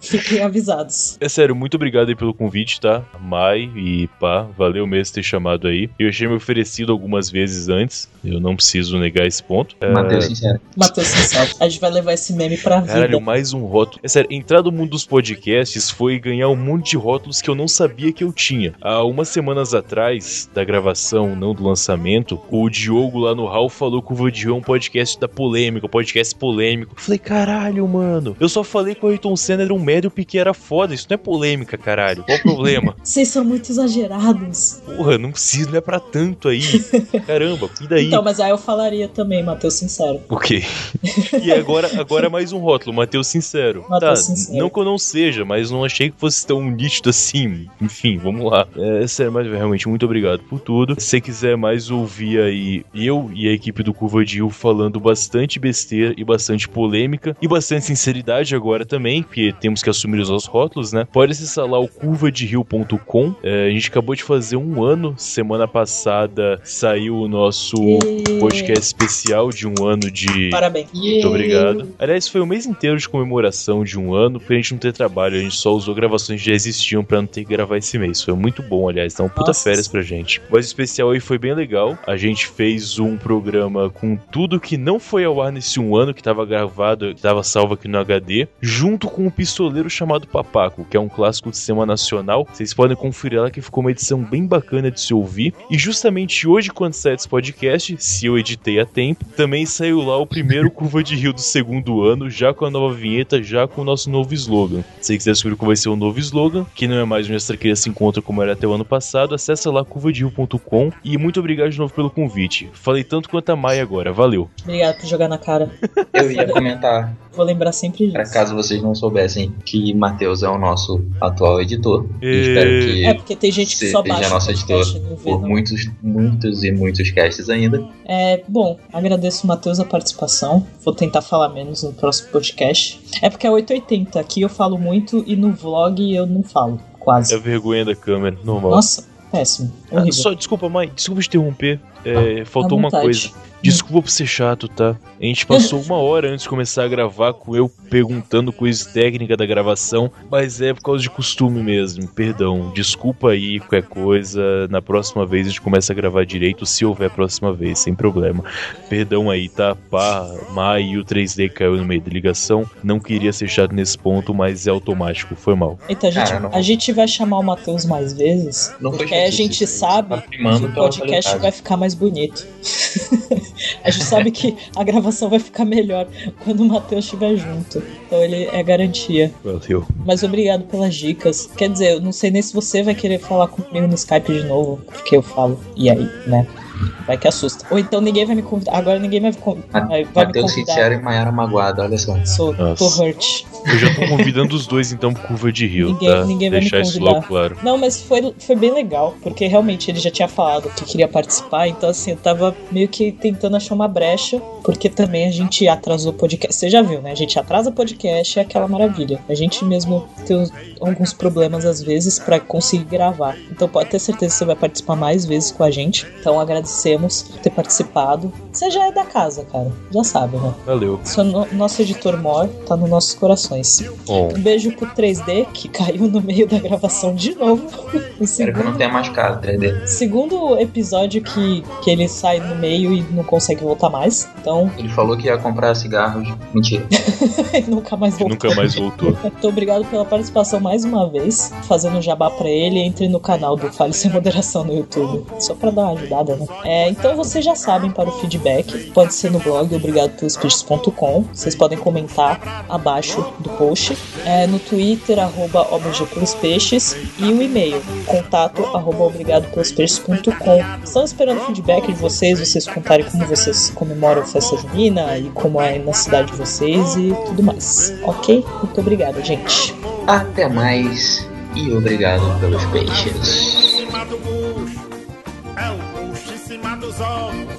S3: Fiquem avisados.
S2: É sério, muito obrigado aí pelo convite, tá? Mai e pá, valeu mesmo ter chamado aí. Eu achei me oferecido algumas vezes antes, eu não preciso negar esse ponto. É,
S1: Matheus, sincero.
S3: Matheus Sincero. A gente vai levar esse meme pra vida.
S2: Caralho, mais um rótulo. É sério, entrar no mundo dos podcasts foi ganhar um monte de rótulos que eu não sabia que eu tinha. Há umas semanas atrás, da gravação, não do lançamento, o Diogo lá no Hall falou que o Vodião é um podcast da polêmica, um podcast polêmico. Eu falei, caralho, mano, eu só falei que o Ayrton Senna era um médio e o Piquet era foda. Isso não é polêmica, caralho. Qual o problema?
S3: Vocês são muito exagerados.
S2: Porra, não precisa, não é pra tanto aí. Caramba, e daí?
S3: Então, mas aí eu falaria também, Matheus Sincero.
S2: Ok. E agora, agora mais um rótulo, Matheus Sincero.
S3: Matheus
S2: tá,
S3: Sincero.
S2: Não que eu não seja, mas não achei que fosse tão nítido assim. Enfim, vamos lá. É, sério, mas realmente muito obrigado por tudo. Se você quiser mais ouvir aí eu e a equipe do Curva de Rio falando bastante besteira e bastante polêmica e bastante sinceridade agora também, porque temos que assumir os nossos rótulos, né? Pode acessar lá o curvaderio.com. É, a gente acabou de fazer um ano. Semana passada saiu o nosso
S3: E-
S2: podcast especial de um ano de.
S3: Parabéns.
S2: Muito obrigado. Aliás, foi um mês inteiro de comemoração de um ano pra gente não ter trabalho. A gente só usou gravações que já existiam pra não ter que gravar esse mês. Foi muito bom, aliás. Então, puta
S3: Nossa.
S2: férias pra gente. Mas o especial aí foi bem legal. A gente fez um programa com tudo que não foi ao ar nesse um ano, que tava gravado, que tava salvo aqui no HD, junto com um pistoleiro chamado Papaco, que é um clássico do cinema nacional. Vocês podem conferir lá que ficou uma edição bem bacana de se ouvir. E justamente hoje, quando sai esse podcast, se eu editei a tempo, também saiu lá o primeiro Curva de Rio do segundo ano, já com a nova vinheta, já com o nosso novo slogan. Se você quiser descobrir qual vai ser o novo slogan, que não é mais onde essa criança se encontra como era até o ano passado, acessa lá curvadio.com e muito obrigado de novo pelo convite. Falei tanto quanto a Maia agora, valeu.
S3: Obrigado por jogar na cara.
S1: Eu ia comentar,
S3: Vou lembrar sempre
S1: pra
S3: disso.
S1: caso vocês não soubessem, que Matheus é o nosso atual editor. E...
S2: E-
S1: Espero que
S3: É porque tem gente que
S1: Você
S3: só
S1: seja
S3: baixa
S1: nosso
S3: o podcast e não vê,
S1: por
S3: não.
S1: muitos, muitos e muitos casts ainda.
S3: É, bom, agradeço o Matheus a participação. Vou tentar falar menos no próximo podcast. É porque é 880, aqui eu falo muito e no vlog eu não falo,
S2: É a
S3: quase.
S2: vergonha da câmera, normal.
S3: Nossa, péssimo.
S2: Ah,
S3: Horrível. Tá,
S2: só desculpa, mãe, desculpa te interromper. é, faltou
S3: À
S2: uma
S3: vontade.
S2: coisa. Desculpa por ser chato, tá? A gente passou uma hora antes de começar a gravar com eu perguntando coisa técnica da gravação, mas é por causa de costume mesmo, perdão. Desculpa aí qualquer coisa. Na próxima vez a gente começa a gravar direito, se houver próxima vez, sem problema. Perdão aí, tá? Pá, Má e o 3D caiu no meio da ligação. Não queria ser chato nesse ponto, mas é automático, foi mal.
S3: Então, a gente,
S1: Cara, não-
S3: a gente vai chamar o Matheus mais vezes.
S1: Não foi
S3: porque aí a
S1: chatice,
S3: gente
S1: isso.
S3: sabe
S1: Tá
S3: que
S1: primando
S3: o
S1: pela
S3: podcast
S1: qualidade.
S3: vai ficar mais bonito. a gente sabe que a gravação vai ficar melhor quando o Matheus estiver junto. Então ele é garantia.
S2: Valeu.
S3: Mas obrigado pelas dicas. Quer dizer, eu não sei nem se você vai querer falar comigo no Skype de novo, porque eu falo. E aí, né? Vai que assusta. Ou então ninguém vai me convidar. Agora ninguém vai, me convi- vai, vai me
S1: Ah, Matheus
S3: convidar.
S1: Sincero e Maiara Magoada, olha só.
S3: Sou, tô
S2: Nossa.
S3: hurt.
S2: Eu já tô convidando os dois então pro curva de rio,
S3: Ninguém-
S2: tá?
S3: ninguém vai me
S2: Deixar isso
S3: convidar.
S2: logo claro.
S3: Não, mas foi, foi bem legal, porque realmente ele já tinha falado que queria participar, então assim, eu tava meio que tentando achar uma brecha, porque também a gente atrasou o podcast. Você já viu, né? A gente atrasa o podcast, é aquela maravilha. A gente mesmo tem uns- alguns problemas às vezes pra conseguir gravar. Então pode ter certeza que você vai participar mais vezes com a gente. Então agradecemos por ter participado. Você já é da casa, cara. Já sabe, né?
S2: Valeu.
S3: Seu no- nosso editor Mor tá nos nossos corações.
S2: Bom.
S3: Um beijo pro 3D, que caiu no meio da gravação de novo.
S1: Espero
S3: O
S1: que eu não
S3: segundo,
S1: tenha mais cara 3D.
S3: segundo episódio que, que ele sai no meio e não consegue voltar mais. Então,
S1: Ele falou que ia comprar cigarros. Mentira.
S3: ele nunca mais
S2: que
S3: voltou.
S2: nunca mais voltou.
S3: Muito obrigado pela participação mais uma vez. Fazendo jabá pra ele, entre no canal do Fale Sem Moderação no YouTube. Só pra dar uma ajudada, né? É, então vocês já sabem para o feedback. Pode ser no blog obrigadopelospeixes.com. Vocês podem comentar abaixo do post. É, no Twitter, arroba OBG pelos peixes. E o e-mail, contato arroba obrigadopelospeixes.com. Estão esperando feedback de vocês, vocês contarem como vocês comemoram a festa junina e como é na cidade de vocês e tudo mais. Ok? Muito obrigada, gente.
S1: Até mais e obrigado pelos peixes.
S8: É em cima do bucho, é o bucho em cima dos ovos,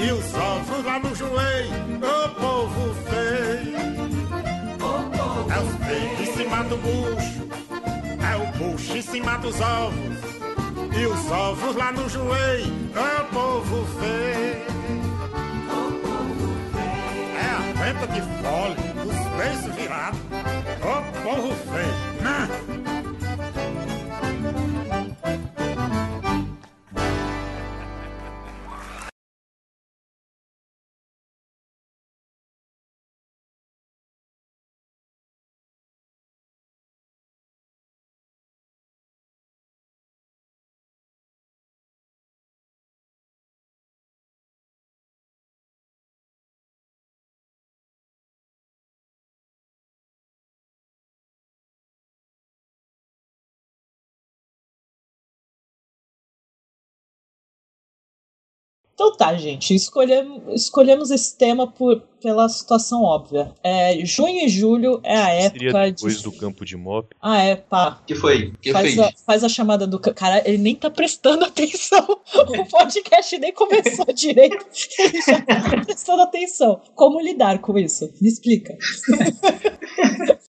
S8: e os ovos lá no joelho, ô povo feio. É os peitos em cima do bucho, é o bucho em cima dos ovos, e os ovos lá no joelho, ô povo feio. É a venta de fole, os peitos virados, ô povo feio. Né?
S3: Então tá, gente. Escolhemos, escolhemos esse tema por, pela situação óbvia. É, junho e julho é a época
S2: Seria
S3: de.
S2: depois do campo de mop.
S3: Ah, é, pá.
S1: que foi? que
S3: Faz
S1: fez?
S3: a, faz a chamada do. ca- Cara, ele nem tá prestando atenção. O podcast nem começou direito. Ele já tá prestando atenção. Como lidar com isso? Me explica.